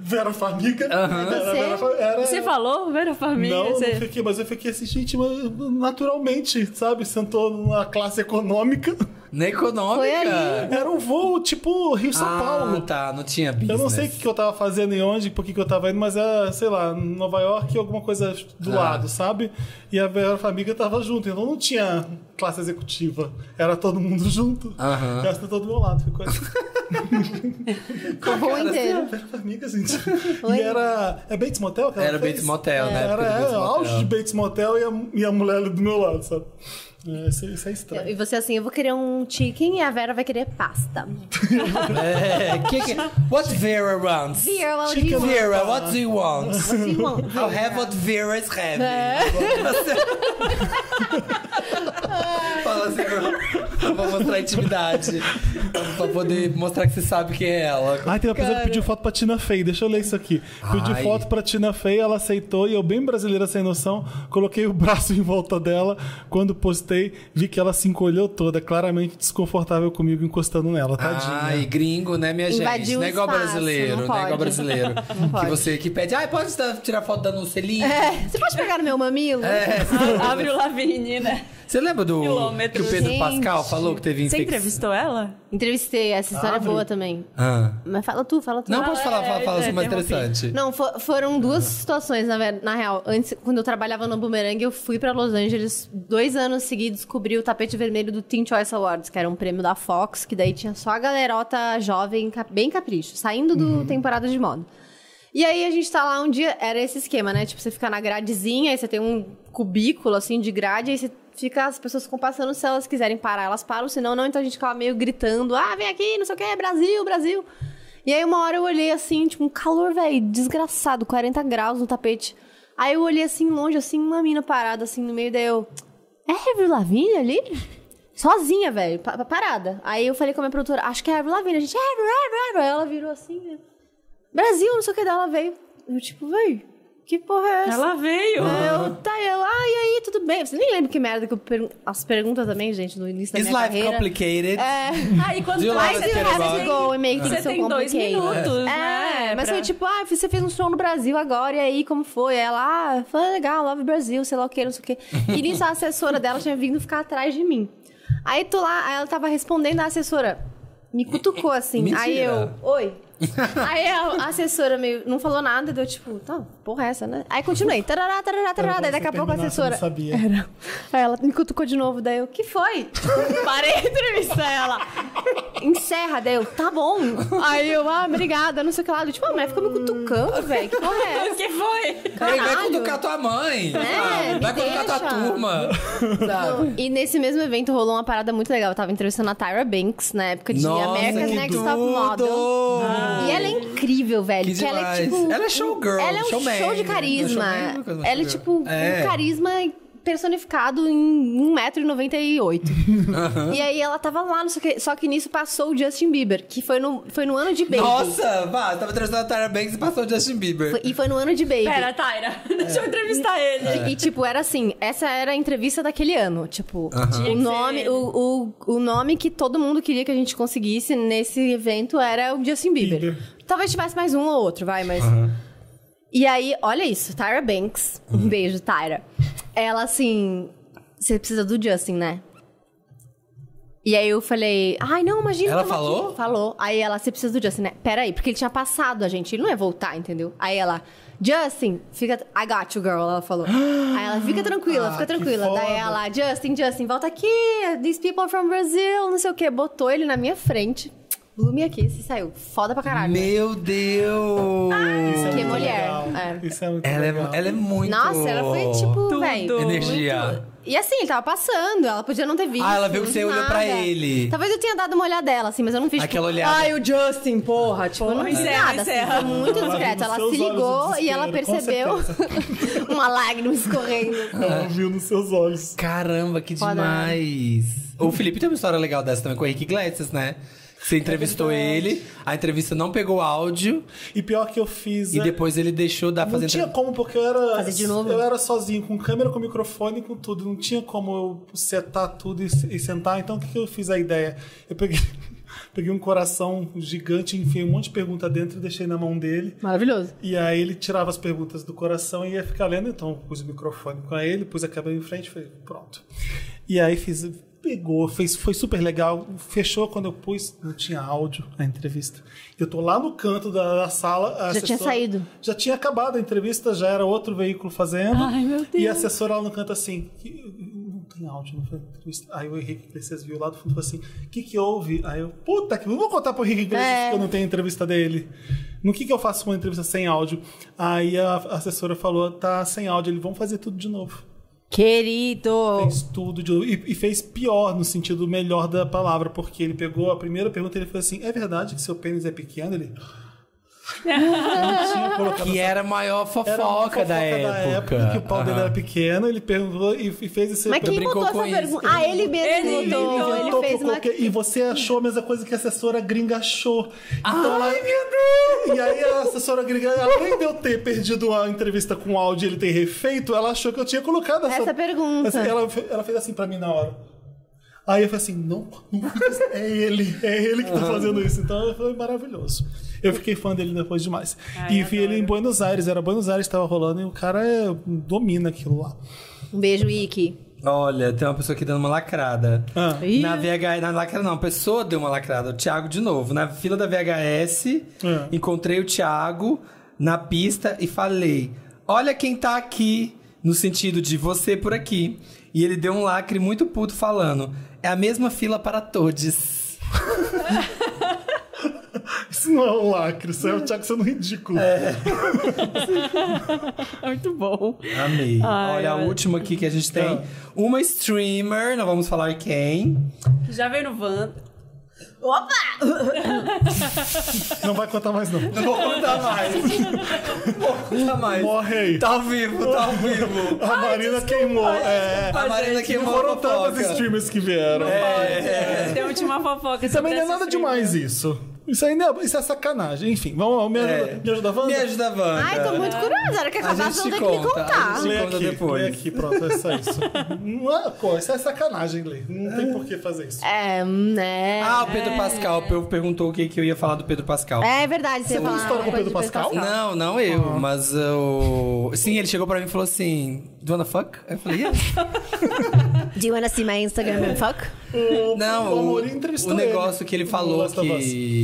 Speaker 1: Vera Farmiga? Era,
Speaker 3: Você-
Speaker 1: Fa- era-
Speaker 4: Você falou, Vera Família?
Speaker 1: não,
Speaker 4: você...
Speaker 1: não fiquei, mas eu fiquei assim, gente, mas naturalmente, sabe? Sentou numa classe econômica.
Speaker 2: Na econômica.
Speaker 3: Foi ali.
Speaker 1: Era um voo tipo Rio-São
Speaker 2: Ah,
Speaker 1: Paulo.
Speaker 2: tá. Não tinha business.
Speaker 1: Eu não sei o que, que eu tava fazendo e onde, por que que eu tava indo, mas era, sei lá, Nova York e alguma coisa do
Speaker 2: Ah.
Speaker 1: lado, sabe? E a Vera Família tava junto, então não tinha classe executiva. Era todo mundo junto.
Speaker 2: Aham.
Speaker 1: E ela sentou do meu lado, ficou assim.
Speaker 3: O voo inteiro.
Speaker 1: Vera Farmiga, gente.
Speaker 3: Oi.
Speaker 1: E era. É Bates Motel que ela
Speaker 2: Era
Speaker 1: fez?
Speaker 2: Bates Motel, né? Época
Speaker 1: Era,
Speaker 2: do
Speaker 1: é,
Speaker 2: Bates Motel.
Speaker 1: auge de Bates Motel e a, e a mulher ali do meu lado, sabe? É, isso, isso é estranho.
Speaker 3: E você assim, eu vou querer um chicken e a Vera vai querer pasta.
Speaker 2: É, que que... What Vera wants?
Speaker 3: Vera, what do you
Speaker 1: Chicken.
Speaker 3: want?
Speaker 2: Vera, what do you want?
Speaker 3: What do you want? É.
Speaker 2: I'll have what Vera is having. Fala assim, eu vou mostrar intimidade. Pra poder mostrar que você sabe quem é ela.
Speaker 1: Ai, tem uma pessoa que pediu foto pra Tina Fey, deixa eu ler isso aqui. Pediu
Speaker 2: Ai.
Speaker 1: foto pra Tina Fey, ela aceitou e eu, bem brasileira sem noção, coloquei o braço em volta dela. Quando postei, vi que ela se encolheu toda, claramente desconfortável comigo encostando nela, tadinha.
Speaker 2: Ai, gringo, né, minha
Speaker 3: Invadiu
Speaker 2: gente?
Speaker 3: o
Speaker 2: Não é igual
Speaker 3: espaço,
Speaker 2: brasileiro,
Speaker 3: não
Speaker 2: não é igual
Speaker 3: pode.
Speaker 2: brasileiro.
Speaker 3: pode.
Speaker 2: Que você que pede, ai, pode dar- tirar foto dando um selinho?
Speaker 3: É, você pode pegar no meu mamilo?
Speaker 2: É.
Speaker 4: Abre o Lavigne, né?
Speaker 2: Você lembra do que
Speaker 4: Quilômetros.
Speaker 2: o Pedro
Speaker 3: Gente.
Speaker 2: Pascal falou que teve
Speaker 4: Você
Speaker 2: infecção?
Speaker 4: entrevistou ela?
Speaker 3: Entrevistei, essa história é
Speaker 1: Abre.
Speaker 3: boa também.
Speaker 2: Ah.
Speaker 3: Mas fala tu, fala tu.
Speaker 2: Não, pode falar, fala, fala,
Speaker 4: é,
Speaker 2: isso é mais
Speaker 4: tem um
Speaker 2: interessante.
Speaker 3: Não, fo- foram duas situações, na, ver- na real. Antes, quando eu trabalhava no Boomerang, eu fui pra Los Angeles dois anos seguidos descobri o tapete vermelho do Teen Choice Awards, que era um prêmio da Fox, que daí tinha só a galerota jovem, cap- bem capricho, saindo do temporada de moda. E aí a gente tá lá um dia, era esse esquema, né? Tipo, você fica na gradezinha, aí você tem um cubículo assim de grade, aí você Fica, as pessoas ficam passando, se elas quiserem parar, elas param, senão não, então a gente fica lá meio gritando, ah, vem aqui, não sei o que, Brasil, Brasil. E aí uma hora eu olhei assim, tipo, um calor, velho, desgraçado, 40 graus no tapete. Aí eu olhei assim longe, assim, uma mina parada, assim, no meio, daí eu. É a Avril Lavigne ali? Sozinha, velho, pa- pa- parada. Aí eu falei com a minha produtora, acho que é a Avril Lavigne. A gente, é Avril, Avril, Avril. Aí ela virou assim, né? Brasil, não sei o que dela, veio. Eu, tipo, velho, que porra é essa?
Speaker 4: Ela veio.
Speaker 3: Aí Eu, tá, eu, ah, e aí, tudo bem? Você nem lembra que merda que eu pergun As perguntas também, gente, no início da
Speaker 2: Is
Speaker 3: minha
Speaker 2: life
Speaker 3: carreira.
Speaker 2: complicated?
Speaker 3: É.
Speaker 4: Aí quando
Speaker 2: Do you
Speaker 4: traz,
Speaker 3: Mas
Speaker 2: Mas
Speaker 3: you
Speaker 2: quero
Speaker 3: have
Speaker 2: falar.
Speaker 3: to go and make
Speaker 4: é assim, Você
Speaker 3: things so
Speaker 4: tem dois
Speaker 3: complicated.
Speaker 4: minutos,
Speaker 3: um é.
Speaker 4: né,
Speaker 3: mas
Speaker 4: pra-
Speaker 3: foi tipo, ah, você fez um show no Brasil agora, e aí, como foi? Ela, ah, foi legal, love Brasil, sei lá o que, não sei o que. E nisso, a assessora dela tinha vindo ficar atrás de mim. Aí tô lá, aí ela tava respondendo a assessora. Me cutucou assim. Aí eu,
Speaker 2: Mentira.
Speaker 3: oi. aí a assessora meio, não falou nada, deu tipo, tá, porra é essa, né? Aí continuei, tarará, tarará, tarará,
Speaker 1: bom
Speaker 3: daí daqui
Speaker 1: você
Speaker 3: a pouco a
Speaker 1: terminar, você não
Speaker 3: assessora...
Speaker 1: sabia.
Speaker 3: Era. Aí ela me cutucou de novo, daí eu, que foi? Parei a entrevista, ela. Encerra, daí eu, tá bom. Aí eu, ah, obrigada, não sei o que lá. Eu, tipo, a mulher ficou me cutucando, velho, que porra é
Speaker 4: O
Speaker 3: essa?
Speaker 4: que foi?
Speaker 2: Ei, vai
Speaker 3: Caralho.
Speaker 2: cutucar tua mãe.
Speaker 3: É,
Speaker 2: vai
Speaker 3: me
Speaker 2: cutucar tua
Speaker 3: deixa.
Speaker 2: turma.
Speaker 3: Não, Tá. E nesse mesmo evento rolou uma parada muito legal. Eu tava entrevistando a Tyra Banks na época de
Speaker 2: Nossa,
Speaker 3: America's
Speaker 2: que
Speaker 3: Next
Speaker 2: tudo!
Speaker 3: Top Model. E ela é incrível, velho.
Speaker 2: Que
Speaker 3: Que ela é
Speaker 2: demais.
Speaker 3: tipo.
Speaker 2: Ela é showgirl,
Speaker 3: Ela é um
Speaker 2: showman.
Speaker 3: show de
Speaker 2: Não,
Speaker 3: carisma.
Speaker 2: showman é uma coisa, mas
Speaker 3: ela é
Speaker 2: showgirl.
Speaker 3: tipo
Speaker 2: É.
Speaker 3: um carisma personificado em 1,98m. E aí ela tava lá, não sei o que. Só que nisso passou o Justin Bieber, que foi no, foi no ano de Baby.
Speaker 2: Nossa, vá, tava entrevistando a Tyra Banks e passou o Justin Bieber.
Speaker 3: Foi- E foi no ano de Baby.
Speaker 4: Pera, Tyra,
Speaker 3: É.
Speaker 4: deixa eu entrevistar ele.
Speaker 3: E, tipo, era assim, essa era a entrevista daquele ano. Tipo,
Speaker 4: Tinha
Speaker 3: o,
Speaker 4: que
Speaker 3: nome,
Speaker 4: ser.
Speaker 3: o, o, o nome que todo mundo queria que a gente conseguisse nesse evento era o Justin Bieber.
Speaker 1: Bieber.
Speaker 3: Talvez tivesse mais um ou outro, vai, mas. E aí, olha isso, Tyra Banks. Um beijo, Tyra. Ela assim. Você precisa do Justin, né? E aí eu falei, ai, não, imagina.
Speaker 2: Ela
Speaker 3: tamo aqui."
Speaker 2: falou?
Speaker 3: Falou. Aí ela, você precisa do Justin, né? Peraí, porque ele tinha passado a gente, ele não ia voltar, entendeu? Aí ela, Justin, fica. I got you, girl, ela falou. Aí ela, fica tranquila,
Speaker 1: Ah,
Speaker 3: fica
Speaker 1: que
Speaker 3: tranquila.
Speaker 1: foda.
Speaker 3: Daí ela, Justin, Justin, volta aqui. These people are from Brazil, não sei o quê. Botou ele na minha frente. Blew me aqui, se saiu. Foda pra caralho. né?
Speaker 2: Meu Deus!
Speaker 1: Isso é
Speaker 3: Que
Speaker 1: muito
Speaker 3: mulher,
Speaker 1: legal.
Speaker 3: Ah, é.
Speaker 1: Isso é muito
Speaker 2: Ela é,
Speaker 1: legal.
Speaker 2: ela é muito.
Speaker 3: Nossa, ela foi tipo,
Speaker 4: Tudo.
Speaker 3: velho.
Speaker 2: Energia.
Speaker 3: E assim, ele tava passando, ela podia não ter visto.
Speaker 2: Ah, ela viu que você
Speaker 3: não
Speaker 2: olhou pra ele.
Speaker 3: Talvez eu tenha dado uma olhadela, assim, mas eu não fiz.
Speaker 2: Aquela
Speaker 3: tipo,
Speaker 2: olhada.
Speaker 3: Ai, o Justin, porra. Tipo, eu não fiz
Speaker 4: Encerra,
Speaker 3: nada. Assim,
Speaker 4: encerra.
Speaker 3: foi muito
Speaker 1: Ela viu
Speaker 3: discreto.
Speaker 1: nos
Speaker 3: Ela
Speaker 1: seus
Speaker 3: se
Speaker 1: olhos o
Speaker 3: ligou e ela
Speaker 1: desespero,
Speaker 3: percebeu
Speaker 1: com
Speaker 3: uma lágrima escorrendo.
Speaker 1: Ela viu nos seus olhos.
Speaker 2: Caramba, que
Speaker 3: Foda, né?
Speaker 2: demais! O Felipe tem uma história legal dessa também com o Henrique Iglesias, né? Você entrevistou ele, a entrevista não pegou áudio
Speaker 1: E pior que eu fiz.
Speaker 2: e
Speaker 1: é,
Speaker 2: depois ele deixou da
Speaker 1: Não
Speaker 2: fazer
Speaker 1: tinha
Speaker 2: entrevista.
Speaker 1: como, porque eu era.
Speaker 3: Fazer de novo?
Speaker 1: Eu era sozinho, com câmera, com microfone, com tudo. Não tinha como eu setar tudo e, e sentar. Então o que, que eu fiz a ideia? Eu peguei, peguei um coração gigante, enfiei um monte de pergunta dentro e deixei na mão dele.
Speaker 3: Maravilhoso.
Speaker 1: E aí ele tirava as perguntas do coração e ia ficar lendo, então eu pus o microfone com ele, pus a câmera em frente, falei, pronto. E aí fiz, pegou, fez, foi super legal, fechou quando eu pus, não tinha áudio na entrevista. Eu tô lá no canto da, da sala. a
Speaker 3: Já tinha saído.
Speaker 1: Já tinha acabado a entrevista, já era outro veículo fazendo.
Speaker 4: Ai, meu Deus.
Speaker 1: E a assessora lá no canto assim, "Que- não tem áudio, não foi entrevista. Aí o Henrique Iglesias viu lá do fundo e falou assim, o que que houve? Aí eu, puta que, não vou contar pro Henrique Iglesias
Speaker 3: É.
Speaker 1: que eu não tenho entrevista dele. No que que eu faço uma entrevista sem áudio? Aí a assessora falou, tá sem áudio, eles vão fazer tudo de novo.
Speaker 3: Querido.
Speaker 1: Fez tudo de novo. E, e fez pior, no sentido melhor da palavra, porque ele pegou a primeira pergunta e ele falou assim, é verdade que seu pênis é pequeno? Ele... Não tinha colocado
Speaker 2: Que era a maior fofoca,
Speaker 1: era uma
Speaker 2: da, época.
Speaker 1: que o pau dele
Speaker 2: Aham.
Speaker 1: era pequeno, ele perguntou e, e fez esse...
Speaker 3: Mas quem
Speaker 2: brincou
Speaker 3: botou
Speaker 2: com
Speaker 3: essa
Speaker 2: isso.
Speaker 3: pergunta? Ah, ele mesmo
Speaker 4: Ele
Speaker 1: Então,
Speaker 3: botou. Ele,
Speaker 1: inventou
Speaker 3: fez
Speaker 1: por
Speaker 3: uma.
Speaker 1: qualquer- E você achou a mesma coisa que a assessora gringa achou. Então, Ai, meu Deus! E aí a assessora gringa, além de eu ter perdido a entrevista com o áudio e ele ter refeito, ela achou que eu tinha colocado essa,
Speaker 3: Essa pergunta.
Speaker 1: Essa- ela, fe- ela fez assim pra mim na hora. Aí eu falei assim, não, não fiz- é ele, é ele que tá fazendo isso. Então foi maravilhoso. Eu fiquei fã dele depois demais. e vi ele em Buenos Aires, era Buenos Aires que tava rolando e o cara é, domina aquilo lá.
Speaker 3: Um beijo, Iki.
Speaker 2: Olha, tem uma pessoa aqui dando uma lacrada.
Speaker 1: Ah.
Speaker 3: Ih.
Speaker 2: Na VHS, na lacrada não, a pessoa deu uma lacrada. O Thiago de novo. Na fila da VHS,
Speaker 1: É.
Speaker 2: encontrei o Thiago na pista e falei: Olha quem tá aqui, no sentido de você por aqui. E ele deu um lacre muito puto falando: É a mesma fila para todos.
Speaker 1: Isso não é um lacre, isso é o Thiago sendo ridículo.
Speaker 4: Muito bom.
Speaker 2: Amei.
Speaker 4: Ai,
Speaker 2: Olha, a
Speaker 4: olha.
Speaker 2: última aqui que a gente tem.
Speaker 1: Ah.
Speaker 2: Uma streamer, não vamos falar quem.
Speaker 4: Já veio no van.
Speaker 1: Não vai contar mais, não.
Speaker 2: Não vou contar mais. Não vou contar mais.
Speaker 1: Morre aí.
Speaker 2: Tá ao vivo, tá ao vivo.
Speaker 1: A Marina queimou. É.
Speaker 2: A Marina
Speaker 1: Não
Speaker 2: queimou
Speaker 1: foram
Speaker 2: a
Speaker 1: tantas
Speaker 2: fofoca.
Speaker 1: streamers que vieram.
Speaker 4: Tem a última fofoca. sobre
Speaker 1: Também não é
Speaker 4: essa
Speaker 1: nada
Speaker 4: streamer.
Speaker 1: demais isso. Isso ainda é, isso é sacanagem. Enfim, vamos lá. Me ajuda,
Speaker 2: É.
Speaker 1: me ajuda Wanda?
Speaker 2: Me ajuda, Wanda.
Speaker 3: Ai, tô muito curiosa. Na hora que
Speaker 2: A
Speaker 3: acabar,
Speaker 2: gente se
Speaker 3: você tem que me
Speaker 2: conta, a
Speaker 3: contar.
Speaker 2: gente-
Speaker 1: Lê
Speaker 2: Conta
Speaker 1: aqui,
Speaker 2: depois.
Speaker 1: lê aqui, pronto, é só isso. não é, co- isso é sacanagem, Lê. Não tem por que fazer isso.
Speaker 3: É, né?
Speaker 2: Ah, o Pedro Pascal. O Pedro perguntou o que, que eu ia falar do Pedro Pascal.
Speaker 3: É verdade, você falou.
Speaker 1: estourou com o Pedro Pascal?
Speaker 2: Não, não eu, mas o. Sim, ele chegou pra mim e falou assim: Do you wanna fuck? Eu falei: yes.
Speaker 3: Do you wanna see my Instagram
Speaker 2: É.
Speaker 3: and fuck?
Speaker 2: Não,
Speaker 1: o
Speaker 2: o,
Speaker 1: Amorim entrevistou
Speaker 2: o negócio
Speaker 1: ele
Speaker 2: que ele
Speaker 1: no
Speaker 2: falou
Speaker 1: Last of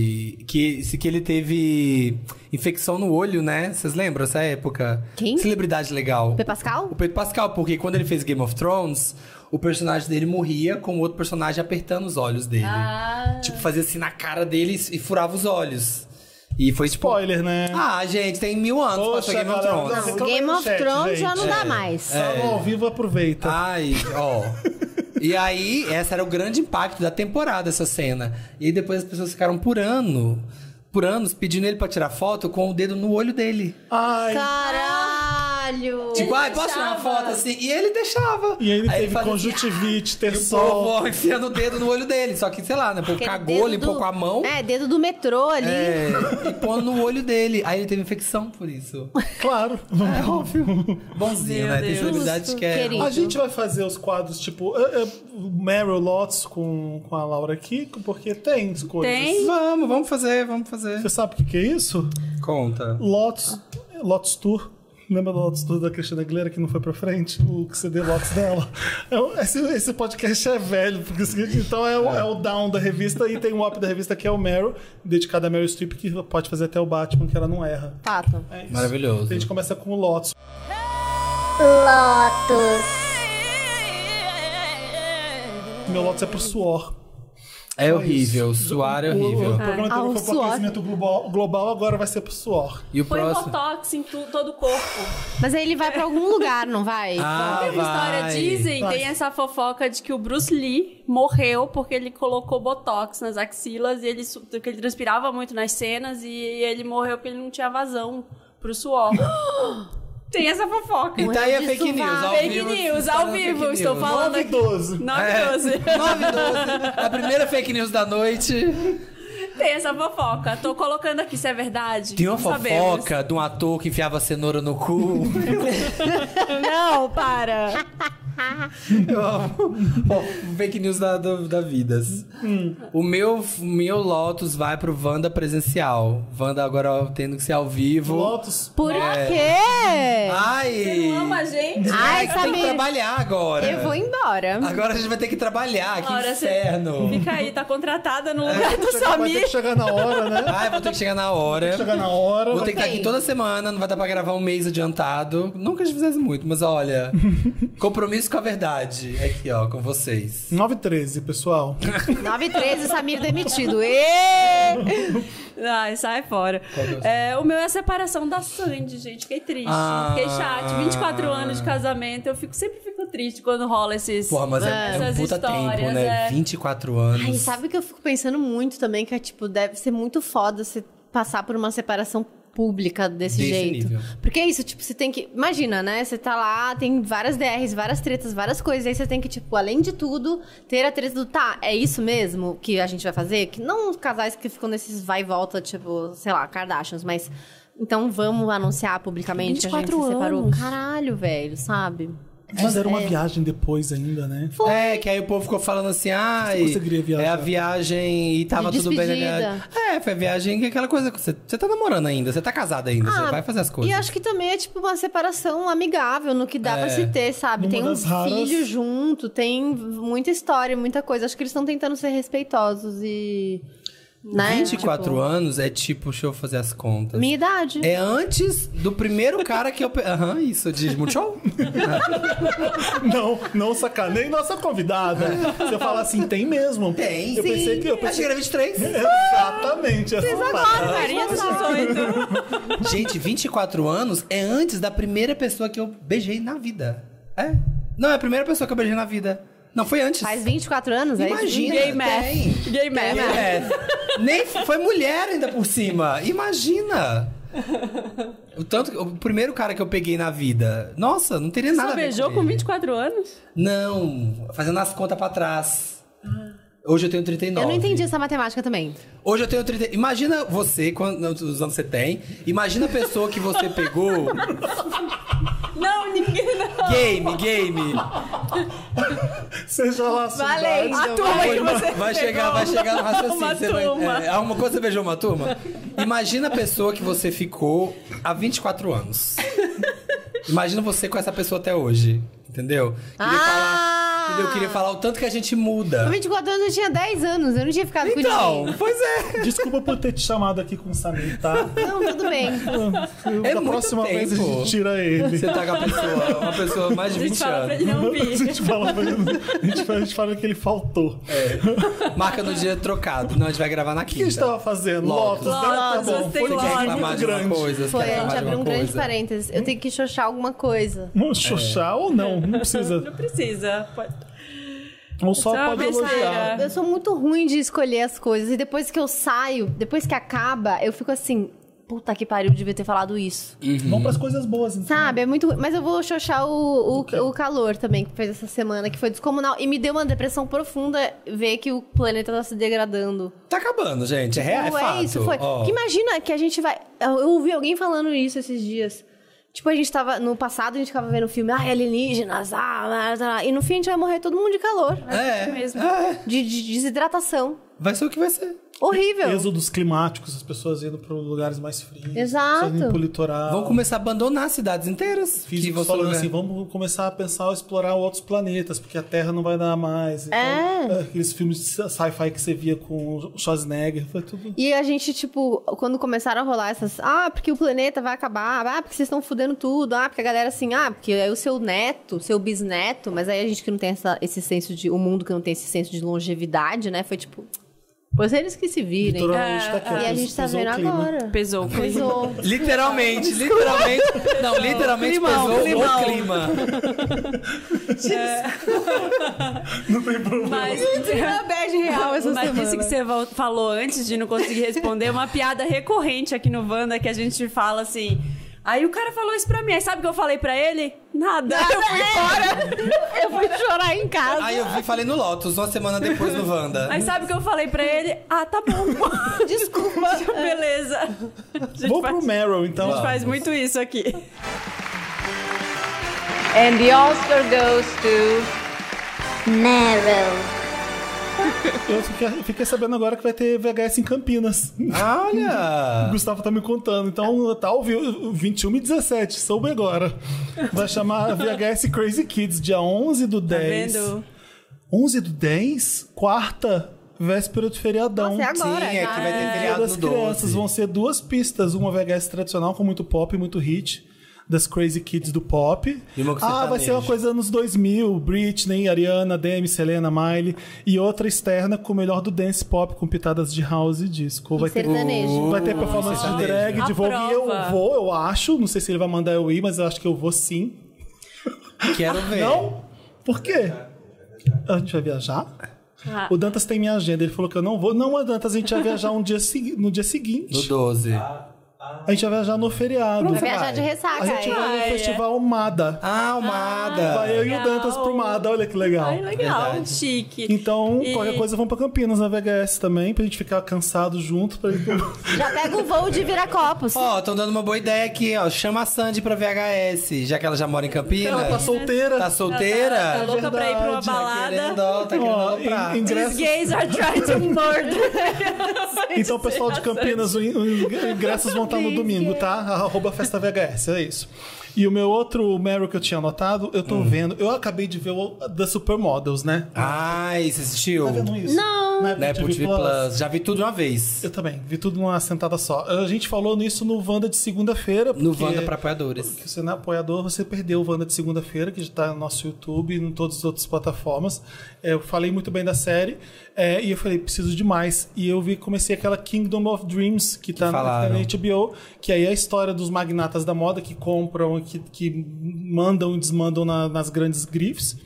Speaker 2: que, que, se- que ele teve infecção no olho, né? Vocês lembram essa época?
Speaker 3: Quem?
Speaker 2: Celebridade legal.
Speaker 3: Pedro Pascal?
Speaker 2: O Pedro Pascal, porque quando ele fez Game of Thrones, o personagem dele morria com o outro personagem apertando os olhos dele. Tipo, fazia assim na cara dele e furava os olhos. E foi tipo.
Speaker 1: Spoiler, né?
Speaker 2: Ah, gente, tem mil anos pra
Speaker 1: Poxa,
Speaker 2: Game of
Speaker 1: galera,
Speaker 2: Thrones.
Speaker 1: não. Então
Speaker 3: Game
Speaker 1: vai no
Speaker 3: of
Speaker 1: chat,
Speaker 3: Thrones já
Speaker 1: gente.
Speaker 3: não
Speaker 2: É.
Speaker 3: dá mais.
Speaker 1: Só no ao vivo aproveita.
Speaker 2: Ai, ó. E aí, esse era o grande impacto da temporada, essa cena. E aí depois as pessoas ficaram por ano, por anos, pedindo ele pra tirar foto com o dedo no olho dele.
Speaker 1: Ai,
Speaker 3: Caralho!
Speaker 2: Tipo, ai, posso tirar uma foto assim? E ele deixava.
Speaker 1: e ele teve
Speaker 2: fazia assim,
Speaker 1: conjuntivite, ter
Speaker 2: e o
Speaker 1: sol.
Speaker 2: povo enfiando o dedo no olho dele. Só que, sei lá, né? O povo
Speaker 3: Aquele
Speaker 2: cagou,
Speaker 3: dedo
Speaker 2: limpou
Speaker 3: do-
Speaker 2: com a mão.
Speaker 3: É, dedo do metrô ali.
Speaker 2: é, e pondo no olho dele. Aí ele teve infecção por isso.
Speaker 1: Claro.
Speaker 2: É,
Speaker 1: Vamos lá.
Speaker 2: Bonzinho,
Speaker 4: Meu
Speaker 2: né? Tem
Speaker 4: Deus.
Speaker 2: celebridades que é.
Speaker 3: Querido.
Speaker 1: A gente vai fazer os quadros tipo eh, eh, Meryl Lots com, com a Laura Kiko, porque tem as coisas.
Speaker 4: Tem?
Speaker 2: Vamos, vamos fazer, vamos fazer.
Speaker 1: Você sabe o que, que é isso?
Speaker 2: Conta.
Speaker 1: Lotus, Lotus Tour. Lembra do Lotus Tour da Cristina Aguilera que não foi pra frente? O CD Lotus dela. É um- Esse, esse podcast é velho, porque o seguinte, então é o, é o down da revista e tem um up da revista que é o Meryl, dedicado a Meryl Streep, que pode fazer até o Batman, que ela não erra.
Speaker 3: Fato.
Speaker 1: É isso.
Speaker 2: Maravilhoso.
Speaker 1: A gente começa com o Lotus. Meu Lotus é pro suor.
Speaker 2: É horrível, suar é
Speaker 1: O, o
Speaker 2: horrível.
Speaker 1: programa
Speaker 3: Ah,
Speaker 1: anterior
Speaker 3: o
Speaker 1: foi pro
Speaker 3: suor.
Speaker 1: aquecimento global, global, agora vai ser pro suor.
Speaker 2: E o
Speaker 4: Põe
Speaker 2: próximo.
Speaker 4: botox em tu- todo o corpo.
Speaker 3: Mas aí ele vai pra algum lugar, não vai?
Speaker 2: Ah,
Speaker 4: tem uma história,
Speaker 2: vai.
Speaker 4: dizem,
Speaker 1: Vai.
Speaker 4: tem essa fofoca de que o Bruce Lee morreu porque ele colocou botox nas axilas e ele, su- porque ele transpirava muito nas cenas e ele morreu porque ele não tinha vazão pro suor. tem essa fofoca.
Speaker 2: E tá aí a
Speaker 3: Morreu de
Speaker 2: fake news,
Speaker 3: suvar.
Speaker 2: ao
Speaker 4: Fake
Speaker 2: vivo.
Speaker 4: news,
Speaker 2: tá
Speaker 4: ao
Speaker 2: na
Speaker 4: vivo,
Speaker 2: fake
Speaker 4: estou
Speaker 2: news.
Speaker 4: falando
Speaker 1: 9 e
Speaker 4: aqui.
Speaker 1: 12.
Speaker 4: 9
Speaker 2: É.
Speaker 4: 12.
Speaker 2: 9 e 12. A primeira fake news da noite.
Speaker 4: Tem essa fofoca. Tô colocando aqui se é verdade.
Speaker 2: Tem uma
Speaker 4: Não sabemos.
Speaker 2: fofoca de um ator que enfiava cenoura no cu.
Speaker 4: Não, para.
Speaker 2: Eu amo. Fo- fake news da, do- da vidas.
Speaker 4: Hum.
Speaker 2: O meu, o meu Lotus vai pro Wanda presencial. Wanda agora ó, tendo que ser ao vivo.
Speaker 1: Lotus.
Speaker 3: Por
Speaker 2: Ah,
Speaker 3: quê?
Speaker 4: Você
Speaker 2: Ai!
Speaker 4: não ama a gente?
Speaker 3: Ai,
Speaker 2: Tem que
Speaker 3: sabe?
Speaker 2: trabalhar agora.
Speaker 3: Eu vou embora.
Speaker 2: Agora a gente vai ter que trabalhar, que
Speaker 4: Ora, cê-
Speaker 2: inferno.
Speaker 4: Fica aí, tá contratada no
Speaker 2: É, tá
Speaker 4: lugar do
Speaker 1: Chegar- Vai ter
Speaker 4: Samir.
Speaker 1: que chegar na hora, né?
Speaker 2: Ai, vou ter que chegar na hora.
Speaker 1: Chegar na hora.
Speaker 2: Vou ter que estar aqui toda semana, não vai dar pra gravar um mês adiantado. Não que a gente fizesse muito, mas olha. compromisso com a verdade. Aqui, ó, com vocês.
Speaker 1: 9 e 13, pessoal.
Speaker 3: 9 e 13, Samir demitido. Ê!
Speaker 4: Ai, sai fora. É, o meu é a separação da Sandy, gente. Fiquei triste.
Speaker 2: Ah.
Speaker 4: Fiquei chato. 24 anos de casamento. Eu fico, sempre fico triste quando rola esses.
Speaker 2: Porra, mas é, é um
Speaker 4: Essas
Speaker 2: puta tempo,
Speaker 4: histórias,
Speaker 2: né?
Speaker 4: é.
Speaker 2: 24 anos.
Speaker 3: Ai, sabe o que eu fico pensando muito também? Que é, tipo, deve ser muito foda você passar por uma separação pública desse
Speaker 2: Desse
Speaker 3: jeito.
Speaker 2: nível.
Speaker 3: Porque é isso, tipo, você tem que. Imagina, né? Você tá lá, tem várias DRs, várias tretas, várias coisas. Aí você tem que, tipo, além de tudo, ter a treta do tá, é isso mesmo que a gente vai fazer? Que não os casais que ficam nesses vai e volta, tipo, sei lá, Kardashians, mas. Então vamos anunciar publicamente que a gente
Speaker 4: 24
Speaker 3: se separou.
Speaker 4: anos.
Speaker 3: Caralho, velho, sabe?
Speaker 1: Mas era uma viagem depois ainda, né?
Speaker 2: É, que aí o povo ficou falando assim, ai,
Speaker 1: conseguiria viajar.
Speaker 2: é a viagem e tava
Speaker 3: De
Speaker 2: tudo bem. na
Speaker 3: despedida.
Speaker 2: viagem. É, foi a viagem que é aquela coisa que você, você tá namorando ainda, você tá casada ainda,
Speaker 3: Ah,
Speaker 2: você vai fazer as coisas.
Speaker 3: E acho que também é tipo uma separação amigável no que dá pra
Speaker 2: É,
Speaker 3: se ter, sabe?
Speaker 1: Numa
Speaker 3: tem um
Speaker 1: das raras-
Speaker 3: filho junto, tem muita história, muita coisa. Acho que eles estão tentando ser respeitosos e. né?
Speaker 2: 24
Speaker 3: Tipo,
Speaker 2: anos é tipo, deixa eu fazer as contas.
Speaker 3: Minha idade.
Speaker 2: É antes do primeiro cara que eu. pe- Aham, isso, de Multishow?
Speaker 1: Não, não sacanei nossa convidada. Você fala assim, tem mesmo.
Speaker 2: Tem,
Speaker 1: Eu
Speaker 2: sim.
Speaker 1: pensei É. que eu
Speaker 2: Acho que
Speaker 1: pensei...
Speaker 2: era 23.
Speaker 1: Exatamente. Essa parada.
Speaker 2: né?
Speaker 4: Carinha dos 18.
Speaker 2: Gente, 24 anos é antes da primeira pessoa que eu beijei na vida. É? Não, é a primeira pessoa que eu beijei na vida. Não, foi antes.
Speaker 3: Faz 24 anos, é isso?
Speaker 2: Imagina.
Speaker 4: Gay math.
Speaker 2: tem.
Speaker 4: Gay math.
Speaker 2: math. Nem foi mulher ainda por cima. Imagina. O tanto que- o primeiro cara que eu peguei na vida. Nossa, não teria nada.
Speaker 4: Só
Speaker 2: a ver
Speaker 4: beijou com
Speaker 2: ele.
Speaker 4: 24 anos?
Speaker 2: Não, fazendo as contas pra trás. Hoje eu tenho 39.
Speaker 3: Eu não entendi essa matemática também.
Speaker 2: Hoje eu tenho 30. Imagina você, quantos anos você tem. Imagina a pessoa que você pegou.
Speaker 4: Não, ninguém não.
Speaker 2: game, game.
Speaker 1: Seja lá a sua
Speaker 3: Valeu.
Speaker 1: idade.
Speaker 4: A turma que você
Speaker 2: vai
Speaker 4: pegou.
Speaker 2: chegar, vai chegar no raciocínio.
Speaker 4: Uma
Speaker 2: Você vai-
Speaker 4: turma.
Speaker 2: é, alguma coisa você beijou uma turma? Imagina a pessoa que você ficou há 24 anos. Imagina você com essa pessoa até hoje. Entendeu? Queria
Speaker 3: Ah!
Speaker 2: falar, entendeu? Eu queria falar o tanto que a gente muda.
Speaker 3: Com 24 anos eu tinha 10 anos, eu não tinha ficado com
Speaker 2: Então,
Speaker 3: ninguém.
Speaker 2: pois é.
Speaker 1: Desculpa por ter te chamado aqui com o Samir, tá?
Speaker 3: Não, tudo bem.
Speaker 2: É
Speaker 1: da
Speaker 2: muito
Speaker 1: próxima vez a
Speaker 2: tempo.
Speaker 1: gente tira ele.
Speaker 2: Você tá com a pessoa, uma pessoa mais
Speaker 4: A
Speaker 2: de
Speaker 4: gente
Speaker 2: 20
Speaker 4: fala pra
Speaker 2: anos.
Speaker 4: ele não
Speaker 1: A
Speaker 4: vir.
Speaker 1: gente fala, pra ele- a gente fala- a gente fala que ele faltou.
Speaker 2: Marca no dia trocado. Não, a gente vai gravar na
Speaker 1: O que a gente
Speaker 2: quinta.
Speaker 1: tava fazendo?
Speaker 2: Lotus.
Speaker 1: Lotus, tá
Speaker 4: Lotus,
Speaker 1: bom.
Speaker 4: tem
Speaker 1: Foi
Speaker 4: Lotus.
Speaker 1: muito
Speaker 2: Reclamar de uma
Speaker 1: grande.
Speaker 2: coisa.
Speaker 3: Foi, a
Speaker 2: reclamar
Speaker 3: gente
Speaker 2: de
Speaker 3: abriu
Speaker 2: é uma
Speaker 3: um grande
Speaker 2: coisa.
Speaker 3: parênteses. Eu tenho que xoxar alguma coisa.
Speaker 1: Vamos xoxar ou não? Não precisa.
Speaker 4: Não precisa. Pode-
Speaker 1: Ou só
Speaker 4: Isso é uma
Speaker 1: pode
Speaker 4: besteira.
Speaker 1: elogiar.
Speaker 3: Eu sou muito ruim de escolher as coisas. E depois que eu saio, depois que acaba, eu fico assim... Puta que pariu, devia ter falado isso.
Speaker 1: Uhum. Vamos pras coisas boas, então.
Speaker 3: Sabe, é muito ruim. Mas eu vou xoxar o, o, o calor também, que fez essa semana, que foi descomunal. E me deu uma depressão profunda ver que o planeta tá se degradando.
Speaker 2: Tá acabando, gente. É real, é
Speaker 3: Não,
Speaker 2: fato.
Speaker 3: isso, foi.
Speaker 2: Ó.
Speaker 3: Que imagina que a gente vai. Eu eu ouvi alguém falando isso esses dias. Tipo, a gente tava. No passado, a gente ficava vendo filme, ah, alienígenas, ah, blá, blá, blá", e no fim a gente vai morrer todo mundo de calor,
Speaker 2: É,
Speaker 4: mesmo.
Speaker 2: é.
Speaker 3: de, de desidratação.
Speaker 2: Vai ser o que vai ser.
Speaker 3: Horrível.
Speaker 1: Êxodos climáticos, as pessoas indo para lugares mais frios.
Speaker 3: Exato.
Speaker 1: pessoas indo pro litoral.
Speaker 2: Vão começar a abandonar cidades inteiras. que
Speaker 1: Físicos
Speaker 2: você
Speaker 1: falando
Speaker 2: não é.
Speaker 1: assim, vamos começar a pensar em explorar outros planetas, porque a Terra não vai dar mais. Então,
Speaker 3: É.
Speaker 1: Aqueles filmes de sci-fi que você via com o Schwarzenegger, foi tudo...
Speaker 3: E a gente, tipo, quando começaram a rolar essas. Ah, porque o planeta vai acabar. Ah, porque vocês estão fudendo tudo. Ah, porque a galera assim. Ah, porque aí o seu neto, seu bisneto. Mas aí a gente que não tem essa- esse senso de. O mundo que não tem esse senso de longevidade, né? Foi tipo. Pois eles que se virem.
Speaker 1: Vitor Araújo tá aqui, ó,
Speaker 3: E a gente
Speaker 1: pesou
Speaker 3: tá vendo
Speaker 1: o clima.
Speaker 3: agora.
Speaker 4: Pesou.
Speaker 3: Pesou.
Speaker 2: Literalmente, literalmente. Não, literalmente
Speaker 4: Climão,
Speaker 2: pesou
Speaker 4: climão.
Speaker 2: o clima.
Speaker 4: Mas,
Speaker 3: Uma bad real essa
Speaker 4: mas
Speaker 3: semana.
Speaker 4: isso que você val- falou antes de não conseguir responder, é uma piada recorrente aqui no Wanda que a gente fala assim. Aí o cara falou isso pra mim. Aí sabe o que eu falei pra ele? Nada. Eu fui embora.
Speaker 3: Eu fui chorar em casa.
Speaker 2: Aí eu vi e falei no Lotus, uma semana depois no Wanda.
Speaker 4: Aí sabe o que eu falei pra ele? Ah, tá bom. Desculpa. É. Beleza. A gente
Speaker 1: Vou
Speaker 4: faz-
Speaker 1: pro Meryl, então.
Speaker 4: A gente faz muito isso aqui.
Speaker 6: And the Oscar goes to
Speaker 7: Meryl.
Speaker 1: Eu fiquei, eu fiquei sabendo agora que vai ter VHS em Campinas. O
Speaker 2: Olha!
Speaker 1: Gustavo tá me contando. Então, tá ao vivo, 21 e 17, soube agora. Vai chamar VHS Crazy Kids, dia 11 do
Speaker 4: Tá
Speaker 1: 10.
Speaker 4: vendo?
Speaker 1: 11 do 10, quarta, véspera de feriadão.
Speaker 3: Nossa, é agora.
Speaker 2: Sim, é que vai ter
Speaker 1: Dia
Speaker 2: feriado
Speaker 1: das
Speaker 2: no
Speaker 1: crianças
Speaker 2: 12.
Speaker 1: vão ser duas pistas, uma VHS tradicional com muito pop, muito hit. Das Crazy Kids do pop.
Speaker 2: E uma tá com
Speaker 1: ah, vai
Speaker 2: sertanejo.
Speaker 1: ser uma coisa anos 2000. Britney, Ariana, Demi, Selena, Miley. E outra externa com o melhor do dance pop, com pitadas de house e disco. Vai ter,
Speaker 3: sertanejo.
Speaker 1: vai ter performance de
Speaker 2: Uh, sertanejo.
Speaker 1: drag, de
Speaker 4: A
Speaker 1: Vogue. E eu
Speaker 4: prova.
Speaker 1: vou, eu acho. Não sei se ele vai mandar eu ir, mas eu acho que eu vou sim.
Speaker 2: Quero ver.
Speaker 1: Ah, Não? Por quê? A gente vai viajar?
Speaker 4: Ah.
Speaker 1: O Dantas tem minha agenda, ele falou que eu não vou. Não, Dantas, a gente vai viajar um dia, segui- no dia
Speaker 2: No
Speaker 1: seguinte.
Speaker 2: 12.
Speaker 3: Ah.
Speaker 1: A gente vai viajar no feriado.
Speaker 3: Vai viajar de ressaca.
Speaker 1: A gente
Speaker 3: é.
Speaker 1: vai no
Speaker 4: Ai, é.
Speaker 1: festival Mada.
Speaker 2: Ah, Almada.
Speaker 1: vai eu e o
Speaker 4: legal.
Speaker 1: Dantas pro Mada, olha que legal.
Speaker 4: Ai, legal.
Speaker 2: Verdade.
Speaker 4: Chique.
Speaker 1: Então,
Speaker 4: E-
Speaker 1: qualquer coisa, vamos pra Campinas na VHS também, pra gente ficar cansado junto. Pra...
Speaker 3: Já pega o voo de virar copos.
Speaker 2: Ó, estão dando uma boa ideia aqui, ó. Chama a Sandy pra VHS, já que ela já mora em Campinas.
Speaker 1: Ela tá solteira.
Speaker 2: Tá solteira?
Speaker 4: Tá louca pra ir pra uma
Speaker 1: Verdade,
Speaker 2: Tá querendo,
Speaker 4: balada.
Speaker 2: ó, tá querendo
Speaker 1: Ó,
Speaker 2: pra...
Speaker 1: em- em-
Speaker 4: These gays are trying to murder.
Speaker 1: Então, pessoal de Campinas, os ingressos vão estar no domingo, tá? Arroba Festa VHS, é isso. E o meu outro Meryl que eu tinha anotado,
Speaker 2: Hum.
Speaker 1: eu tô vendo. Eu acabei de ver o The Supermodels, né?
Speaker 2: Ai, você assistiu?
Speaker 1: Tá vendo isso?
Speaker 3: Não,
Speaker 1: Na
Speaker 2: Na é Apple TV Plus. Já vi tudo de uma vez.
Speaker 1: Eu também, vi tudo numa sentada só. A gente falou nisso no Wanda de segunda-feira.
Speaker 2: No
Speaker 1: porque-
Speaker 2: Wanda pra apoiadores.
Speaker 1: que você não é apoiador, você perdeu o Wanda de segunda-feira, que já está no nosso YouTube e em todas as outras plataformas. É, eu falei muito bem da série é, e eu falei, preciso de mais. E eu vi, comecei aquela Kingdom of Dreams, que está na,
Speaker 2: falaram.
Speaker 1: na HBO, que aí é a história dos magnatas da moda que compram, e que, que mandam e desmandam na- nas grandes grifes.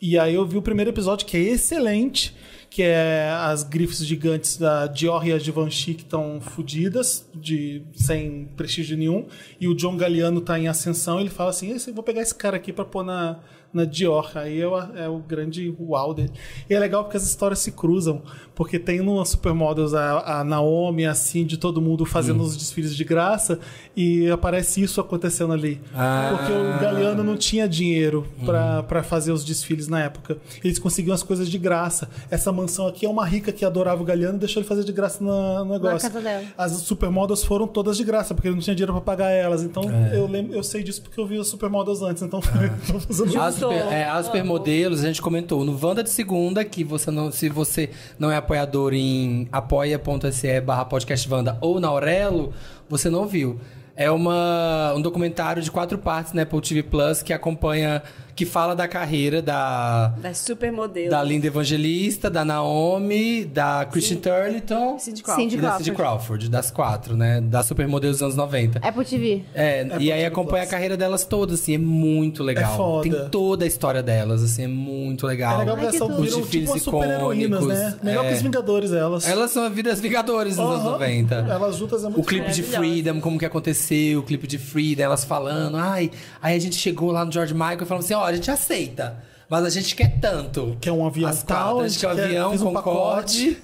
Speaker 1: E aí eu vi o primeiro episódio, que é excelente, que é as grifes gigantes da Dior e a Givenchy que estão fodidas, de, sem prestígio nenhum. E o John Galliano tá em ascensão, ele fala assim, "Esse- vou pegar esse cara aqui para pôr na, na Dior. Aí é o, é o grande uau dele. E é legal porque as histórias se cruzam, porque tem no Supermodels a, a Naomi, a Cindy, todo mundo
Speaker 2: Hum.
Speaker 1: fazendo os desfiles de graça, e aparece isso acontecendo ali.
Speaker 2: Ah. Uhum.
Speaker 1: Porque o Galeano não tinha dinheiro pra para fazer os desfiles na época. Eles conseguiam as coisas de graça. Essa mansão aqui é uma rica que adorava o Galeano e deixou ele fazer de graça na- no negócio.
Speaker 3: casa dela.
Speaker 1: As supermodels foram todas de graça, porque ele não tinha dinheiro pra pagar elas. Então
Speaker 2: É.
Speaker 1: eu, lembro, eu sei disso porque eu vi as supermodels antes. Então tô fazendo
Speaker 2: Ah. As, super- é, as supermodelos, a gente comentou no Wanda de segunda, que você não, se você não é apoiador em apoia.se barra podcast Wanda ou na Aurelo, você não viu. É uma, um documentário de quatro partes na Apple TV Plus que acompanha, que fala da carreira da,
Speaker 4: Das supermodelos.
Speaker 2: da Linda Evangelista, da Naomi, da Christian Turlington
Speaker 4: Cindy Crawford.
Speaker 3: Cindy
Speaker 2: e da Cindy
Speaker 3: Crawford.
Speaker 2: Crawford, das quatro, né? Das supermodelos dos anos 90.
Speaker 3: Apple TV.
Speaker 2: É, e aí
Speaker 1: Apple
Speaker 2: acompanha
Speaker 1: Plus.
Speaker 2: a carreira delas todas, assim, é muito legal.
Speaker 1: É foda.
Speaker 2: Tem toda a história delas, assim, é muito legal.
Speaker 1: É legal
Speaker 3: Ai,
Speaker 1: porque
Speaker 3: que
Speaker 1: elas são
Speaker 3: tudo.
Speaker 1: viram tipo umas
Speaker 2: Desfiles
Speaker 1: super-heroínas, né?
Speaker 2: icônicos,
Speaker 1: Melhor
Speaker 2: é.
Speaker 1: que os Vingadores, elas.
Speaker 2: Elas são a vida das Vingadores dos anos
Speaker 1: Aham.
Speaker 2: 90.
Speaker 1: Elas juntas é muito
Speaker 2: O clipe de
Speaker 4: Maravilhosas.
Speaker 2: Freedom, como que aconteceu, o clipe de Freedom, elas falando, ai, aí a gente chegou lá no George Michael e falamos assim, ó, a gente aceita, mas a gente quer tanto.
Speaker 1: Quer um avião
Speaker 2: As
Speaker 1: tal,
Speaker 2: quatro, a gente quer um
Speaker 1: quer-
Speaker 2: avião,
Speaker 1: fiz um
Speaker 2: Concorde.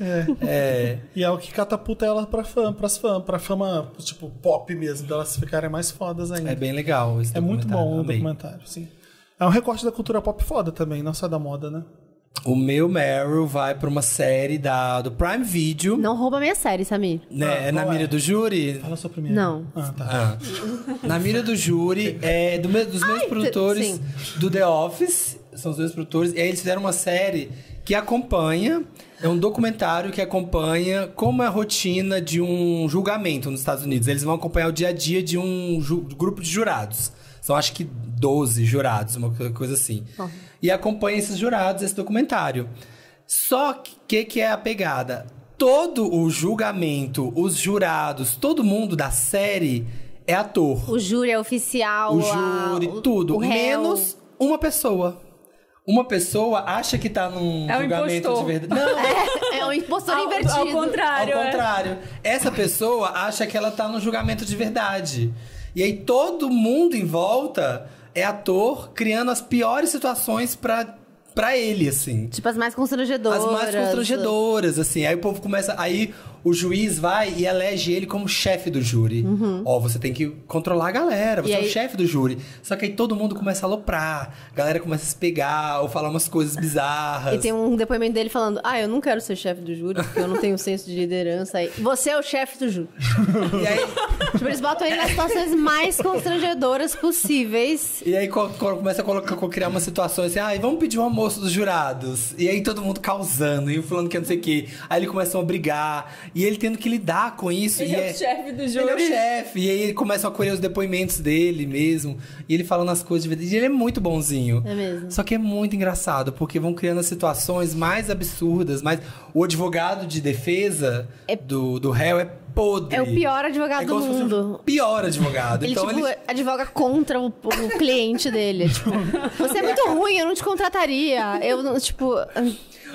Speaker 2: É.
Speaker 1: E é o que catapulta ela pra fã, pras fã, pra fama, tipo, pop mesmo, delas ficarem mais fodas ainda.
Speaker 2: é bem legal esse
Speaker 1: É muito bom o
Speaker 2: amei.
Speaker 1: documentário, sim. É um recorte da cultura pop foda também, não só da moda, né?
Speaker 2: O meu Meryl vai pra uma série da, do Prime Video,
Speaker 3: Não rouba minha série, Samir.
Speaker 2: né,
Speaker 1: Ah,
Speaker 2: na
Speaker 1: qual
Speaker 2: mira
Speaker 1: é?
Speaker 2: do júri.
Speaker 1: Fala sua primeira.
Speaker 3: Não.
Speaker 1: Ah, tá.
Speaker 2: Ah. Na mira do júri, é do me- dos mesmos
Speaker 3: t-
Speaker 2: produtores
Speaker 3: sim.
Speaker 2: do The Office, são os dois produtores, e aí eles fizeram uma série que acompanha, é um documentário que acompanha como é a rotina de um julgamento nos Estados Unidos. Eles vão acompanhar o dia a dia de um ju- grupo de jurados. São acho que 12 jurados, uma co- coisa assim. E acompanha esses jurados, esse documentário. Só que o que, que é a pegada? Todo o julgamento, os jurados, todo mundo da série é ator
Speaker 3: O júri é oficial.
Speaker 2: o
Speaker 3: a-
Speaker 2: júri,
Speaker 3: o-
Speaker 2: tudo.
Speaker 3: o réu.
Speaker 2: menos uma pessoa. Uma pessoa acha que tá num
Speaker 4: É um
Speaker 2: julgamento
Speaker 4: impostor.
Speaker 2: de verdade. Não,
Speaker 3: É um impostor
Speaker 4: Ao,
Speaker 3: invertido.
Speaker 4: ao contrário,
Speaker 2: ao
Speaker 4: é.
Speaker 2: contrário. Essa pessoa acha que ela tá no julgamento de verdade. E aí todo mundo em volta é ator criando as piores situações pra, pra ele, assim.
Speaker 3: Tipo, as mais constrangedoras.
Speaker 2: As mais constrangedoras, assim. Aí o povo começa. Aí o juiz vai e elege ele como chefe do júri. Ó, você tem que controlar a galera, você
Speaker 3: Uhum. E
Speaker 2: é o
Speaker 3: aí-
Speaker 2: chefe do júri. Só que aí todo mundo começa a aloprar, a galera começa a se pegar ou falar umas coisas bizarras.
Speaker 3: E tem um depoimento dele falando: Ah, eu não quero ser chefe do júri, porque eu não tenho senso de liderança. Aí, Você é o chefe do júri.
Speaker 2: E aí,
Speaker 3: Tipo, eles botam ele nas situações mais constrangedoras possíveis.
Speaker 2: e aí co- co- começa a colocar, co- criar umas situações assim, ah, e vamos pedir um almoço dos jurados. E aí todo mundo causando, e o fulano que não sei o quê. Aí eles começam a brigar, e ele tendo que lidar com isso.
Speaker 4: Ele
Speaker 2: e
Speaker 4: é o chefe do
Speaker 2: Ele é o
Speaker 4: júri.
Speaker 2: chefe, e aí ele começa a colher os depoimentos dele mesmo, e ele falando as coisas de verdade. E ele é muito bonzinho.
Speaker 3: É mesmo.
Speaker 2: Só que é muito engraçado, porque vão criando as situações mais absurdas, mais. O advogado de defesa
Speaker 3: É-
Speaker 2: do, do réu é podre.
Speaker 3: É o pior advogado
Speaker 2: É como
Speaker 3: do
Speaker 2: se fosse
Speaker 3: mundo.
Speaker 2: o pior advogado.
Speaker 3: Ele,
Speaker 2: então
Speaker 3: tipo,
Speaker 2: ele.
Speaker 3: advoga contra o, o cliente dele. Tipo, você é muito ruim, eu não te contrataria. Eu não, tipo.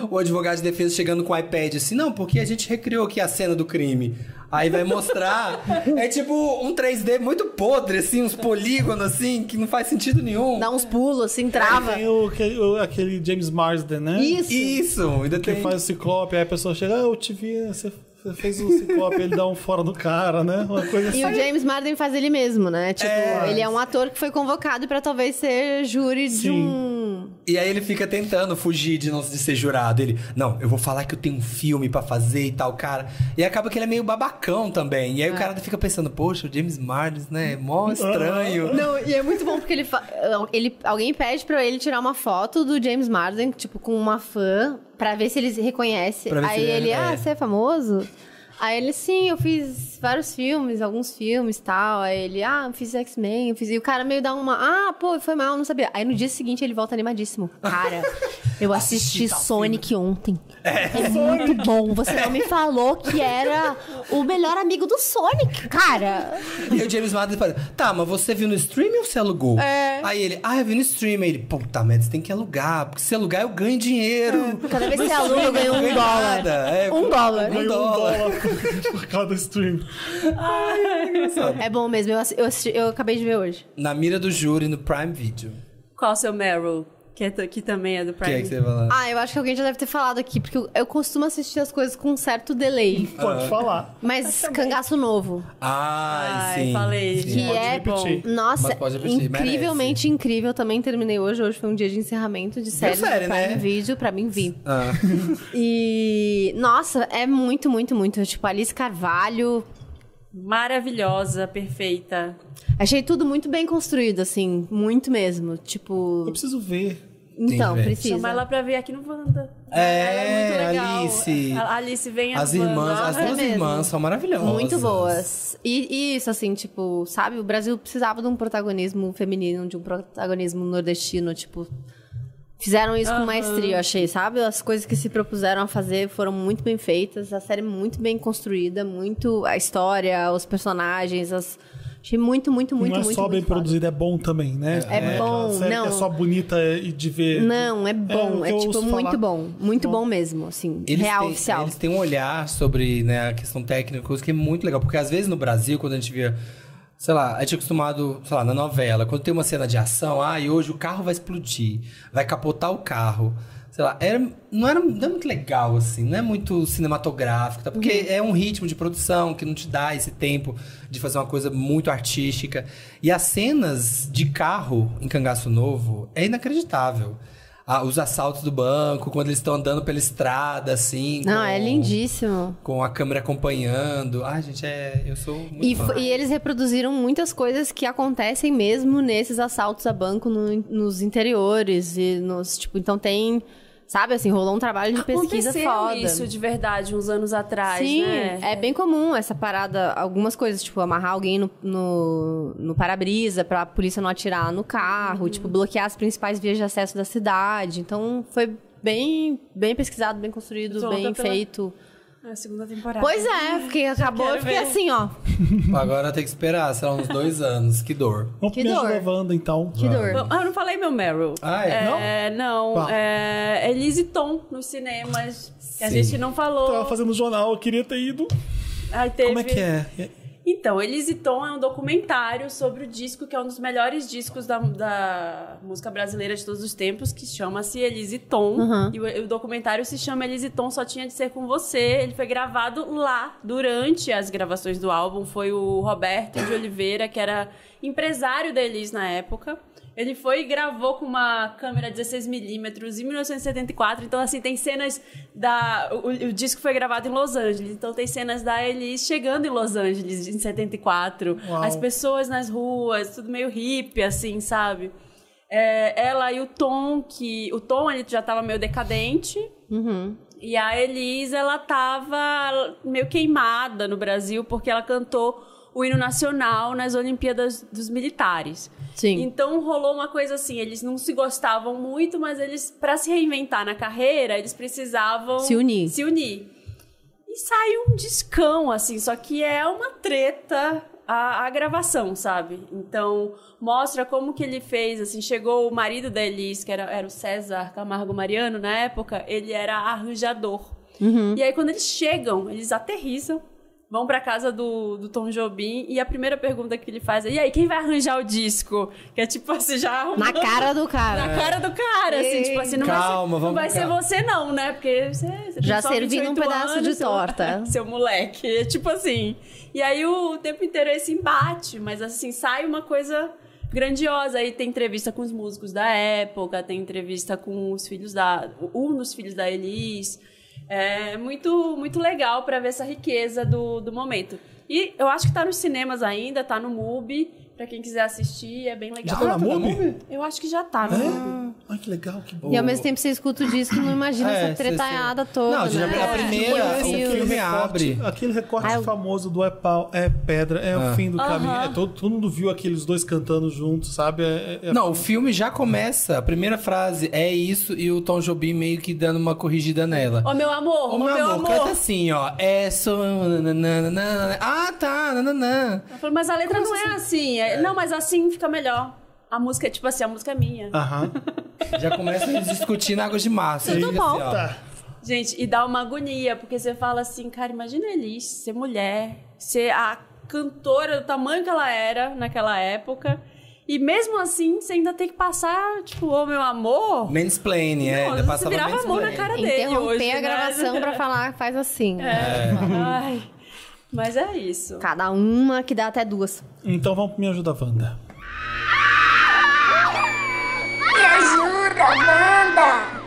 Speaker 2: O advogado de defesa chegando com o iPad assim, não, porque a gente recriou aqui a cena do crime. Aí vai mostrar. é tipo um 3D muito podre, assim, uns polígonos assim, que não faz sentido nenhum.
Speaker 3: Dá uns pulos, assim, trava.
Speaker 1: Tem o, que- o- aquele James Marsden, né?
Speaker 3: Isso.
Speaker 2: Isso, ainda
Speaker 1: Que
Speaker 2: tem.
Speaker 1: faz o Ciclope, aí a pessoa chega, ah, eu te vi, você você fez o Ciclope, ele dá um fora no cara, né? Uma coisa assim.
Speaker 3: E o James Marden faz ele mesmo, né? Tipo,
Speaker 2: É.
Speaker 3: ele é um ator que foi convocado pra talvez ser júri de
Speaker 1: Sim.
Speaker 3: um
Speaker 2: E aí ele fica tentando fugir de não de ser jurado. Ele, não, eu vou falar que eu tenho um filme pra fazer e tal, cara. E acaba que ele é meio babacão também. E aí o
Speaker 3: É.
Speaker 2: cara fica pensando, poxa, o James Martin, né? Mó estranho.
Speaker 3: Não, e é muito bom porque ele, fa- ele alguém pede pra ele tirar uma foto do James Marsden, tipo, com uma fã, pra ver se ele se reconhece.
Speaker 2: Pra ver se
Speaker 3: Aí
Speaker 2: ele é-
Speaker 3: ele, ah,
Speaker 2: é.
Speaker 3: você é famoso? Aí ele, sim, eu fiz vários filmes, alguns filmes e tal. Aí ele, ah, eu fiz X-Men, eu fiz. E o cara meio dá uma, ah, pô, foi mal, não sabia. Aí no dia seguinte ele volta animadíssimo. Cara, eu assisti Sonic ontem. É, muito bom. Você não me falou que era o melhor amigo do Sonic, cara.
Speaker 2: E o James Martin fala, tá, mas você viu no stream ou você alugou?
Speaker 3: É.
Speaker 2: Aí ele, ah, eu vi no stream. Aí ele, puta merda, você tem que alugar. Porque se alugar, eu ganho dinheiro.
Speaker 3: Cada vez que você aluga, É. eu ganho um
Speaker 2: Ganho
Speaker 3: dólar.
Speaker 2: nada. É,
Speaker 3: Um dólar.
Speaker 1: Ganhou um
Speaker 2: dólar.
Speaker 1: dólar por causa do stream.
Speaker 3: É bom mesmo, eu, assi- eu, assisti- eu acabei de ver hoje.
Speaker 2: Na mira do júri, no Prime Video.
Speaker 4: Qual o seu Meryl? Que, é t- que também é do
Speaker 2: O que é
Speaker 4: Prime.
Speaker 2: que você vai falar?
Speaker 3: Ah, eu acho que alguém já deve ter falado aqui, porque eu, eu costumo assistir as coisas com um certo delay.
Speaker 2: Ah.
Speaker 1: Pode falar.
Speaker 3: Mas cangaço novo.
Speaker 2: Ai,
Speaker 4: Ai,
Speaker 2: sim.
Speaker 4: falei.
Speaker 2: sim.
Speaker 3: Que é
Speaker 1: repetir.
Speaker 3: nossa,
Speaker 2: Mas pode repetir,
Speaker 3: incrivelmente incrível. Também terminei hoje. Hoje foi um dia de encerramento de série,
Speaker 2: série,
Speaker 3: Prime
Speaker 2: né?
Speaker 3: Video pra mim vir.
Speaker 2: Ah.
Speaker 3: E nossa, é muito, muito, muito. Tipo, Alice Carvalho.
Speaker 4: Maravilhosa, perfeita.
Speaker 3: Achei tudo muito bem construído, assim, muito mesmo.
Speaker 1: Eu
Speaker 3: Tipo,
Speaker 1: preciso ver.
Speaker 3: então,
Speaker 2: velho.
Speaker 3: precisa.
Speaker 4: Chama ela pra vir aqui no Wanda.
Speaker 2: É,
Speaker 4: Ela é muito legal.
Speaker 2: Alice.
Speaker 4: A- Alice vem
Speaker 2: As
Speaker 4: no
Speaker 2: irmãs,
Speaker 4: Wanda.
Speaker 2: as
Speaker 3: é
Speaker 2: duas
Speaker 3: mesmo.
Speaker 2: irmãs são maravilhosas.
Speaker 3: Muito boas. E, e isso, assim, tipo, sabe? O Brasil precisava de um protagonismo feminino, de um protagonismo nordestino, tipo. Fizeram isso com maestria, eu achei, sabe? As coisas que se propuseram a fazer foram muito bem feitas, a série é muito bem construída, muito a história, os personagens, as... achei muito, muito, muito,
Speaker 1: não é
Speaker 3: muito.
Speaker 1: só bem
Speaker 3: muito foda.
Speaker 1: produzido, é bom também, né?
Speaker 3: É bom,
Speaker 1: aquela série que É
Speaker 3: não.
Speaker 1: só bonita e de ver.
Speaker 3: Não, é
Speaker 1: o
Speaker 3: bom,
Speaker 1: que
Speaker 3: é,
Speaker 1: eu
Speaker 3: tipo
Speaker 1: ouço
Speaker 3: muito
Speaker 1: falar.
Speaker 3: bom, muito bom mesmo, assim,
Speaker 2: Eles
Speaker 3: real
Speaker 2: têm,
Speaker 3: oficial.
Speaker 2: Eles têm um olhar sobre né, a questão técnica, coisa que é muito legal. Porque às vezes no Brasil, quando a gente via. Sei lá, a gente é acostumado, sei lá, na novela, quando tem uma cena de ação, ah, e hoje o carro vai explodir, vai capotar o carro. Sei lá, era, não, era, não é muito legal, assim, não é muito cinematográfico, tá?
Speaker 3: Uhum.
Speaker 2: porque é um ritmo de produção que não te dá esse tempo de fazer uma coisa muito artística. E as cenas de carro em Cangaço Novo é inacreditável. Ah, os assaltos do banco, quando eles estão andando pela estrada, assim.
Speaker 3: Não,
Speaker 2: com-
Speaker 3: é lindíssimo.
Speaker 2: Com a câmera acompanhando. Ai, gente, é. Eu sou muito.
Speaker 3: E,
Speaker 2: fã.
Speaker 3: fo- e eles reproduziram muitas coisas que acontecem mesmo nesses assaltos a banco no- nos interiores e nos, tipo, então tem, sabe, assim, rolou um trabalho de pesquisa
Speaker 4: Aconteceu
Speaker 3: foda.
Speaker 4: isso de verdade uns anos atrás,
Speaker 3: Sim,
Speaker 4: né?
Speaker 3: é bem comum essa parada, algumas coisas, tipo, amarrar alguém no, no, no para-brisa pra polícia não atirar no carro,
Speaker 4: Uhum.
Speaker 3: tipo, bloquear as principais vias de acesso da cidade. Então, foi bem, bem pesquisado, bem construído,
Speaker 4: Tô louca
Speaker 3: bem
Speaker 4: pela-
Speaker 3: feito.
Speaker 4: É a segunda temporada.
Speaker 3: Pois é, porque acabou, eu
Speaker 4: quero
Speaker 3: fiquei
Speaker 4: ver.
Speaker 3: assim, ó,
Speaker 2: Agora tem que esperar, será uns dois anos. Que dor.
Speaker 1: Vamos
Speaker 3: Que
Speaker 1: pro Me Ajuda
Speaker 3: dor.
Speaker 1: Wanda, então.
Speaker 3: que dor.
Speaker 4: Bom, Ah, eu não falei meu Meryl.
Speaker 2: Ah, é?
Speaker 4: É, não.
Speaker 1: Pá.
Speaker 4: é Elise Tom nos cinemas. Que a
Speaker 2: Sim. Então
Speaker 4: gente não
Speaker 1: Tava
Speaker 4: falou.
Speaker 1: fazendo jornal, eu queria ter ido.
Speaker 4: Aí teve...
Speaker 1: Como é que é?
Speaker 4: Então, Elise Tom é um documentário sobre o disco que é um dos melhores discos da, da música brasileira de todos os tempos, que chama-se Elise Tom.
Speaker 3: Uhum.
Speaker 4: E o, o documentário se chama Elise Tom Só Tinha de Ser Com Você. Ele foi gravado lá durante as gravações do álbum. Foi o Roberto de Oliveira, que era empresário da Elise na época. Ele foi e gravou com uma câmera 16mm em 1974. Então, assim, tem cenas da. O, o disco foi gravado em Los Angeles. Então, tem cenas da Elis chegando em Los Angeles em 74.
Speaker 1: Uau.
Speaker 4: As pessoas nas ruas, tudo meio hippie, assim, sabe? É, ela e o Tom, que. O Tom ele já tava meio decadente. E a Elis, ela tava meio queimada no Brasil, porque ela cantou o hino nacional nas Olimpíadas dos Militares.
Speaker 3: Sim.
Speaker 4: Então rolou uma coisa assim, eles não se gostavam muito, mas eles para se reinventar na carreira, eles precisavam
Speaker 3: Se unir.
Speaker 4: Se unir. E saiu um discão assim, só que é uma treta a, a gravação, sabe? Então mostra como que ele fez, assim, chegou o marido da Elis, que era, era o César Camargo Mariano na época, ele era arranjador. E aí quando eles chegam, eles aterrissam, vão pra casa do, do Tom Jobim e a primeira pergunta que ele faz é: e aí, quem vai arranjar o disco? Que é tipo assim, já arrumando.
Speaker 3: Na cara do cara.
Speaker 4: Na cara do cara, assim, tipo assim, não
Speaker 2: Calma,
Speaker 4: vai, ser, não
Speaker 2: vamos
Speaker 4: vai ser
Speaker 2: calma.
Speaker 4: você não, né? Porque você, você tem
Speaker 3: Já
Speaker 4: só
Speaker 3: servi num
Speaker 4: 28
Speaker 3: pedaço de
Speaker 4: anos, seu-
Speaker 3: torta.
Speaker 4: Seu moleque, É tipo assim. E aí o tempo inteiro é esse embate, mas assim, sai uma coisa grandiosa. Aí tem entrevista com os músicos da época, tem entrevista com os filhos da. um dos filhos da Elis. É muito, muito legal para ver essa riqueza do, do momento. E eu acho que tá nos cinemas ainda, tá no MUBI. Pra quem quiser assistir, é bem legal.
Speaker 1: Já tá na MUBI?
Speaker 4: Eu acho que já tá no MUBI.
Speaker 1: Ai, que legal, que bom.
Speaker 3: E ao mesmo tempo você escuta o disco e não imagina
Speaker 2: É,
Speaker 3: essa
Speaker 2: você-
Speaker 3: tretaiada toda.
Speaker 2: Não, já-
Speaker 3: né?
Speaker 2: a primeira-
Speaker 3: Meu
Speaker 2: o
Speaker 3: Deus.
Speaker 2: filme
Speaker 4: é
Speaker 2: abre.
Speaker 1: Aquele recorte famoso do é pau, é pedra, é o fim do caminho. É todo, todo mundo viu aqueles dois cantando juntos, sabe? É- é- é-
Speaker 2: Não, o filme já começa, a primeira frase é isso e o Tom Jobim meio que dando uma corrigida nela.
Speaker 4: Ó, meu amor,
Speaker 2: Ô,
Speaker 4: ó,
Speaker 2: meu, amor,
Speaker 4: amor.
Speaker 2: canta assim, ó. É só... nananana. Ah, tá. nananã.
Speaker 4: Ela falou, mas a letra não é assim. É, Não, mas assim fica melhor. A música é tipo assim, a música é minha.
Speaker 1: Aham.
Speaker 2: Já começa a discutir na água de massa.
Speaker 3: Tudo
Speaker 2: Assim,
Speaker 3: bom.
Speaker 2: ó.
Speaker 1: Tá.
Speaker 4: Gente, e dá uma agonia, porque você fala assim, cara, imagina a Elis ser mulher, ser a cantora do tamanho que ela era naquela época. E mesmo assim, você ainda tem que passar, tipo, ô meu amor.
Speaker 2: Mansplaining, é.
Speaker 4: Não,
Speaker 2: Ainda
Speaker 4: você
Speaker 2: passava
Speaker 4: virava a mão na
Speaker 2: mansplaining.
Speaker 4: cara dele. hoje,
Speaker 3: Interromper a
Speaker 4: né? É.
Speaker 3: gravação pra falar, faz assim.
Speaker 4: Ai, mas é isso.
Speaker 3: Cada uma que dá até duas.
Speaker 1: Então vamos pro Me Ajuda Wanda.
Speaker 7: Me ajuda, Wanda!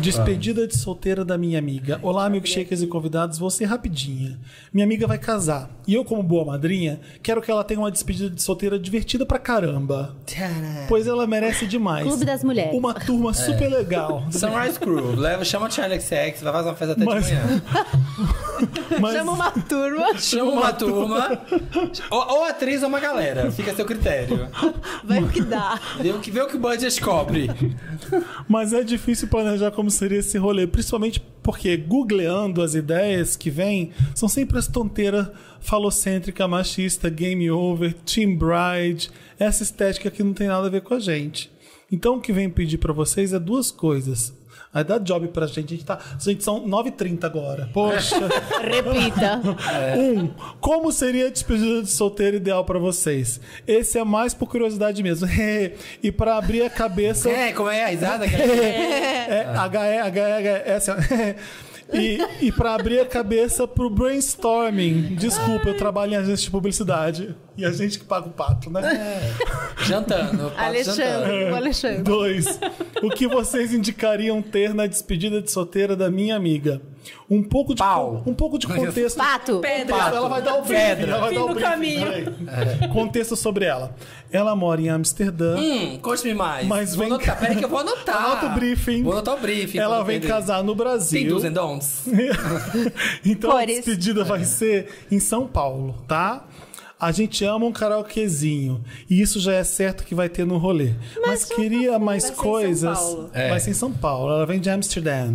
Speaker 1: Despedida de solteira da minha amiga. Olá, milkshakers e convidados, vou ser rapidinha. Minha amiga vai casar. E eu, como boa madrinha, quero que ela tenha uma despedida de solteira divertida pra caramba. Pois ela merece demais.
Speaker 3: Clube das mulheres.
Speaker 1: Uma turma super legal.
Speaker 2: Sunrise Crew, leva, chama o Charlie XX, vai fazer uma festa até
Speaker 1: Mas-
Speaker 2: de manhã.
Speaker 1: Mas-
Speaker 3: Chama uma turma.
Speaker 2: Chama uma turma, ou, ou atriz ou uma galera, fica a seu critério.
Speaker 3: Vai o que dá.
Speaker 2: Vê o que, vê o que o Budget cobre.
Speaker 1: Mas é difícil planejar como seria esse rolê, principalmente porque googleando as ideias que vêm, são sempre as tonteiras falocêntrica, machista, game over, team bride, essa estética que não tem nada a ver com a gente. Então o que vem pedir pra vocês é duas coisas. Aí dá job pra gente. A gente, tá, gente são 9h30 agora. Poxa.
Speaker 3: Repita.
Speaker 1: Um, como seria a despedida de solteiro ideal pra vocês? Esse é mais por curiosidade mesmo. e pra abrir a cabeça.
Speaker 2: É, como é a risada? cara?
Speaker 1: É, HE, HE, essa. é assim, E, e para abrir a cabeça pro brainstorming. Desculpa, eu trabalho em agência de publicidade. E a gente que paga o pato, né?
Speaker 2: Jantando, papo jantando.
Speaker 3: Alexandre, o
Speaker 4: É.
Speaker 3: Alexandre.
Speaker 1: Dois. O que vocês indicariam ter na despedida de solteira da minha amiga? Um pouco de,
Speaker 2: Pau.
Speaker 1: um pouco de contexto.
Speaker 3: Pato.
Speaker 4: Pedra.
Speaker 1: Isso, Ela vai dar o briefing.
Speaker 2: Pedra.
Speaker 1: Ela vai
Speaker 4: Fim
Speaker 1: dar o
Speaker 4: do
Speaker 1: briefing,
Speaker 4: caminho.
Speaker 1: peraí. Contexto sobre ela. Ela mora em Amsterdã.
Speaker 2: Hum, conte-me mais.
Speaker 1: Mas
Speaker 2: vou
Speaker 1: vem
Speaker 2: anotar,
Speaker 1: cá.
Speaker 2: peraí que eu vou anotar.
Speaker 1: Anota o briefing.
Speaker 2: ah. Vou anotar o briefing.
Speaker 1: Ela
Speaker 2: quando
Speaker 1: vem
Speaker 2: perder.
Speaker 1: casar no Brasil.
Speaker 2: Tem do's and don'ts.
Speaker 1: então a
Speaker 3: Cores.
Speaker 1: despedida vai ser em São Paulo, tá? A gente ama um karaokezinho. E isso já é certo que vai ter no rolê. Mas, queria mais
Speaker 4: ser em São
Speaker 1: coisas.
Speaker 4: Paulo.
Speaker 2: É.
Speaker 1: Vai ser em São Paulo. Ela vem de Amsterdã.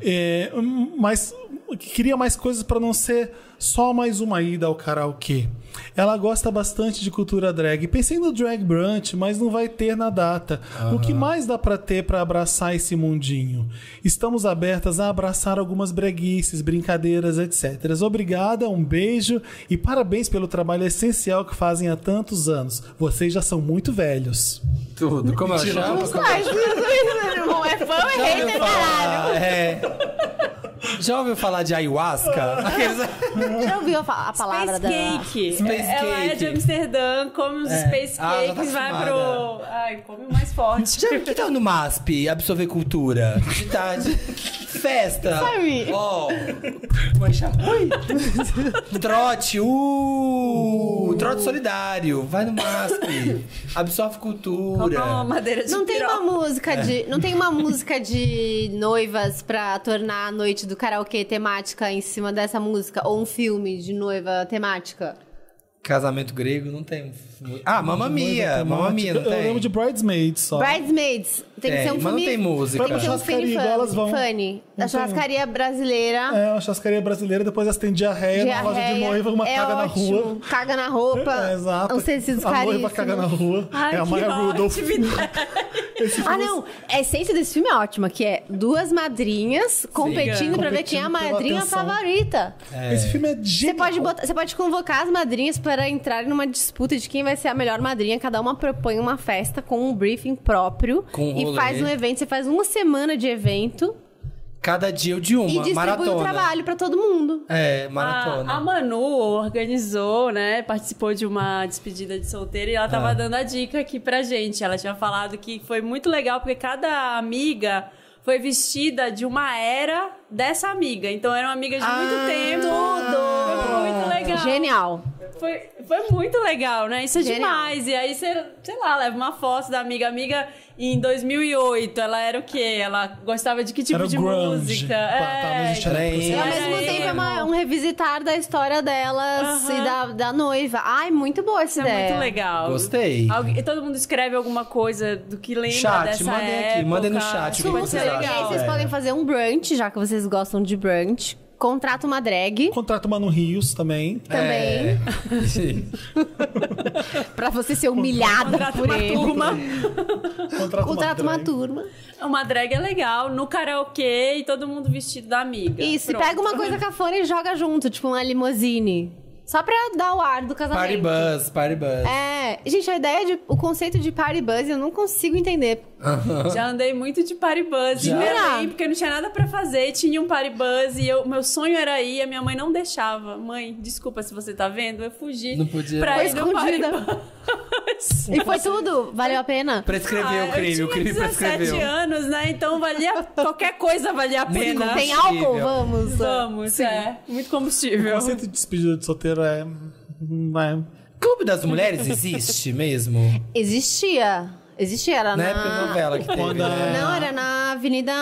Speaker 1: É, hum, mas queria mais coisas para não ser só mais uma ida ao karaokê. Ela gosta bastante de cultura drag. Pensei no drag brunch, mas não vai ter na data. O que mais dá para ter para abraçar esse mundinho? Estamos abertas a abraçar algumas breguices, brincadeiras, etc. Obrigada, um beijo e parabéns pelo trabalho essencial que fazem há tantos anos. Vocês já são muito velhos.
Speaker 2: Tudo. Como ela
Speaker 1: Mentira,
Speaker 4: um
Speaker 2: chama?
Speaker 3: Ai, Jesus, meu irmão, é fã ou é
Speaker 2: Já
Speaker 3: hater,
Speaker 2: ouviu
Speaker 3: caralho?
Speaker 2: falar? É. Já ouviu falar de ayahuasca? Aqueles-
Speaker 3: Já ouviu a, fa- a palavra
Speaker 4: Space
Speaker 3: da...
Speaker 4: Cake.
Speaker 2: Space
Speaker 4: Ela é
Speaker 2: cake.
Speaker 4: de Amsterdã, come uns
Speaker 2: É.
Speaker 4: Space
Speaker 2: Ah, já tá
Speaker 4: Cakes, vai
Speaker 2: acostumada.
Speaker 4: pro. Ai, come o mais forte.
Speaker 2: Já que tal no MASP? Absorver cultura. De tarde. Festa.
Speaker 3: Sabe?
Speaker 2: Ó. Como é que chama? Ui. Trote. Uh. Trote solidário. Vai no MASP. Absorve cultura.
Speaker 4: Comprar uma madeira de
Speaker 3: Não tem
Speaker 4: piroca.
Speaker 3: uma música
Speaker 2: É.
Speaker 3: de, não tem uma música de noivas pra tornar a noite do karaokê temática em cima dessa música ou um filme de noiva temática.
Speaker 2: Casamento grego não tem. Ah, Mamma Mia.
Speaker 1: Coisa
Speaker 2: Mamma
Speaker 1: temática.
Speaker 2: Mia, não
Speaker 1: um eu,
Speaker 2: tem?
Speaker 1: eu lembro de Bridesmaids só.
Speaker 3: Bridesmaids tem que
Speaker 2: Tem,
Speaker 3: ser um
Speaker 2: mas
Speaker 3: filme.
Speaker 2: não tem música.
Speaker 3: Tem que ser um filme
Speaker 1: Churrascaria, igual elas
Speaker 3: funny.
Speaker 1: vão.
Speaker 3: funny.
Speaker 1: Não
Speaker 3: Da churrascaria brasileira.
Speaker 1: É, uma chascaria brasileira, depois elas têm diarreia, na É, loja de
Speaker 3: diarreia,
Speaker 1: noiva, uma
Speaker 3: é
Speaker 1: caga
Speaker 3: ótimo,
Speaker 1: na rua.
Speaker 3: Caga na roupa.
Speaker 1: É, exato.
Speaker 3: Os tecidos
Speaker 1: a noiva
Speaker 3: caríssimos.
Speaker 1: caga na rua.
Speaker 4: Ai,
Speaker 1: é a
Speaker 4: que
Speaker 1: Maya Rudolph.
Speaker 4: ótima ideia.
Speaker 1: Esse
Speaker 3: Ah,
Speaker 1: filme-
Speaker 3: não. A essência desse filme é ótima, que é duas madrinhas competindo pra ver quem é a
Speaker 1: Competindo pela
Speaker 3: madrinha
Speaker 1: atenção.
Speaker 3: favorita.
Speaker 1: Esse filme é
Speaker 3: Você
Speaker 1: genial.
Speaker 3: pode, botar- você pode convocar as madrinhas para entrarem numa disputa de quem vai ser a melhor madrinha. Cada uma propõe uma festa com um briefing próprio.
Speaker 2: Com um
Speaker 3: e
Speaker 2: rolê.
Speaker 3: faz um evento. Você faz uma semana de evento.
Speaker 2: Cada dia eu de uma.
Speaker 3: E distribui
Speaker 2: maratona.
Speaker 3: o trabalho pra todo mundo.
Speaker 2: É,
Speaker 4: A, a
Speaker 2: maratona.
Speaker 4: Manu organizou, né? Participou de uma despedida de solteira e ela tava
Speaker 2: Ah.
Speaker 4: dando a dica aqui pra gente. Ela tinha falado que foi muito legal porque cada amiga foi vestida de uma era dessa amiga. Então eram amigas de
Speaker 2: Ah,
Speaker 4: muito tempo.
Speaker 2: tudo!
Speaker 4: Foi muito legal.
Speaker 3: Genial.
Speaker 4: Foi, foi muito legal, né? Isso é
Speaker 3: Genial.
Speaker 4: demais. E aí você, sei lá, leva uma foto da amiga. Amiga, em 2008, ela era o quê? Ela gostava de que tipo
Speaker 1: Era
Speaker 4: de
Speaker 1: grunge.
Speaker 4: música?
Speaker 1: Tá, tá, mas a
Speaker 4: É,
Speaker 1: gente era
Speaker 2: Trem.
Speaker 1: preconceito.
Speaker 3: E ao mesmo
Speaker 4: Era
Speaker 3: tempo é
Speaker 4: emo.
Speaker 3: uma- um revisitar da história delas
Speaker 4: Aham.
Speaker 3: e da, da noiva. Ai, muito boa essa
Speaker 4: Isso é
Speaker 3: ideia.
Speaker 4: muito legal.
Speaker 2: Gostei.
Speaker 4: Alguém- todo mundo escreve alguma coisa do que lembra
Speaker 2: Chat,
Speaker 4: dessa
Speaker 2: mandem aqui,
Speaker 4: época.
Speaker 2: mandem no chat o que
Speaker 4: Super
Speaker 2: vocês
Speaker 3: E aí
Speaker 2: acham.
Speaker 4: legal.
Speaker 3: vocês
Speaker 2: É.
Speaker 3: podem fazer um brunch, já que vocês gostam de brunch. Contrata uma drag
Speaker 1: Contrata o Manu Rios também.
Speaker 2: É.
Speaker 3: também, pra você ser humilhada
Speaker 4: Contrata
Speaker 3: por
Speaker 4: uma
Speaker 3: ele.
Speaker 4: turma.
Speaker 1: Contrata,
Speaker 3: Contrata uma
Speaker 1: drag.
Speaker 3: turma.
Speaker 4: Uma drag é legal, no karaokê e todo mundo vestido da amiga.
Speaker 3: Isso,
Speaker 4: Pronto.
Speaker 3: e pega uma coisa cafona e joga junto, tipo uma limousine. Só pra dar o ar do casamento.
Speaker 2: Party bus, party bus.
Speaker 3: É, gente, a ideia de. O conceito de party buzz eu não consigo entender.
Speaker 4: Já andei muito de party bus em
Speaker 2: Ah. Já?
Speaker 4: Belém, porque eu não tinha nada pra fazer. Tinha um party bus e eu, meu sonho era ir, a minha mãe não deixava. Mãe, desculpa se você tá vendo, eu fugi.
Speaker 2: Não podia.
Speaker 4: Pra
Speaker 3: Foi
Speaker 4: ir no party
Speaker 3: escondida.
Speaker 4: bus.
Speaker 3: E foi tudo? Valeu a pena?
Speaker 2: Prescreveu
Speaker 4: Ah,
Speaker 2: o crime,
Speaker 4: eu
Speaker 2: o
Speaker 4: tinha
Speaker 2: crime
Speaker 4: 17
Speaker 2: prescreveu.
Speaker 4: anos, né? Então valia qualquer coisa valia a
Speaker 2: Nem
Speaker 4: pena.
Speaker 2: com
Speaker 3: Tem
Speaker 2: Combustível.
Speaker 3: álcool? Vamos.
Speaker 4: Vamos, é. Muito
Speaker 1: O
Speaker 4: combustível.
Speaker 1: conceito de despedida de solteiro é. hum, é-
Speaker 2: Clube das Mulheres existe mesmo?
Speaker 3: Existia. Existia,
Speaker 2: Na
Speaker 3: era na.
Speaker 2: época da novela que teve,
Speaker 1: Quando a-
Speaker 2: né?
Speaker 3: Não, era na Avenida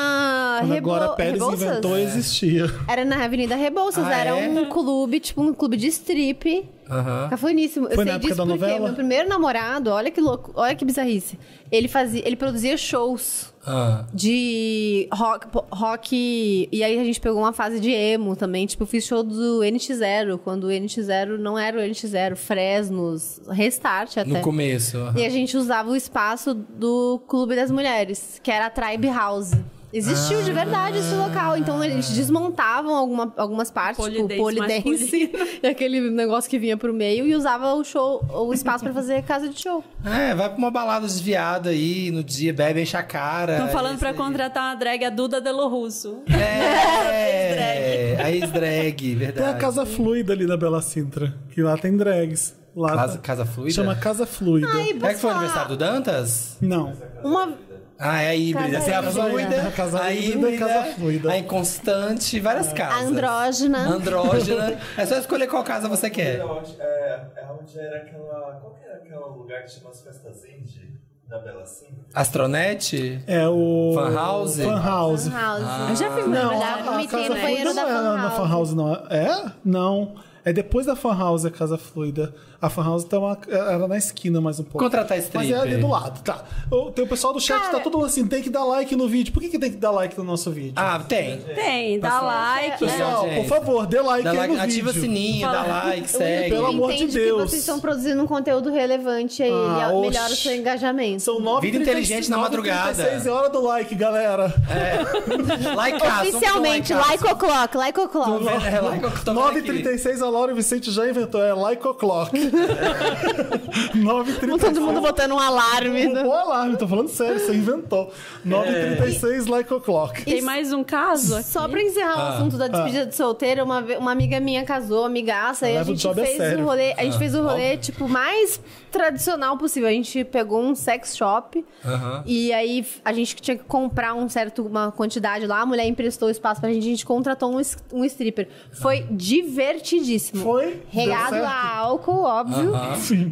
Speaker 1: Quando
Speaker 3: Rebo...
Speaker 1: agora Pérez
Speaker 3: Rebouças.
Speaker 1: inventou,
Speaker 2: É.
Speaker 1: existia.
Speaker 3: Era na Avenida Rebouças,
Speaker 2: Ah,
Speaker 3: era
Speaker 2: é?
Speaker 3: um clube, tipo um clube de strip.
Speaker 2: Aham.
Speaker 3: Cafoníssimo. Eu
Speaker 1: Foi na
Speaker 3: sei
Speaker 1: época
Speaker 3: disso
Speaker 1: da
Speaker 3: porque
Speaker 1: novela?
Speaker 3: meu primeiro namorado, olha que louco, olha que bizarrice. Ele fazia, ele produzia shows
Speaker 2: Ah.
Speaker 3: de rock, po- rock e aí a gente pegou uma fase de emo também, tipo, eu fiz show do NX0, quando o NX0 não era o NX0, Fresnos, Restart até.
Speaker 2: No começo. aham.
Speaker 3: E a gente usava o espaço do Clube das Mulheres, que era a Tribe House. Existiu de verdade esse
Speaker 1: Ah.
Speaker 3: local. Então eles desmontavam alguma- algumas partes,
Speaker 4: Polidense
Speaker 3: tipo polidense, e aquele negócio que vinha pro meio, e usava o show, o espaço pra fazer casa de show.
Speaker 2: É, vai pra uma balada desviada aí no dia, bebe, enche a cara.
Speaker 4: Estão falando pra
Speaker 2: é, isso aí.
Speaker 4: contratar uma drag, a Duda Delo Russo.
Speaker 2: É, a ex-drag,
Speaker 1: Tem
Speaker 2: verdade.
Speaker 1: a Casa Fluida ali da Bela Sintra, que lá tem drags. Lá
Speaker 2: Casa,
Speaker 1: tá-
Speaker 2: casa Fluida?
Speaker 1: Chama Casa Fluida.
Speaker 3: Ai,
Speaker 2: É que foi o aniversário do Dantas?
Speaker 1: Não.
Speaker 3: Uma.
Speaker 2: Ah, é a híbrida.
Speaker 3: Casa
Speaker 2: Você é a
Speaker 1: híbrida.
Speaker 2: fluida,
Speaker 1: Casa
Speaker 2: a
Speaker 1: híbrida,
Speaker 2: híbrida,
Speaker 1: casa fluida.
Speaker 2: a inconstante, várias casas.
Speaker 3: andrógena.
Speaker 2: Andrógena. É só escolher qual casa você quer.
Speaker 5: É onde, é, é onde era aquela. Qual que era aquele lugar que chama as festas indie da Bela Cinta?
Speaker 2: Astronete?
Speaker 1: É o.
Speaker 2: Fan House?
Speaker 1: Fan House.
Speaker 3: House.
Speaker 4: Eu já fui
Speaker 1: Não,
Speaker 4: na
Speaker 1: a,
Speaker 4: verdade.
Speaker 1: a
Speaker 3: me tem
Speaker 1: Casa
Speaker 3: no banheiro
Speaker 1: Fluida
Speaker 3: da
Speaker 1: não
Speaker 3: Fan
Speaker 1: é na Fan House, não. É? Não. É depois da Fan House a Casa Fluida. A Fan House tá uma- era na esquina mais um pouco.
Speaker 2: Contratar
Speaker 1: Mas
Speaker 2: stripper.
Speaker 1: é ali do lado, tá. O- Tem o pessoal do chat que tá todo mundo assim, tem que dar like no vídeo. Por que, que tem que dar like no nosso vídeo?
Speaker 2: Ah, tem.
Speaker 1: É,
Speaker 4: Tem, dá like.
Speaker 2: Pessoal,
Speaker 1: Pessoal,
Speaker 2: gente.
Speaker 1: por favor, dê like
Speaker 2: Dá
Speaker 1: aí
Speaker 2: like,
Speaker 1: no
Speaker 2: ativa o
Speaker 1: vídeo.
Speaker 2: sininho, dá like, segue.
Speaker 1: é, Pelo amor de
Speaker 3: Entende que
Speaker 1: Deus.
Speaker 3: vocês estão produzindo um conteúdo relevante aí
Speaker 1: Ah,
Speaker 3: e melhora
Speaker 1: oxi.
Speaker 3: o seu engajamento.
Speaker 1: São 9
Speaker 2: Vida inteligente na madrugada.
Speaker 1: 6 é hora do like, galera.
Speaker 2: Like, ah,
Speaker 1: um
Speaker 3: Oficialmente, like o'clock, like o'clock.
Speaker 2: É, ah, like,
Speaker 1: Tá
Speaker 2: eu tô vendo aqui.
Speaker 1: 9h36, a Laura Vicente já inventou. É like o'clock. 9h36.
Speaker 3: Todo mundo botando um alarme. né?
Speaker 1: Roubou o alarme, tô falando sério, você inventou. 9h36, like o'clock.
Speaker 4: Tem mais um caso aqui.
Speaker 3: Só pra encerrar
Speaker 1: Ah.
Speaker 3: o assunto da despedida de solteiro, uma, ve- uma amiga minha casou, amigaça, e a
Speaker 1: Leva o
Speaker 3: gente
Speaker 1: job a
Speaker 3: fez o
Speaker 1: sério. Ah.
Speaker 3: rolê, a gente fez o rolê, tipo, mais tradicional possível. A gente pegou um sex shop
Speaker 2: Aham.
Speaker 3: e aí f- a gente tinha que comprar um certo, uma quantidade lá, a mulher emprestou o espaço pra gente, a gente contratou um, es- um stripper. Foi divertidíssimo.
Speaker 1: Ah. Foi?
Speaker 3: Regado
Speaker 1: Deu certo.
Speaker 3: a álcool, óbvio.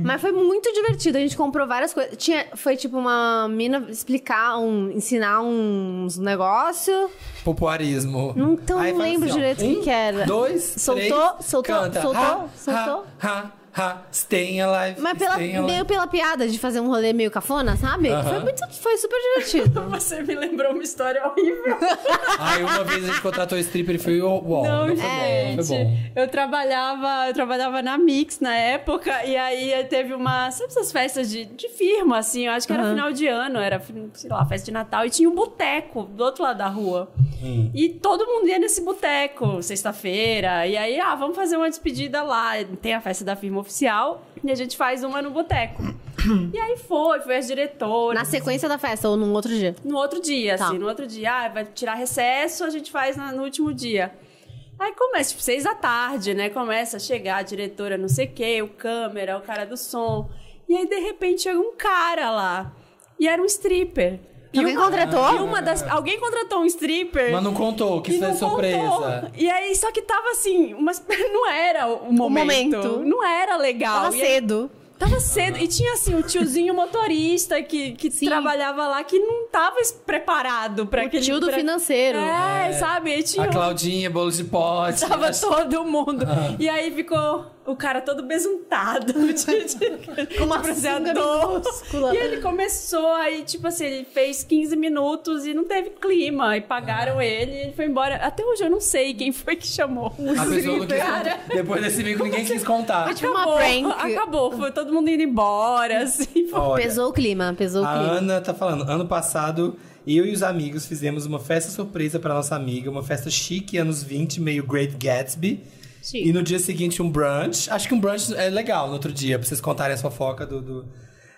Speaker 3: Mas foi muito divertido. A gente comprou várias coisas. Tinha, foi tipo uma mina explicar, um, ensinar uns negócio.
Speaker 2: Popuarismo.
Speaker 3: Não- então
Speaker 2: Aí
Speaker 3: não
Speaker 2: fala
Speaker 3: lembro
Speaker 2: ó,
Speaker 3: direito o que
Speaker 2: um,
Speaker 3: que era.
Speaker 2: Dois,
Speaker 3: Soltou,
Speaker 2: três,
Speaker 3: soltou,
Speaker 2: canta.
Speaker 3: soltou,
Speaker 2: ha,
Speaker 3: soltou.
Speaker 2: Ha, ha, ha, stay alive,
Speaker 3: Mas pela,
Speaker 2: stay alive.
Speaker 3: meio pela piada de fazer um rolê meio cafona, sabe? Foi, muito, foi super divertido.
Speaker 4: Você me lembrou uma história horrível.
Speaker 2: Aí uma vez a gente contratou stripper e foi uau, não, foi bom, não foi bom.
Speaker 4: Gente, eu trabalhava, eu trabalhava na Mix na época, e aí teve uma. Sabe essas festas de, de firma, assim? Eu acho que era final de ano, era, sei lá, festa de Natal, e tinha um boteco do outro lado da rua.
Speaker 2: Hum.
Speaker 4: E todo mundo ia nesse boteco, sexta-feira. E aí, ah, vamos fazer uma despedida lá. Tem a festa da firma oficial, e a gente faz uma no boteco. E aí foi, foi as diretoras.
Speaker 3: Na sequência da festa ou num outro dia?
Speaker 4: No outro dia,
Speaker 3: Tá.
Speaker 4: assim, no outro dia, ah, vai tirar recesso, a gente faz na- no último dia. Aí começa, tipo, seis da tarde, né? Começa a chegar a diretora, não sei o quê, o câmera, o cara do som. E aí, de repente, chega um cara lá. E era um stripper. E
Speaker 3: Alguém
Speaker 4: uma-
Speaker 3: contratou?
Speaker 4: E uma das, alguém contratou um stripper.
Speaker 2: Mas não contou, quis
Speaker 4: E não
Speaker 2: fazer surpresa.
Speaker 4: contou. E aí, só que tava assim, mas não era o momento.
Speaker 3: momento.
Speaker 4: Não era legal.
Speaker 3: Tava
Speaker 4: Ah, E aí-
Speaker 3: cedo.
Speaker 4: Tava cedo. E tinha, assim, o tiozinho motorista que, que
Speaker 3: Sim.
Speaker 4: trabalhava lá, que não tava es- preparado pra aquele...
Speaker 3: tio do
Speaker 4: pra-
Speaker 3: financeiro.
Speaker 4: É, sabe? E tinha...
Speaker 2: A Claudinha, bolo de pote.
Speaker 4: Tava todo mundo.
Speaker 2: Ah.
Speaker 4: E aí ficou o cara todo besuntado. de- de-
Speaker 3: Com uma
Speaker 4: de
Speaker 3: sunga
Speaker 4: bronzeador.
Speaker 3: minúscula.
Speaker 4: E ele começou, aí, tipo assim, ele fez 15 minutos e não teve clima. E
Speaker 2: Ah.
Speaker 4: pagaram ele e ele foi embora. Até hoje eu não sei quem foi que chamou.
Speaker 2: A pessoa não quis
Speaker 4: Cara.
Speaker 2: contar. Depois desse mico, ninguém quis contar.
Speaker 3: tipo uma prank.
Speaker 4: Acabou, foi todo mundo indo embora, assim. Foi
Speaker 2: Olha,
Speaker 3: Pesou o clima, pesou o
Speaker 2: a
Speaker 3: clima.
Speaker 2: Ana tá falando. Ano passado, eu e os amigos fizemos uma festa surpresa pra nossa amiga. Uma festa chique, anos 20, meio Great Gatsby.
Speaker 3: Chique.
Speaker 2: E no dia seguinte, um brunch. Acho que um brunch é legal no outro dia, pra vocês contarem a fofoca do... do-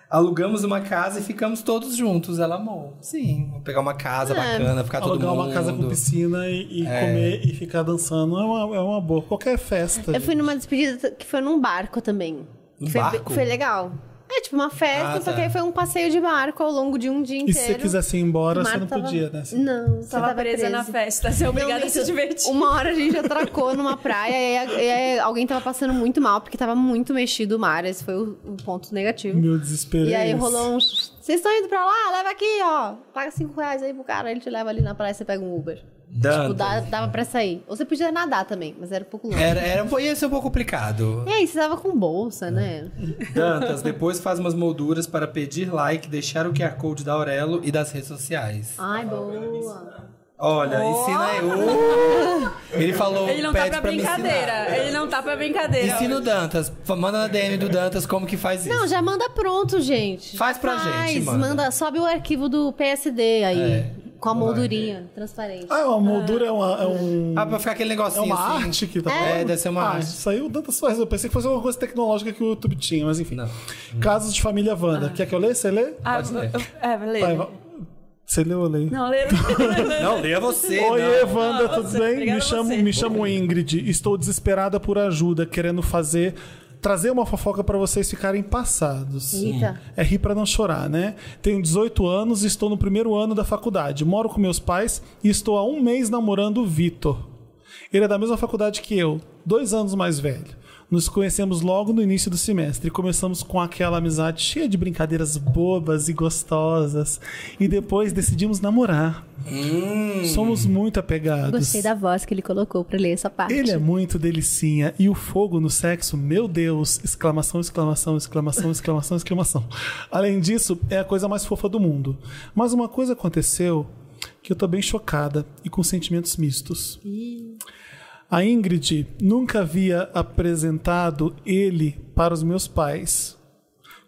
Speaker 2: Alugamos uma casa e ficamos todos juntos. Ela amou. Sim, vou pegar uma
Speaker 3: É.
Speaker 2: casa bacana, ficar todo mundo... É.
Speaker 1: Alugar uma casa com piscina e, e comer e ficar dançando é uma, é uma boa. Qualquer festa.
Speaker 3: Eu fui numa despedida que foi num barco também.
Speaker 2: Um
Speaker 3: foi,
Speaker 2: barco?
Speaker 3: foi legal. É tipo uma festa,
Speaker 2: Ah,
Speaker 3: só
Speaker 2: tá.
Speaker 3: que aí foi um passeio de barco ao longo de um dia
Speaker 1: E
Speaker 3: inteiro.
Speaker 1: se você quisesse ir embora,
Speaker 3: Marta
Speaker 1: você não
Speaker 3: tava-
Speaker 1: podia, né? Você-
Speaker 3: Não, você
Speaker 4: Tava, presa, na festa, você é obrigada
Speaker 3: Não,
Speaker 4: a se
Speaker 3: isso-
Speaker 4: divertir.
Speaker 3: Uma hora a gente atracou numa praia e, aí- e aí alguém tava passando muito mal, porque tava muito mexido o mar. Esse foi o, o ponto negativo.
Speaker 1: Meu desespero.
Speaker 3: E
Speaker 1: é
Speaker 3: aí
Speaker 1: esse.
Speaker 3: rolou um. Vocês estão indo pra lá? Leva aqui, ó. Paga cinco reais aí pro cara, ele te leva ali na praia e você pega um Uber. Tipo,
Speaker 2: Dantas.
Speaker 3: dá- dava pra sair. Ou você podia nadar também, mas era um pouco longe.
Speaker 2: Era, era, um po- ia ser um pouco complicado.
Speaker 3: E aí, você tava com bolsa, né?
Speaker 2: Dantas, depois faz umas molduras para pedir like, deixar o QR Code da Aurelo e das redes sociais.
Speaker 3: Ai, boa.
Speaker 2: Olha, ensina aí. Uh! ele falou,
Speaker 4: Ele não tá
Speaker 2: pede
Speaker 4: pra
Speaker 2: me ensinar.
Speaker 4: brincadeira. Ele não tá pra brincadeira.
Speaker 2: Ensina o Dantas. Fa- Manda na DM do Dantas como que faz isso.
Speaker 3: Não, já manda pronto, gente.
Speaker 2: Faz pra gente, manda.
Speaker 3: sobe o arquivo do PSD aí.
Speaker 2: É.
Speaker 3: Com a moldurinha transparente.
Speaker 1: Ah, uma moldura é, uma- é um.
Speaker 2: Ah, pra ficar aquele
Speaker 1: É
Speaker 2: negocinho
Speaker 1: uma
Speaker 2: assim.
Speaker 1: arte que tá
Speaker 2: É, deve ser uma
Speaker 1: ah,
Speaker 2: arte.
Speaker 1: Isso aí o Dantas faz. Eu pensei que fosse uma coisa tecnológica que o YouTube tinha, mas enfim.
Speaker 2: Não.
Speaker 1: Casos de família Wanda. Quer que eu leia? Você lê?
Speaker 4: Ah,
Speaker 2: Pode ler.
Speaker 4: eu- é, lê.
Speaker 1: Vai, vai. Você leu, eu leio.
Speaker 4: Não, lê.
Speaker 2: Não, leia você.
Speaker 1: Oi,
Speaker 2: não.
Speaker 1: Evanda,
Speaker 4: Não,
Speaker 1: tudo
Speaker 4: você,
Speaker 1: bem?
Speaker 4: obrigada
Speaker 1: Me
Speaker 4: a
Speaker 1: chamo,
Speaker 4: você.
Speaker 1: me chamo Ingrid. Estou desesperada por ajuda, querendo fazer. Trazer uma fofoca pra vocês ficarem passados.
Speaker 3: Eita.
Speaker 1: É rir pra não chorar, né? Tenho 18 anos e estou no primeiro ano da faculdade. Moro com meus pais e estou há um mês namorando o Vitor. Ele é da mesma faculdade que eu, dois anos mais velho. Nos conhecemos logo no início do semestre e começamos com aquela amizade cheia de brincadeiras bobas e gostosas. E depois decidimos namorar. Somos muito apegados.
Speaker 3: Gostei da voz que ele colocou pra ler essa parte.
Speaker 1: Ele é muito delicinha e o fogo no sexo, meu Deus! Exclamação, exclamação, exclamação, exclamação, exclamação. Além disso, é a coisa mais fofa do mundo. Mas uma coisa aconteceu que eu tô bem chocada e com sentimentos mistos. A Ingrid nunca havia apresentado ele para os meus pais.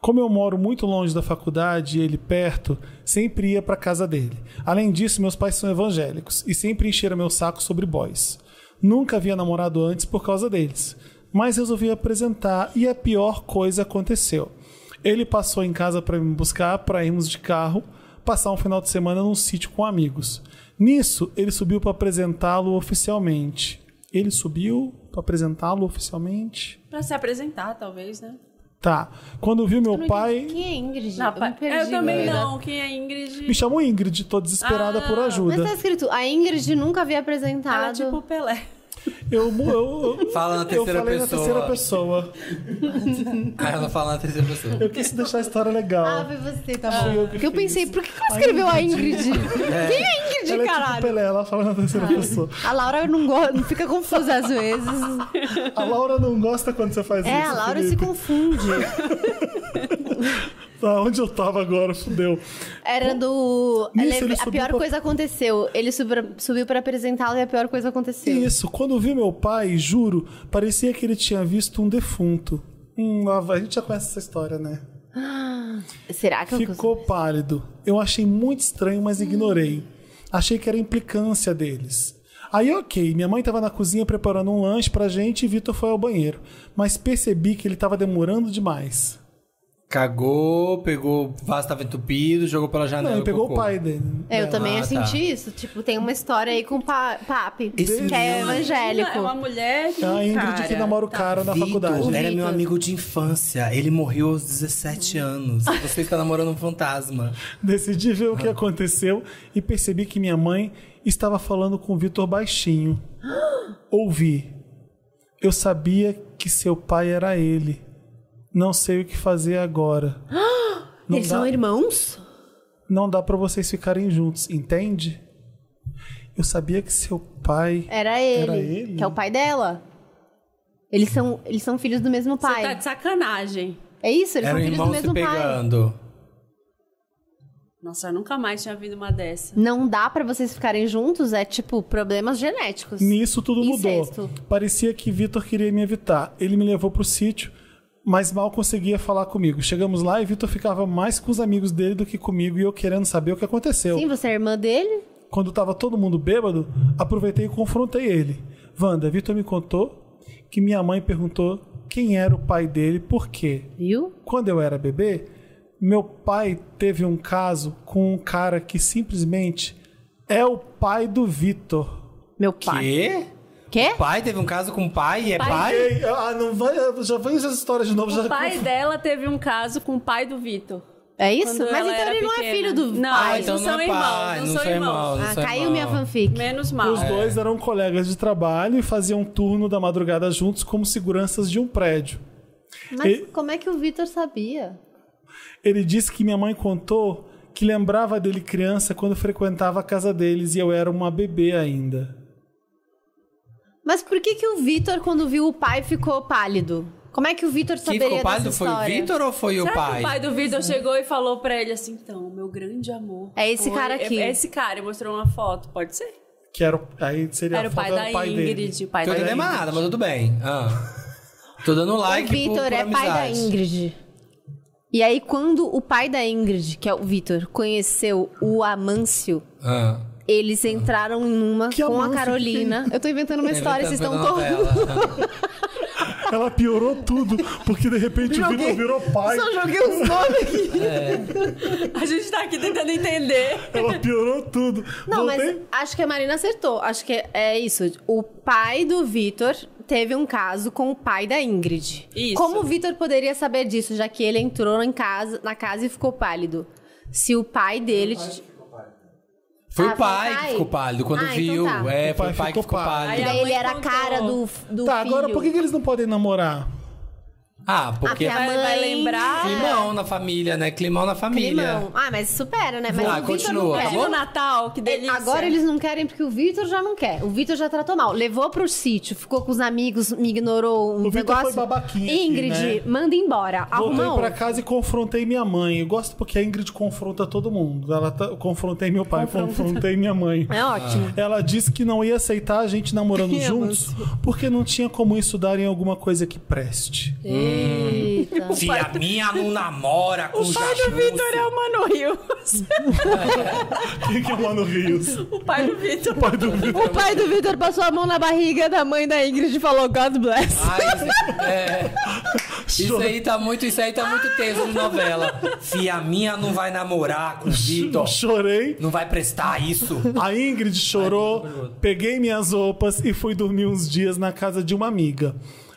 Speaker 1: Como eu moro muito longe da faculdade e ele perto, sempre ia para casa dele. Além disso, meus pais são evangélicos e sempre encheram meu saco sobre boys. Nunca havia namorado antes por causa deles, mas resolvi apresentar e a pior coisa aconteceu. Ele passou em casa para me buscar para irmos de carro passar um final de semana num sítio com amigos. Nisso, ele subiu para apresentá-lo oficialmente. Ele subiu para apresentá-lo oficialmente.
Speaker 4: pra se apresentar, talvez, né?
Speaker 1: Tá. Quando viu meu pai,
Speaker 3: Quem é Ingrid?
Speaker 4: Não,
Speaker 3: eu, me
Speaker 4: pa-
Speaker 3: perdi
Speaker 4: eu também
Speaker 3: agora.
Speaker 4: não. Quem é Ingrid?
Speaker 1: Me chamou Ingrid, tô desesperada por ajuda.
Speaker 3: Mas tá escrito, a Ingrid nunca havia
Speaker 4: Ela é
Speaker 3: apresentado.
Speaker 4: tipo o Pelé.
Speaker 1: Eu, eu, eu-
Speaker 2: Fala na
Speaker 1: eu
Speaker 2: terceira
Speaker 1: falei na
Speaker 2: pessoa.
Speaker 1: terceira pessoa.
Speaker 2: Ah, ela fala na terceira pessoa.
Speaker 1: Eu quis deixar a história legal.
Speaker 3: Ah, foi você, tá
Speaker 1: Fui
Speaker 3: bom.
Speaker 1: eu que
Speaker 3: Porque eu
Speaker 1: fiz.
Speaker 3: pensei, por que que ela escreveu a Ingrid? Quem é Ingrid,
Speaker 1: ela é tipo
Speaker 3: caralho? Ah.
Speaker 1: Pelé, ela fala na terceira pessoa.
Speaker 3: A Laura não, go- não fica confusa às vezes.
Speaker 1: A Laura não gosta quando você faz
Speaker 3: É,
Speaker 1: isso.
Speaker 3: a Laura se
Speaker 1: Felipe.
Speaker 3: confunde.
Speaker 1: Tá, onde eu tava agora, fudeu.
Speaker 3: Era do.
Speaker 1: Nisso,
Speaker 3: Ele-
Speaker 1: ele
Speaker 3: a
Speaker 1: subiu
Speaker 3: pior
Speaker 1: pra-
Speaker 3: coisa aconteceu. Ele subra- subiu pra apresentá-lo e a pior coisa aconteceu.
Speaker 1: Isso, quando vi meu pai, juro, parecia que ele tinha visto um defunto. Hum, lá vai- a gente já conhece essa história, né?
Speaker 3: Será que eu
Speaker 1: Ficou pálido. Eu achei muito estranho, mas ignorei. Achei que era implicância deles. Aí, ok, minha mãe estava na cozinha preparando um lanche pra gente e Vitor foi ao banheiro. Mas percebi que ele estava demorando demais.
Speaker 2: Cagou, pegou, o vaso tava entupido, jogou pela janela.
Speaker 1: Não, ele pegou
Speaker 2: cocô.
Speaker 1: o pai dele.
Speaker 3: É, eu também
Speaker 2: Ah, tá.
Speaker 3: senti isso. Tipo, tem uma história aí com pa papi,
Speaker 2: Esse
Speaker 3: que é evangélico.
Speaker 4: É uma mulher que
Speaker 1: É a Ingrid
Speaker 4: encara. Tá.
Speaker 1: que namora o cara na
Speaker 2: Vitor
Speaker 1: faculdade.
Speaker 2: era meu
Speaker 3: Vitor.
Speaker 2: amigo de infância. Ele morreu aos 17 anos. Você está namorando um fantasma.
Speaker 1: Decidi ver o que aconteceu e percebi que minha mãe estava falando com o Vitor baixinho. Ouvi. Eu sabia que seu pai era ele. Não sei o que fazer agora. Não
Speaker 3: Eles
Speaker 1: dá-
Speaker 3: são irmãos?
Speaker 1: não dá pra vocês ficarem juntos, entende? Eu sabia que seu pai.
Speaker 3: Era ele,
Speaker 1: Era ele?
Speaker 3: que é o pai dela. Eles são, eles são filhos do mesmo
Speaker 4: Você tá
Speaker 3: pai.
Speaker 4: de sacanagem.
Speaker 3: É isso, eles
Speaker 2: Era um
Speaker 3: são filhos do
Speaker 2: irmão se
Speaker 3: mesmo pai.
Speaker 2: pegando.
Speaker 4: Nossa, eu nunca mais tinha vindo uma dessa.
Speaker 3: Não dá pra vocês ficarem juntos, é tipo problemas genéticos.
Speaker 1: Nisso tudo
Speaker 3: Incesto.
Speaker 1: mudou. Parecia que Vitor queria me evitar. Ele me levou pro sítio, mas mal conseguia falar comigo. Chegamos lá e Vitor ficava mais com os amigos dele do que comigo e eu querendo saber o que aconteceu.
Speaker 3: Sim, você é irmã dele?
Speaker 1: Quando tava todo mundo bêbado, aproveitei e confrontei ele. Wanda, Vitor me contou que minha mãe perguntou quem era o pai dele, por quê?
Speaker 3: Viu?
Speaker 1: Quando eu era bebê, meu pai teve um caso com um cara que simplesmente é o pai do Vitor.
Speaker 3: Meu pai.
Speaker 2: Quê?
Speaker 3: Quê?
Speaker 1: É.
Speaker 2: O pai teve um caso com o pai e é pai?
Speaker 1: Ei, ah, não vai, já vem essas histórias de novo. já
Speaker 4: O pai dela teve um caso com o pai do Vitor.
Speaker 3: É isso?
Speaker 4: Quando
Speaker 3: Mas
Speaker 4: ela
Speaker 3: então
Speaker 4: era
Speaker 3: ele não é
Speaker 4: pequena.
Speaker 3: filho do
Speaker 4: Não,
Speaker 3: pai.
Speaker 2: Ah,
Speaker 4: eles
Speaker 2: então
Speaker 4: não
Speaker 2: não
Speaker 4: são
Speaker 2: é
Speaker 4: irmãos,
Speaker 2: pai,
Speaker 4: não
Speaker 2: não
Speaker 4: são
Speaker 2: são
Speaker 4: irmãos. É.
Speaker 2: irmãos. não
Speaker 3: Ah,
Speaker 2: são
Speaker 3: caiu
Speaker 2: irmãos.
Speaker 3: minha fanfic.
Speaker 4: Menos mal.
Speaker 1: Os dois eram colegas de trabalho e faziam um turno da madrugada juntos como seguranças de um prédio.
Speaker 3: Mas
Speaker 1: E-
Speaker 3: como é que o Vitor sabia?
Speaker 1: Ele disse que minha mãe contou que lembrava dele criança quando frequentava a casa deles e eu era uma bebê ainda.
Speaker 3: Mas por que que o Vitor, quando viu o pai, ficou pálido? Como é que o Vitor
Speaker 2: Quem
Speaker 3: saberia
Speaker 2: ficou pálido
Speaker 3: dessa
Speaker 2: foi o
Speaker 3: história?
Speaker 2: Vitor ou foi o
Speaker 4: Será
Speaker 2: pai?
Speaker 4: que o pai do Vitor chegou e falou pra ele assim, então, meu grande amor.
Speaker 3: É esse
Speaker 4: foi-
Speaker 3: cara aqui.
Speaker 4: É, é esse cara, e mostrou uma foto, pode ser?
Speaker 1: Que era, o- aí seria
Speaker 4: Era
Speaker 1: a
Speaker 4: o
Speaker 1: foto
Speaker 4: pai
Speaker 1: era
Speaker 4: da
Speaker 1: o pai
Speaker 4: Ingrid,
Speaker 1: dele.
Speaker 4: o pai
Speaker 2: Tô
Speaker 4: da
Speaker 2: entendendo mais nada, mas tudo bem. Ah. Tô dando like
Speaker 3: é o
Speaker 2: por-
Speaker 3: Vitor
Speaker 2: por
Speaker 3: é pai da
Speaker 2: amizade.
Speaker 3: Ingrid. E aí, quando o pai da Ingrid, que é o Vitor, conheceu o Amâncio,
Speaker 2: Ah.
Speaker 3: eles entraram numa
Speaker 1: Que é
Speaker 3: com
Speaker 1: Amâncio?
Speaker 3: a Carolina. Eu tô inventando uma história, vocês estão todos.
Speaker 1: Ela piorou tudo, porque de repente o Vitor virou pai.
Speaker 3: Só joguei os nomes aqui.
Speaker 4: A gente tá aqui tentando entender.
Speaker 1: Ela piorou tudo.
Speaker 3: Não,
Speaker 1: Voltei-
Speaker 3: mas acho que a Marina acertou. Acho que é- é isso. O pai do Vitor teve um caso com o pai da Ingrid.
Speaker 4: Isso.
Speaker 3: Como o Vitor poderia saber disso, já que ele entrou em casa, na casa e ficou pálido? Se o pai dele.
Speaker 2: Foi
Speaker 3: Ah,
Speaker 2: o pai
Speaker 3: foi o pai?
Speaker 2: que ficou pálido quando
Speaker 3: Ah, então
Speaker 2: viu.
Speaker 3: tá.
Speaker 2: É, foi o
Speaker 1: O pai
Speaker 2: pai que
Speaker 1: ficou
Speaker 2: ficou
Speaker 1: pálido.
Speaker 2: pálido.
Speaker 4: Aí a
Speaker 3: Daí ele
Speaker 4: mãe
Speaker 3: era a
Speaker 4: contou.
Speaker 3: cara do, do
Speaker 1: Tá,
Speaker 3: filho.
Speaker 1: agora por que, que eles não podem namorar?
Speaker 2: Ah, porque.
Speaker 3: Ah, porque
Speaker 4: Vai, vai lembrar.
Speaker 2: Climão na família, né? Climão na família.
Speaker 3: Climão. Ah, mas supera, né? Mas
Speaker 2: Ah,
Speaker 3: o Vitor não
Speaker 2: continua,
Speaker 3: quer.
Speaker 2: acabou?
Speaker 4: Imagina o Natal, que
Speaker 3: Ele-
Speaker 4: delícia.
Speaker 3: Agora eles não querem porque o Vitor já não quer. O Vitor já tratou mal. Levou pro sítio, ficou com os amigos, me ignorou um
Speaker 1: O Vitor
Speaker 3: negócio.
Speaker 1: foi babaquinha aqui,
Speaker 3: Ingrid,
Speaker 1: né?
Speaker 3: manda embora.
Speaker 1: Voltei
Speaker 3: Arruma
Speaker 1: pra
Speaker 3: outro.
Speaker 1: casa e confrontei minha mãe. Eu gosto porque a Ingrid confronta todo mundo. Ela tá- confrontei meu pai, confrontei minha mãe.
Speaker 3: É ótimo.
Speaker 1: Ela disse que não ia aceitar a gente namorando
Speaker 3: Que
Speaker 1: juntos porque não tinha como isso dar em alguma coisa que preste.
Speaker 3: É. Eita.
Speaker 2: Se a minha não namora com
Speaker 4: O pai do Vitor é o Mano Rios.
Speaker 1: Quem que é o Mano Rios?
Speaker 4: O pai do Vitor.
Speaker 1: Pai do Vitor.
Speaker 3: O pai do Vitor passou a mão na barriga da mãe da Ingrid e falou: God bless.
Speaker 2: Ai, é. Isso aí tá muito, isso aí tá muito teso de novela. Se a minha não vai namorar com o Vitor,
Speaker 1: Chorei.
Speaker 2: não vai prestar isso.
Speaker 1: A Ingrid chorou, peguei minhas roupas e fui dormir uns dias na casa de uma amiga.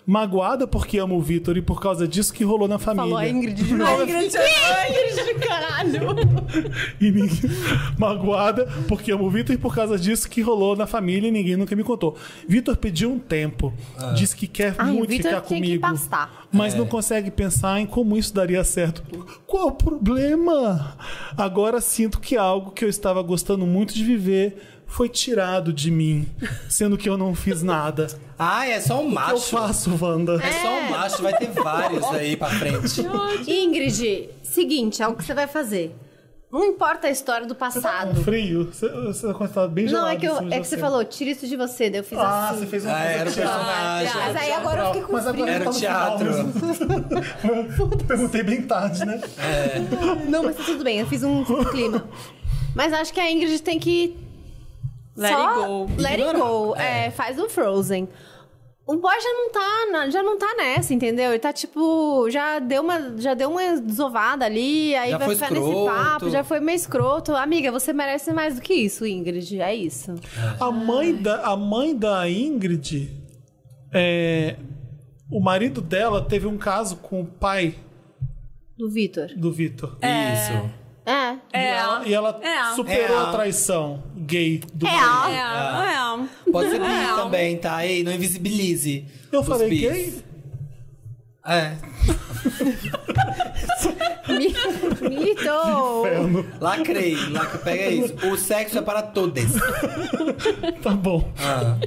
Speaker 1: Magoada porque amo o Vitor e por causa disso que rolou na família.
Speaker 3: Falou a Ingrid de novo.
Speaker 4: Ingrid,
Speaker 3: Ingrid, caralho.
Speaker 1: E ninguém... Magoada, porque amo o Vitor e por causa disso que rolou na família e ninguém nunca me contou. Vitor pediu um tempo. Diz que quer
Speaker 3: Ai,
Speaker 1: muito
Speaker 3: Vitor
Speaker 1: ficar
Speaker 3: tinha que
Speaker 1: comigo.
Speaker 3: pastar.
Speaker 1: Mas não consegue pensar em como isso daria certo. Qual o problema? Agora sinto que algo que eu estava gostando muito de viver foi tirado de mim. Sendo que eu não fiz nada.
Speaker 2: Ai, é só um
Speaker 1: O que eu
Speaker 2: macho.
Speaker 1: faço, Wanda?
Speaker 2: É só um macho, vai ter vários aí pra frente.
Speaker 3: Ingrid, seguinte, é o que você vai fazer. Não importa a história do
Speaker 1: Tá com
Speaker 3: passado.
Speaker 1: frio? Você, você tá bem
Speaker 3: Não,
Speaker 1: gelado.
Speaker 3: é que, eu-
Speaker 1: em cima de
Speaker 3: é que você falou, tira isso de você, daí eu fiz
Speaker 1: Ah,
Speaker 3: assim.
Speaker 1: você fez uma
Speaker 2: Ah,
Speaker 1: coisa
Speaker 2: era o
Speaker 1: que-
Speaker 2: personagem.
Speaker 3: Mas aí agora eu fiquei com
Speaker 1: Mas agora
Speaker 3: frio.
Speaker 2: Era
Speaker 1: tá no
Speaker 2: o teatro.
Speaker 1: final. Eu Perguntei bem tarde, né?
Speaker 3: Não, mas tá tudo bem, eu fiz um clima. Mas acho que a Ingrid tem que
Speaker 4: Let
Speaker 3: só
Speaker 4: it go.
Speaker 3: Let it
Speaker 2: Ignorar.
Speaker 1: É.
Speaker 3: go. É, faz um Frozen. O boy já não tá, na- já não tá nessa, entendeu? Ele tá tipo, já deu uma, já deu uma desovada ali, aí
Speaker 2: Já
Speaker 3: vai
Speaker 2: foi
Speaker 3: ficar nesse
Speaker 2: escroto.
Speaker 3: papo, já foi meio escroto. Amiga, você merece mais do que isso, Ingrid, é isso.
Speaker 1: A mãe da, a mãe da Ingrid, é, o marido dela teve um caso com o pai
Speaker 3: Do Vitor.
Speaker 1: do Vitor.
Speaker 2: Isso.
Speaker 3: É.
Speaker 1: E
Speaker 4: É.
Speaker 1: ela, e ela
Speaker 4: É.
Speaker 1: superou
Speaker 2: É.
Speaker 1: a traição gay do
Speaker 3: É.
Speaker 1: marido.
Speaker 4: É, é.
Speaker 2: Pode ser bi
Speaker 4: É.
Speaker 2: também, tá? Ei, não invisibilize.
Speaker 1: Eu
Speaker 2: os
Speaker 1: falei
Speaker 2: bis.
Speaker 1: gay?
Speaker 2: É.
Speaker 3: Vitor!
Speaker 2: Lacrei, lacrei. Pega isso. O sexo é para todos.
Speaker 1: Tá bom.
Speaker 2: Ah.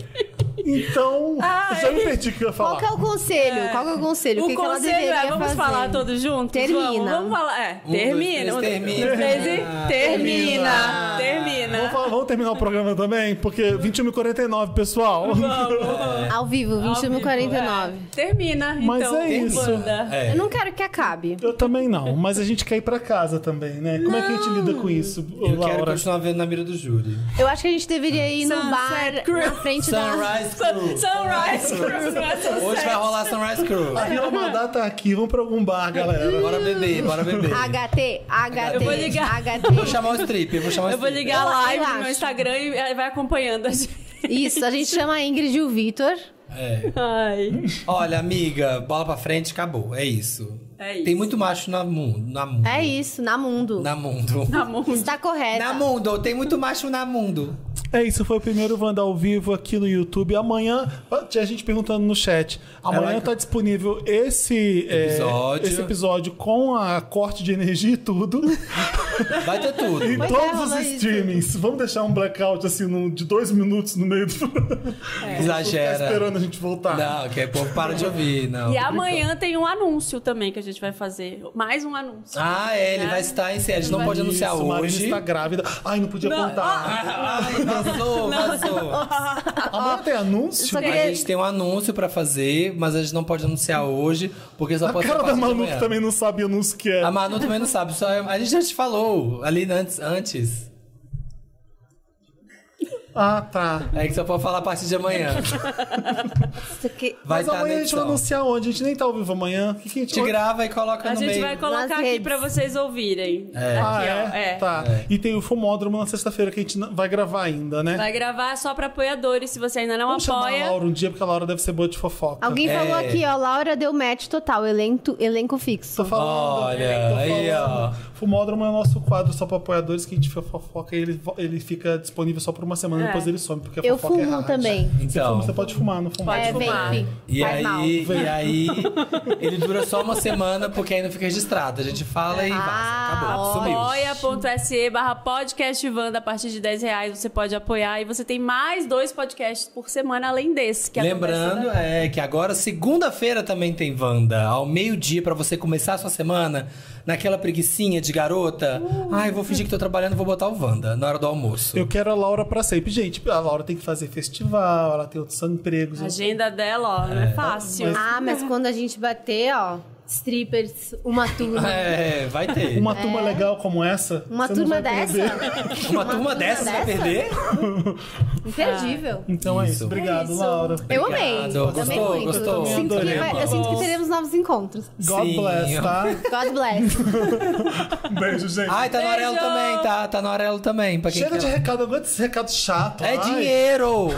Speaker 1: Então, eu já me perdi o que eu ia falar.
Speaker 3: Qual que é o conselho? Qual que é o conselho?
Speaker 4: O,
Speaker 3: que que ela
Speaker 4: conselho é,
Speaker 3: deveria
Speaker 4: vamos
Speaker 3: fazer?
Speaker 4: falar todos juntos?
Speaker 3: Termina.
Speaker 4: Vamos, vamos falar. É,
Speaker 2: Um,
Speaker 4: termina.
Speaker 2: dois, três,
Speaker 4: Um, dois, três e
Speaker 2: termina.
Speaker 4: termina. Termina.
Speaker 1: Vamos, falar- vamos terminar o programa também? Porque 21h49, pessoal.
Speaker 2: É.
Speaker 3: Ao vivo, 21h49.
Speaker 4: É, termina,
Speaker 1: Mas
Speaker 4: então.
Speaker 1: é isso.
Speaker 4: Wanda.
Speaker 2: É.
Speaker 3: Eu não quero que acabe.
Speaker 1: Eu também não, mas a gente quer ir pra casa também, né? Como é que a gente lida com isso,
Speaker 2: Eu quero
Speaker 1: Laura?
Speaker 2: continuar vendo na mira do júri.
Speaker 3: Eu acho que a gente deveria ir no
Speaker 4: Sunset
Speaker 3: bar
Speaker 4: Cruise.
Speaker 3: na frente da.
Speaker 2: Sunrise Crew.
Speaker 4: Sunrise Cruise.
Speaker 2: Hoje vai rolar Sunrise Crew.
Speaker 1: A Vila Madá tá aqui, vamos pra algum bar, galera.
Speaker 2: Bora beber, bora beber.
Speaker 3: HT, HT,
Speaker 2: Eu vou
Speaker 4: ligar.
Speaker 2: Vou
Speaker 3: HT.
Speaker 2: chamar o strip, eu vou chamar o
Speaker 4: Eu vou
Speaker 2: strip.
Speaker 4: ligar a
Speaker 3: Eu- eu
Speaker 4: live no
Speaker 3: acho.
Speaker 4: meu Instagram e aí vai acompanhando a gente.
Speaker 3: Isso, a gente chama a Ingrid e o Vitor.
Speaker 2: É.
Speaker 4: Ai.
Speaker 2: Olha, amiga, bola pra frente, acabou. É isso.
Speaker 4: É isso.
Speaker 2: Tem muito macho na mundo. Na mundo.
Speaker 3: É isso, na mundo.
Speaker 2: Na mundo.
Speaker 4: Amor.
Speaker 3: Está correto.
Speaker 2: Na mundo, tem muito macho na mundo.
Speaker 1: É isso, foi o primeiro Wanda ao vivo aqui no YouTube. Amanhã, tinha gente perguntando no chat. Amanhã
Speaker 2: Ela-
Speaker 1: tá disponível esse é,
Speaker 2: Episódio.
Speaker 1: esse episódio com a corte de energia e tudo.
Speaker 2: Vai ter tudo.
Speaker 1: Em
Speaker 3: Pois é,
Speaker 1: todos os
Speaker 3: rolou isso.
Speaker 1: streamings. Vamos deixar um blackout assim num- de dois minutos no meio do programa.
Speaker 2: Exagera.
Speaker 1: Ficar esperando a gente voltar.
Speaker 2: Não, que o povo para de ouvir, não.
Speaker 4: E amanhã tem um anúncio também que a gente vai fazer. Mais um anúncio.
Speaker 2: Ah, é, ele vai estar em série. A gente não pode anunciar
Speaker 1: Isso, Marina
Speaker 2: hoje.
Speaker 1: está grávida. Ai, não podia
Speaker 4: Não.
Speaker 1: contar.
Speaker 2: Ai, vazou, vazou.
Speaker 1: Amanhã tem anúncio?
Speaker 3: Só
Speaker 2: A
Speaker 3: queria-
Speaker 2: gente tem um anúncio pra fazer, mas a gente não pode anunciar hoje, porque só
Speaker 1: A
Speaker 2: pode
Speaker 1: cara
Speaker 2: ser a
Speaker 1: da
Speaker 2: partir de
Speaker 1: Manu
Speaker 2: amanhã.
Speaker 1: que também não sabe anúncio que é.
Speaker 2: A Manu também não sabe, só a gente já te falou ali antes. antes.
Speaker 1: Ah, tá.
Speaker 2: É que só pode falar a partir de amanhã.
Speaker 3: Isso que-
Speaker 2: Vai
Speaker 1: Mas
Speaker 2: estar
Speaker 1: amanhã
Speaker 2: na
Speaker 1: a gente vai
Speaker 2: edição.
Speaker 1: anunciar onde? A gente nem tá ao vivo amanhã. O que, que a
Speaker 2: A
Speaker 1: gente
Speaker 2: gente grava e coloca
Speaker 4: A
Speaker 2: no
Speaker 4: gente
Speaker 2: meio.
Speaker 4: vai
Speaker 3: Nas
Speaker 4: colocar aqui
Speaker 3: redes.
Speaker 4: pra vocês ouvirem.
Speaker 2: É.
Speaker 1: Ah,
Speaker 4: Aqui, ó,
Speaker 1: é?
Speaker 4: é.
Speaker 1: Tá. E tem o Fumódromo na sexta-feira que a gente não- vai gravar ainda, né?
Speaker 4: Vai gravar só pra apoiadores, se você ainda não
Speaker 1: Vamos chamar a
Speaker 4: apoia.
Speaker 1: Laura um dia, porque a Laura deve ser boa de fofoca.
Speaker 3: Alguém
Speaker 2: É.
Speaker 3: falou aqui, ó. Laura deu match total, elenco, elenco fixo.
Speaker 1: Tô falando. né?
Speaker 2: Olha,
Speaker 1: tô
Speaker 2: aí,
Speaker 1: falando.
Speaker 2: ó.
Speaker 1: Fumódromo é o nosso quadro só pra apoiadores que a gente fofoca e ele, vo- ele fica disponível só por uma semana
Speaker 4: É.
Speaker 1: depois ele some, porque
Speaker 3: Eu
Speaker 1: fofoca é
Speaker 3: fumo
Speaker 1: hard.
Speaker 3: também.
Speaker 2: Então.
Speaker 1: Você pode fumar no fumar.
Speaker 3: é,
Speaker 4: fumar.
Speaker 3: vape.
Speaker 2: E
Speaker 3: Faz mal.
Speaker 2: aí, e aí, ele dura só uma semana porque aí não fica registrado. A gente fala e
Speaker 3: Ah,
Speaker 2: vaza. Acabou. Sumiu.
Speaker 4: Apoia.se barra podcast Wanda, a partir de 10 reais você pode apoiar. E você tem mais dois podcasts por semana, além desse.
Speaker 3: né?
Speaker 4: Que acontece
Speaker 2: Lembrando
Speaker 4: toda-
Speaker 2: é que agora segunda-feira também tem Wanda, ao meio-dia pra você começar a sua semana naquela preguicinha de garota.
Speaker 3: Uh.
Speaker 2: Ai, vou fingir que tô trabalhando, vou botar o Wanda na hora do almoço.
Speaker 1: Eu quero a Laura pra sempre. Gente, a Laura tem que fazer festival, ela tem outros empregos.
Speaker 4: A agenda dela, ó, não é fácil.
Speaker 3: Ah, mas quando a gente bater, ó, strippers, uma turma.
Speaker 2: É, vai ter. Uma,
Speaker 1: Uma turma legal como essa.
Speaker 3: Uma
Speaker 1: você não
Speaker 3: turma
Speaker 1: vai perder.
Speaker 3: dessa?
Speaker 2: turma dessa você vai perder?
Speaker 3: Imperdível.
Speaker 1: Então é isso.
Speaker 2: Isso.
Speaker 1: Obrigado, Laura.
Speaker 3: Eu amei.
Speaker 2: Obrigado.
Speaker 3: Amei
Speaker 2: Gostou,
Speaker 3: muito.
Speaker 2: gostou?
Speaker 3: Sinto que
Speaker 1: Adorei.
Speaker 3: vai- eu sinto que teremos novos encontros.
Speaker 1: God
Speaker 2: Sim.
Speaker 1: bless, tá?
Speaker 3: God bless.
Speaker 1: Beijo, gente.
Speaker 2: Ai, tá no
Speaker 4: Beijo!
Speaker 2: orelo também, tá? Tá no orelo também. Pra quem
Speaker 1: Chega
Speaker 2: quer.
Speaker 1: de recado, aguenta esse recado chato.
Speaker 2: É
Speaker 1: Ai.
Speaker 2: dinheiro!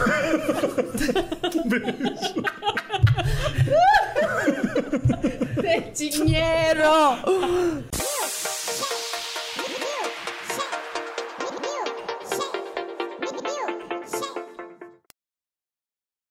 Speaker 3: Dinheiro!